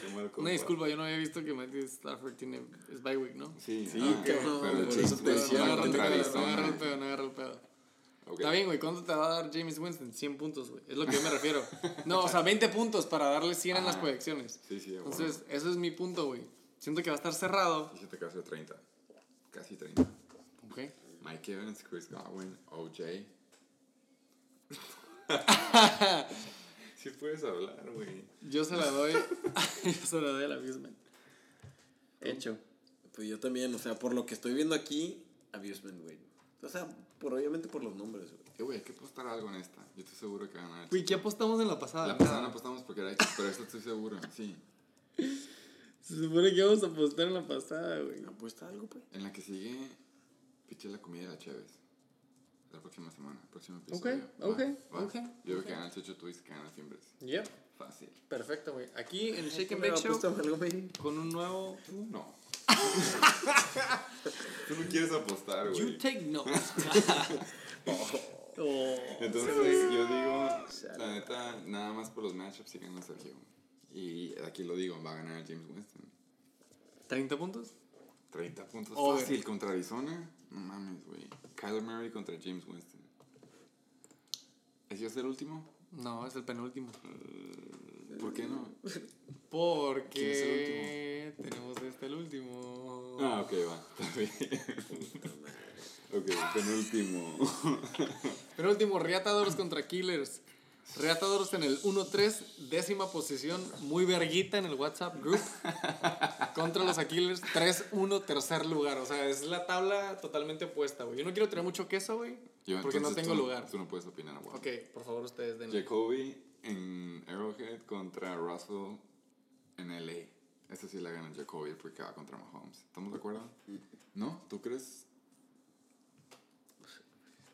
Speaker 2: Qué mal
Speaker 1: Una
Speaker 2: compa.
Speaker 1: disculpa, yo no había visto que Matthew Stafford tiene... Es bye week, ¿no?
Speaker 2: Sí,
Speaker 3: Sí,
Speaker 2: ah,
Speaker 3: cabrón,
Speaker 2: Pero el
Speaker 3: por eso
Speaker 2: Chiefs
Speaker 3: te
Speaker 2: va contra
Speaker 3: decía,
Speaker 1: no, no, no, no
Speaker 2: Arizona.
Speaker 1: agarra el pedo, no agarra el pedo.
Speaker 2: Ok.
Speaker 1: Está bien, güey. ¿Cuánto te va a dar James Winston? 100 puntos, güey. Es lo que yo me refiero. No, o sea, 20 puntos para darle 100 en las
Speaker 2: Ajá.
Speaker 1: proyecciones.
Speaker 2: Ah, Sí, sí, de acuerdo.
Speaker 1: Entonces, eso es mi punto, güey. Siento que va a estar cerrado.
Speaker 2: Fíjate que hace 30. Casi 30.
Speaker 1: Ok.
Speaker 2: Mike Evans, Chris Godwin, <laughs> OJ. Si puedes hablar, güey.
Speaker 1: Yo se la doy. <laughs> yo se la doy a la Abusement.
Speaker 3: Hecho. Pues yo también, o sea, por lo que estoy viendo aquí, Abusement, güey. O sea, por, obviamente por los nombres, güey.
Speaker 2: Eh, güey, hay que apostar algo en esta. Yo estoy seguro que van a ganar.
Speaker 1: Güey, ¿qué apostamos en la pasada?
Speaker 2: La pasada no apostamos porque era X, pero esta estoy seguro. Sí.
Speaker 1: Se supone que vamos a apostar en la pasada, güey.
Speaker 3: ¿Apuesta algo, pues?
Speaker 2: En la que sigue, piché la comida de la Chévez. La próxima semana, próximo
Speaker 1: Ok,
Speaker 2: episodio.
Speaker 1: ok,
Speaker 2: va.
Speaker 1: ok,
Speaker 2: Yo creo que ganas 8, tú dices que ganas siempre.
Speaker 1: Yep.
Speaker 2: Fácil.
Speaker 1: Perfecto, güey. Aquí en el Shake and Bake Show
Speaker 3: algo, güey?
Speaker 1: con un nuevo.
Speaker 2: No. <laughs> tú no quieres apostar, güey.
Speaker 1: You take
Speaker 2: <laughs>
Speaker 1: notes. Oh.
Speaker 2: Entonces, güey, yo digo, la neta, nada más por los matchups y gana Sergio. Y aquí lo digo, va a ganar James Winston.
Speaker 1: ¿30 puntos?
Speaker 2: 30 puntos
Speaker 1: Over.
Speaker 2: fácil contra Arizona. No mames, güey. Kyler Murray contra James Winston. ¿Es yo el último?
Speaker 1: No, es el penúltimo.
Speaker 2: ¿Por qué no?
Speaker 1: Mm.
Speaker 2: ¿Quién es
Speaker 1: Porque
Speaker 2: el
Speaker 1: tenemos este el último.
Speaker 2: Ah, ok, va. <laughs> Está
Speaker 1: <laughs>
Speaker 2: bien. ok, penúltimo.
Speaker 1: Penúltimo, Reatadores contra Killers. Reatadores en el 1-3, décima posición, muy verguita en el WhatsApp group. Contra los Killers, 3-1, tercer lugar. O sea, es la tabla totalmente opuesta, güey. Yo no quiero tener mucho queso, güey,
Speaker 2: Yo,
Speaker 1: porque no
Speaker 2: entonces,
Speaker 1: tengo
Speaker 2: tú
Speaker 1: lugar.
Speaker 2: Tú no puedes opinar, güey.
Speaker 1: Ok, por favor, ustedes denme.
Speaker 2: Jacoby en Arrowhead contra Russell en LA. Esta sí la gana Jacoby porque va contra Mahomes. ¿Estamos de acuerdo? ¿No? ¿Tú crees?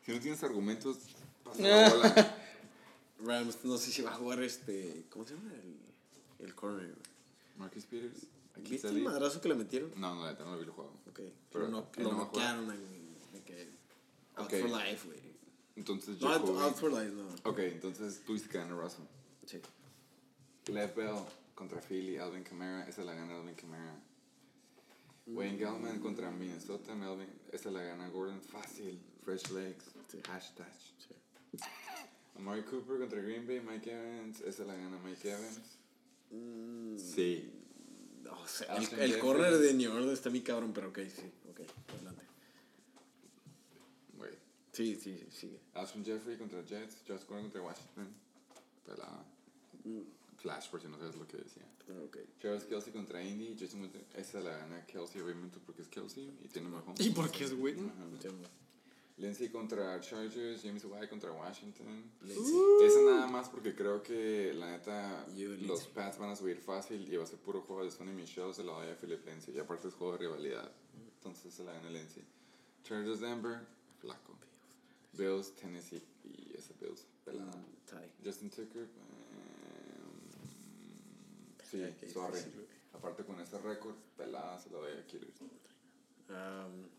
Speaker 2: Si no tienes argumentos, pasa la bola.
Speaker 3: Rams, no sé si va a jugar este. ¿Cómo se llama? El, el corner, güey.
Speaker 2: Marcus Peters. aquí
Speaker 3: ¿Viste
Speaker 2: salí.
Speaker 3: el madrazo que le metieron?
Speaker 2: No, no, la neta, no lo vi el juego.
Speaker 3: Ok.
Speaker 2: Pero
Speaker 3: Pero no,
Speaker 2: él
Speaker 3: lo
Speaker 2: no va a jugar.
Speaker 3: noquearon, güey. De que. Out
Speaker 2: Ok.
Speaker 3: for life, güey.
Speaker 2: Entonces,
Speaker 3: No, out,
Speaker 2: Jacoby.
Speaker 3: out for life, no.
Speaker 2: Ok, entonces tú dices que gana Russell.
Speaker 3: Sí.
Speaker 2: Lev Bell contra Philly, Alvin Kamara, esa la gana Alvin Kamara. Wayne Gallman contra Minnesota, Melvin, esa la gana Gordon, fácil, Fresh Legs, hashtag. Amari Cooper contra Green Bay, Mike Evans, esa la gana Mike Evans.
Speaker 1: Mm.
Speaker 2: Sí.
Speaker 3: O sea, el,
Speaker 2: Austin
Speaker 3: el
Speaker 2: Jeffries.
Speaker 3: corner de New Orleans está mi cabrón, pero ok, sí. Ok, adelante.
Speaker 2: Wait.
Speaker 3: Sí, sí, sí, sigue.
Speaker 2: Alshon Jeffrey contra Jets, Josh Gordon contra Washington. Pelada.
Speaker 1: Mm.
Speaker 2: Flash, por si no sabes lo que decía.
Speaker 3: Ah, Ok.
Speaker 2: Travis Kelsey contra Indy, Jason Witten, esa la gana Kelsey, obviamente, porque es Kelsey y tiene mejor.
Speaker 1: ¿Y por qué es Whitney?
Speaker 2: Ah,
Speaker 3: Entiendo.
Speaker 2: Lindsay contra Chargers, James White contra Washington. Esa nada más porque creo que la neta
Speaker 3: You, Lindsay.
Speaker 2: los Pats van a subir fácil y va a ser puro juego de Sonny Michel, se la doy a Philip Lindsay. Y aparte es juego de rivalidad. Entonces se la gana Lindsay. Chargers Denver, flaco. Bills, Tennessee y esa Bills, pelada.
Speaker 3: Tie.
Speaker 2: Justin Tucker, eh,
Speaker 3: Ok,
Speaker 2: sí, suave.
Speaker 3: sí, güey.
Speaker 2: Aparte con ese récord, pelada se la doy a Killers.
Speaker 3: Um,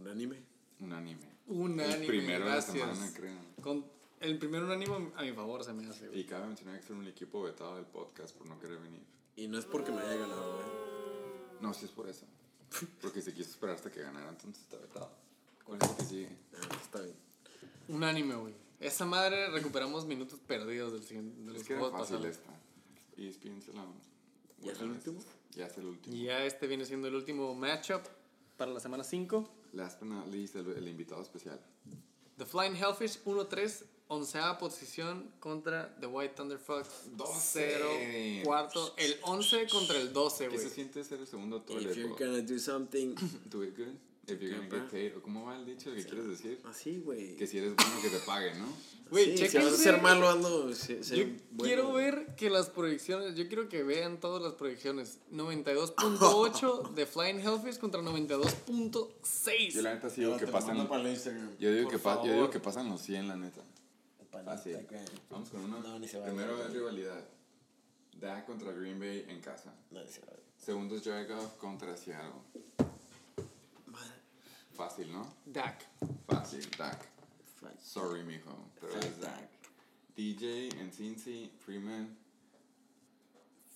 Speaker 3: un anime.
Speaker 2: Un anime.
Speaker 1: Unánime,
Speaker 2: El primero
Speaker 1: gracias.
Speaker 2: de la semana, creo.
Speaker 1: Con el primer unánimo a mi favor se me hace, güey.
Speaker 2: Y cabe mencionar que soy un equipo vetado del podcast por no querer venir.
Speaker 3: Y no es porque me haya ganado, ¿eh? güey.
Speaker 2: No, si es por eso. Porque se quiso esperar hasta que ganara, entonces está vetado. ¿Cuál es el que sigue?
Speaker 3: Ah, está bien.
Speaker 1: Unánime, güey. Esa madre recuperamos minutos perdidos del siguiente, de los
Speaker 2: Es que era
Speaker 1: juegos
Speaker 2: fácil
Speaker 1: pasados.
Speaker 2: esta. Y piénsela.
Speaker 3: ¿Ya es el último?
Speaker 2: Ya es el último.
Speaker 1: Y ya este viene siendo el último matchup para la semana 5.
Speaker 2: Last but not least, el, el invitado especial.
Speaker 1: The Flying Hellfish 1-3, onceava posición contra The White Thunder Fox.
Speaker 2: 12.
Speaker 1: 0 cuarto. El 11 contra el 12,
Speaker 2: ¿Qué
Speaker 1: güey.
Speaker 2: se siente ser el segundo toilet
Speaker 3: If you're
Speaker 2: bowl?
Speaker 3: gonna
Speaker 2: <coughs>
Speaker 3: do something.
Speaker 2: Do it good. If you're gonna
Speaker 3: Ajá.
Speaker 2: get paid. ¿O cómo va el dicho que quieres decir?
Speaker 3: Así, güey.
Speaker 2: Que si eres bueno, que te paguen, ¿no?
Speaker 1: Güey,
Speaker 3: Sí, si
Speaker 1: chéquense.
Speaker 3: vas a ser malo, ando. se-
Speaker 1: Yo
Speaker 3: ser bueno,
Speaker 1: quiero
Speaker 3: güey.
Speaker 1: ver que las proyecciones, yo quiero que vean todas las proyecciones. 92.8 de Flying Hellfish contra
Speaker 2: Yo la
Speaker 1: 92.6.
Speaker 2: neta sí digo
Speaker 3: Te
Speaker 2: que
Speaker 3: lo
Speaker 2: pasan...
Speaker 3: mando para el Instagram.
Speaker 2: Yo digo,
Speaker 1: Por
Speaker 2: que pa- yo
Speaker 1: favor.
Speaker 2: digo que pasan los 100, la neta.
Speaker 3: Paleta,
Speaker 2: Ah, sí.
Speaker 3: güey.
Speaker 2: Vamos con uno.
Speaker 3: No, ni se va a
Speaker 2: Primero
Speaker 3: ver.
Speaker 2: es rivalidad. Dak contra Green Bay en casa.
Speaker 3: No, ni se va a ver.
Speaker 2: Segundo es Jared Goff contra Seattle.
Speaker 3: Madre.
Speaker 2: Fácil, ¿no?
Speaker 1: Dak.
Speaker 2: Fácil, Dak.
Speaker 3: fuck.
Speaker 2: Sorry, mijo, pero es Dak. DJ en Cincy, Freeman.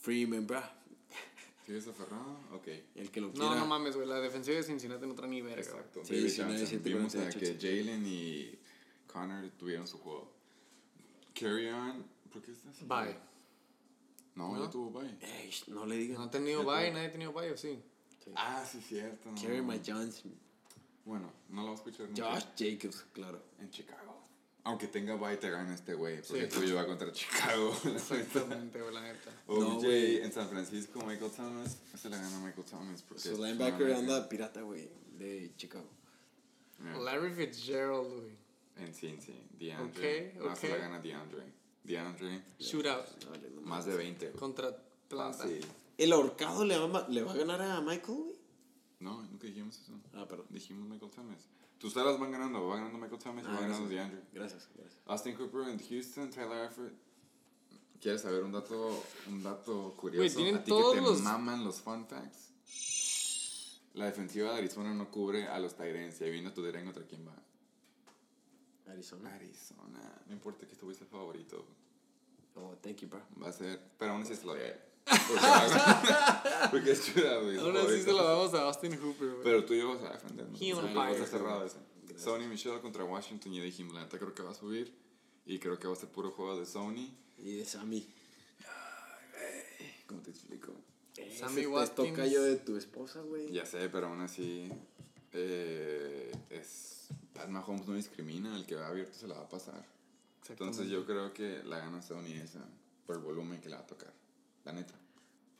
Speaker 3: Freeman, bra.
Speaker 2: ¿Sigues aferrado? Ok.
Speaker 3: El que lo quiera.
Speaker 1: No, no mames, güey. La defensiva de Cincinnati no trae ni verga. güey.
Speaker 2: Exacto.
Speaker 3: Sí,
Speaker 2: Baby
Speaker 3: sí,
Speaker 2: Johnson.
Speaker 3: 97,
Speaker 2: Vimos a que
Speaker 3: 48,
Speaker 2: Jalen y <laughs> Connor tuvieron su juego. Carry on. ¿Por qué estás así?
Speaker 1: Bye.
Speaker 2: No,
Speaker 1: ¿No?
Speaker 2: ya tuvo bye.
Speaker 3: Ey, sh- no le digan.
Speaker 1: No ha tenido bye, nadie ha tenido bye, ¿o sí?
Speaker 2: Ah, sí, cierto. no.
Speaker 3: Carry my Johnson.
Speaker 2: Bueno, no lo voy a escuchar nunca.
Speaker 3: Josh Jacobs, claro.
Speaker 2: En Chicago. Aunque tenga bye, te gana este güey. Porque tuyo va contra Chicago. <laughs>
Speaker 1: Exactamente, güey, la neta.
Speaker 2: OJ
Speaker 3: No, güey.
Speaker 2: en San Francisco, Michael Thomas. Se la gana Michael Thomas. Porque
Speaker 3: Su
Speaker 2: es
Speaker 3: linebacker
Speaker 2: una-
Speaker 3: anda pirata, güey, de Chicago.
Speaker 2: Yeah.
Speaker 1: Larry Fitzgerald, güey.
Speaker 2: En Cincy, DeAndre.
Speaker 1: Ok,
Speaker 2: No, se la
Speaker 1: ok.
Speaker 2: gana DeAndre. DeAndre,
Speaker 1: Shootout
Speaker 3: Dale, no
Speaker 2: más de 20. güey. Ah,
Speaker 1: contra Atlanta.
Speaker 2: Fácil.
Speaker 3: ¿El ahorcado le va, a ma- le va a ganar a Michael, güey?
Speaker 2: No, nunca dijimos eso.
Speaker 3: Ah, perdón.
Speaker 2: Dijimos Michael Thomas. Tus alas van ganando. Va ganando Michael Thomas y va ganando DeAndre.
Speaker 3: Ah, Gracias, gracias.
Speaker 2: Austin Cooper en Houston, Tyler Effort. ¿Quieres saber un dato, un dato curioso?
Speaker 1: Güey, tienen
Speaker 2: ¿A ti
Speaker 1: todos
Speaker 2: que te
Speaker 1: los-
Speaker 2: maman los fun facts? La defensiva de Arizona no cubre a los Tyrens. Y vino tu Tyren contra quién va.
Speaker 3: Arizona.
Speaker 2: Arizona. No importa que tuviese favorito.
Speaker 3: Oh, thank you, bro.
Speaker 2: Va a ser. Pero aún así se lo doy a él.
Speaker 1: <laughs>
Speaker 2: Porque, va- porque es chula, güey.
Speaker 1: Ahora sí se lo damos a Austin Hooper, güey.
Speaker 2: Pero tú y yo vas a defender. ¿no?
Speaker 1: He on fire.
Speaker 2: Sí, vas a cerrado ese. Sony Michelle contra Washington. Ya dijimos, la neta creo que va a subir. Y creo que va a ser puro juego de Sony.
Speaker 3: Y de Sammy.
Speaker 2: ¿Cómo te explico?
Speaker 1: Sammy
Speaker 3: Eh, Ese es
Speaker 1: Watkins.
Speaker 3: tocayo de tu esposa, güey.
Speaker 2: Ya sé, pero aún así. eh, es. Pat Mahomes no discrimina. El que va abierto se la va a pasar. Entonces yo creo que la gana Sony esa. Por el volumen que la va a tocar. La neta.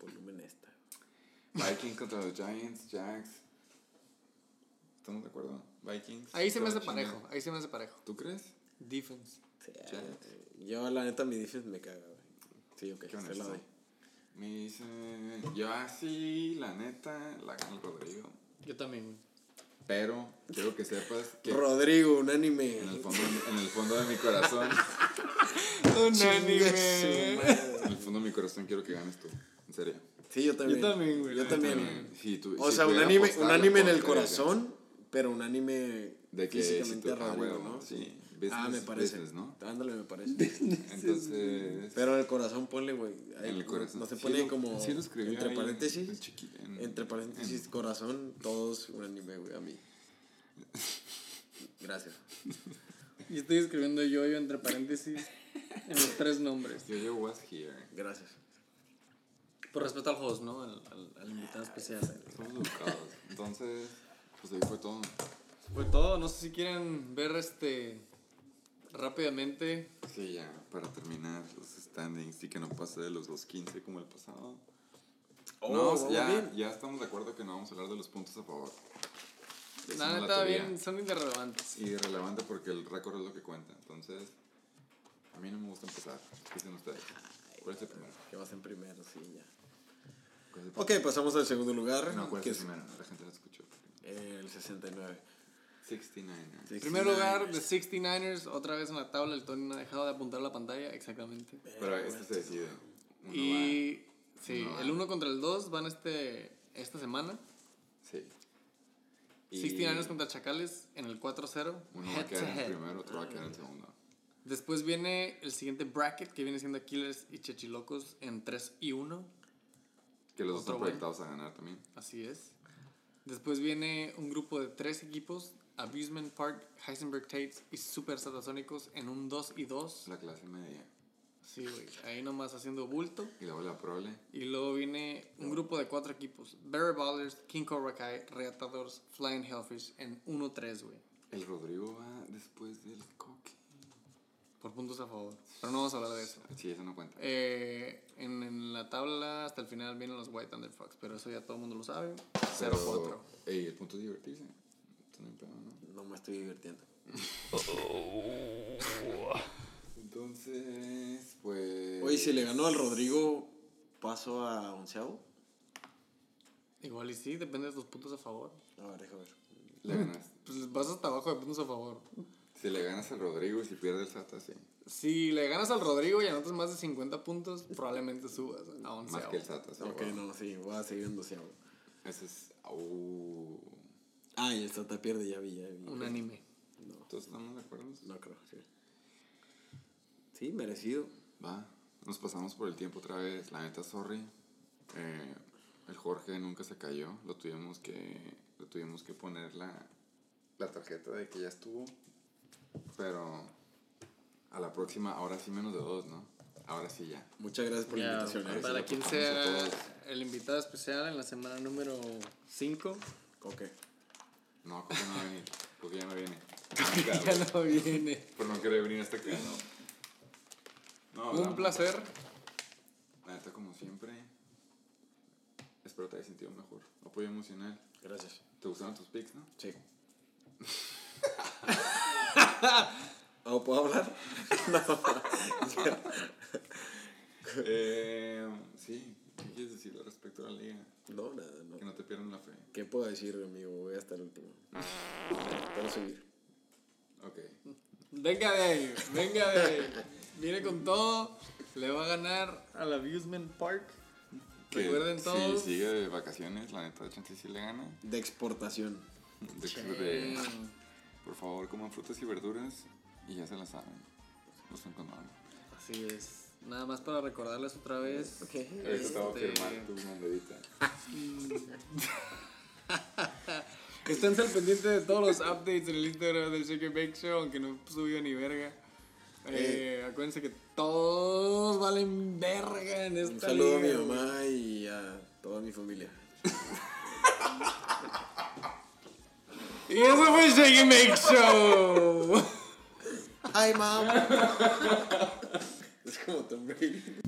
Speaker 3: Volumen esta.
Speaker 2: Vikings contra los Giants, Jacks. ¿Estamos de acuerdo? Vikings.
Speaker 1: Ahí se me hace
Speaker 2: contra
Speaker 1: parejo,
Speaker 2: China.
Speaker 1: ahí se me hace parejo.
Speaker 2: ¿Tú crees?
Speaker 1: Defense.
Speaker 3: Sí, eh, Yo, la neta, mi defense me caga, güey. Sí, ok,
Speaker 2: Qué
Speaker 3: se la
Speaker 2: honesto.
Speaker 3: doy.
Speaker 2: Me dice. Yo así, la neta, la gana el Rodrigo.
Speaker 1: Yo también, güey.
Speaker 2: Pero quiero que sepas que
Speaker 3: Rodrigo, unánime.
Speaker 2: en el fondo, en el fondo de mi corazón.
Speaker 1: Un
Speaker 3: Chingue su
Speaker 1: anime.
Speaker 3: madre.
Speaker 2: En el fondo de mi corazón quiero que ganes tú. En serio.
Speaker 3: Sí, yo también.
Speaker 1: Yo también, güey,
Speaker 3: Yo
Speaker 1: la
Speaker 3: también.
Speaker 2: Si tú-
Speaker 3: O
Speaker 2: si
Speaker 3: sea, un
Speaker 2: pudiera
Speaker 3: anime, un
Speaker 2: apostarle,
Speaker 3: anime en el
Speaker 2: apostaría que-
Speaker 3: corazón, pero un anime
Speaker 2: De que si
Speaker 3: físicamente
Speaker 2: tú-
Speaker 3: a
Speaker 2: ah,
Speaker 3: Rodrigo,
Speaker 2: bueno,
Speaker 3: ¿no?
Speaker 2: sí.
Speaker 3: ah, me
Speaker 2: Business-
Speaker 3: parece.
Speaker 2: business, ¿no?
Speaker 3: Ándale, me parece.
Speaker 2: Entonces.
Speaker 3: pero en el corazón ponle, güey.
Speaker 2: En
Speaker 3: Ahí
Speaker 2: el
Speaker 3: no-
Speaker 2: corazón.
Speaker 3: No se
Speaker 2: Sí
Speaker 3: pone
Speaker 2: lo-
Speaker 3: como.
Speaker 2: sí lo escribí
Speaker 3: entre
Speaker 2: ahí, mm.
Speaker 3: paréntesis.
Speaker 2: en chiqui- en-
Speaker 3: entre paréntesis, corazón, todos un anime, güey,
Speaker 2: <laughs>
Speaker 3: a mí. Gracias.
Speaker 1: Y estoy escribiendo yo, yo entre paréntesis en los tres nombres.
Speaker 2: Yo, yo was here.
Speaker 3: Gracias.
Speaker 1: Por respeto al host, ¿no? Al, al- al invitado especial.
Speaker 2: Somos educados. Entonces, pues ahí fue todo.
Speaker 1: Fue todo. No sé si quieren ver este rápidamente.
Speaker 2: Sí, ya, para terminar los standings y que no pase de los 2.15 como el pasado. no,
Speaker 3: vamos
Speaker 2: Oh, ya,
Speaker 3: Oh, bien.
Speaker 2: ya estamos de acuerdo que no vamos a hablar de los puntos a favor. Es
Speaker 1: La
Speaker 2: una
Speaker 1: neta,
Speaker 2: lotería.
Speaker 1: bien, son irrelevantes.
Speaker 2: Irrelevante porque el récord es lo que cuenta. Entonces, a mí no me gusta empezar. Dicen ustedes. ¿Cuál es el primero?
Speaker 3: Que vas en primero, sí, ya.
Speaker 2: ¿Cuál es el
Speaker 3: Ok, pasamos al segundo lugar.
Speaker 2: primero? No, ¿cuál
Speaker 3: que
Speaker 2: es
Speaker 3: es
Speaker 2: el primero? La gente lo escuchó.
Speaker 3: el 69.
Speaker 2: 69.
Speaker 1: En primer lugar, The 69ers, otra vez en la tabla. El Tony no ha dejado de apuntar a la pantalla, exactamente.
Speaker 2: Pero
Speaker 3: Eh,
Speaker 2: este se decide. Uno va.
Speaker 1: Y sí,
Speaker 2: Uno va.
Speaker 1: el 1 contra el 2 van este, esta semana.
Speaker 2: Sí.
Speaker 1: 69ers contra Chacales en el 4-0.
Speaker 2: Uno va a
Speaker 1: Head to
Speaker 2: quedar en
Speaker 1: head.
Speaker 2: primero, otro va a quedar en segundo.
Speaker 1: Después viene el siguiente bracket que viene siendo Killers y Chechilocos en 3 y 1.
Speaker 2: Que los dos
Speaker 1: Otro
Speaker 2: están
Speaker 1: güey.
Speaker 2: proyectados a ganar también.
Speaker 1: Así es. Después viene un grupo de tres equipos: Abusement Park, Heisenberg Tates y Super Satasónicos en un 2 y 2.
Speaker 2: La clase media.
Speaker 1: Sí, güey. Ahí nomás haciendo bulto.
Speaker 2: Y luego la prole.
Speaker 1: Y luego viene un grupo de cuatro equipos: Barry Ballers, King Cobra Kai, Reatadores, Flying Hellfish en 1-3, güey.
Speaker 2: El Rodrigo va después del coque.
Speaker 1: Por puntos a favor. Pero no vamos a hablar de eso.
Speaker 2: Sí, eso no cuenta.
Speaker 1: Eh, en, en la tabla hasta el final vienen los White Thunder Fox, pero eso ya todo el mundo lo sabe.
Speaker 2: Pero,
Speaker 1: 0-4.
Speaker 2: Ey, el punto es divertirse. Esto no hay problema, ¿no?
Speaker 3: No me estoy divirtiendo.
Speaker 2: Entonces, pues.
Speaker 3: Oye, si le ganó al Rodrigo, paso a onceavo.
Speaker 1: Igual y sí, depende de tus puntos a favor.
Speaker 3: A ver, déjame ver.
Speaker 2: Le ganas.
Speaker 1: Pues vas hasta abajo de puntos a favor.
Speaker 2: Si le ganas al Rodrigo y si pierdes el SATA, sí.
Speaker 1: Si le ganas al Rodrigo y anotas más de 50 puntos, probablemente subas a 11.
Speaker 2: Más que el SATA, sí.
Speaker 3: oh, Ok,
Speaker 2: wow.
Speaker 3: no, sí, voy a seguir en doceavo.
Speaker 2: Ese es. uh, au.
Speaker 3: Ah, y el Santa pierde, ya vi, ya vi.
Speaker 1: Un anime.
Speaker 3: No,
Speaker 2: ¿Todos estamos de acuerdo?
Speaker 3: no creo, sí. Sí, merecido.
Speaker 2: Va, nos pasamos por el tiempo otra vez. La neta, sorry. Eh, el Jorge nunca se cayó. Lo tuvimos que, lo tuvimos que poner la, la tarjeta de que ya estuvo. Pero a la próxima, ahora sí menos de dos, ¿no? Ahora sí ya.
Speaker 3: Muchas gracias por la
Speaker 1: Ya,
Speaker 3: invitación. eh.
Speaker 1: para quien
Speaker 2: Gracias a
Speaker 1: sea
Speaker 2: todos.
Speaker 1: el invitado especial en la semana número
Speaker 2: <laughs>
Speaker 1: 5.
Speaker 3: Ok.
Speaker 2: No, creo que no va a venir. Porque ya no
Speaker 3: <laughs>
Speaker 2: viene.
Speaker 1: Ya no viene.
Speaker 2: Pero Pues no quiere venir hasta que no. No,
Speaker 1: Un
Speaker 2: hablamos.
Speaker 1: placer.
Speaker 2: La neta, como siempre. Espero te hayas sentido mejor. Apoyo emocional.
Speaker 3: Gracias.
Speaker 2: ¿Te gustaron tus pics,
Speaker 1: <laughs>
Speaker 2: no?
Speaker 3: Sí. ¿Ah, ¿Puedo hablar?
Speaker 2: Eh, sí. ¿Qué quieres decir respecto a la liga?
Speaker 3: No, nada,
Speaker 2: Que
Speaker 3: no.
Speaker 2: no te pierdan la fe.
Speaker 3: ¿Qué puedo decir, amigo? Voy hasta el último. Puedo subir.
Speaker 2: Ok.
Speaker 1: Mm, Venga de ahí, venga de ahí. Viene con todo. Le va a ganar al Abusement Park.
Speaker 2: Que
Speaker 1: Recuerden
Speaker 2: Si
Speaker 1: todos.
Speaker 2: sigue de vacaciones, la neta, chance sí le gana. <laughs>
Speaker 3: De exportación.
Speaker 2: De-
Speaker 1: Che.
Speaker 2: de- por favor, coman frutas y verduras y ya se las saben. Usen condón.
Speaker 1: Así es. Nada más para recordarles otra vez.
Speaker 2: Ahorita te voy a
Speaker 1: Este-
Speaker 2: firmar tu banderita.
Speaker 1: Que estén al pendiente de todos los updates en el Instagram del Shake and Bake Show, aunque no subió ni verga. Eh, acuérdense que todos valen verga en esta
Speaker 3: Un saludo a mi
Speaker 1: liga, güey.
Speaker 3: mamá y a toda mi familia.
Speaker 1: Y eso fue Shake and Bake Show.
Speaker 3: ¡Ay, mamá! es como Tom Brady.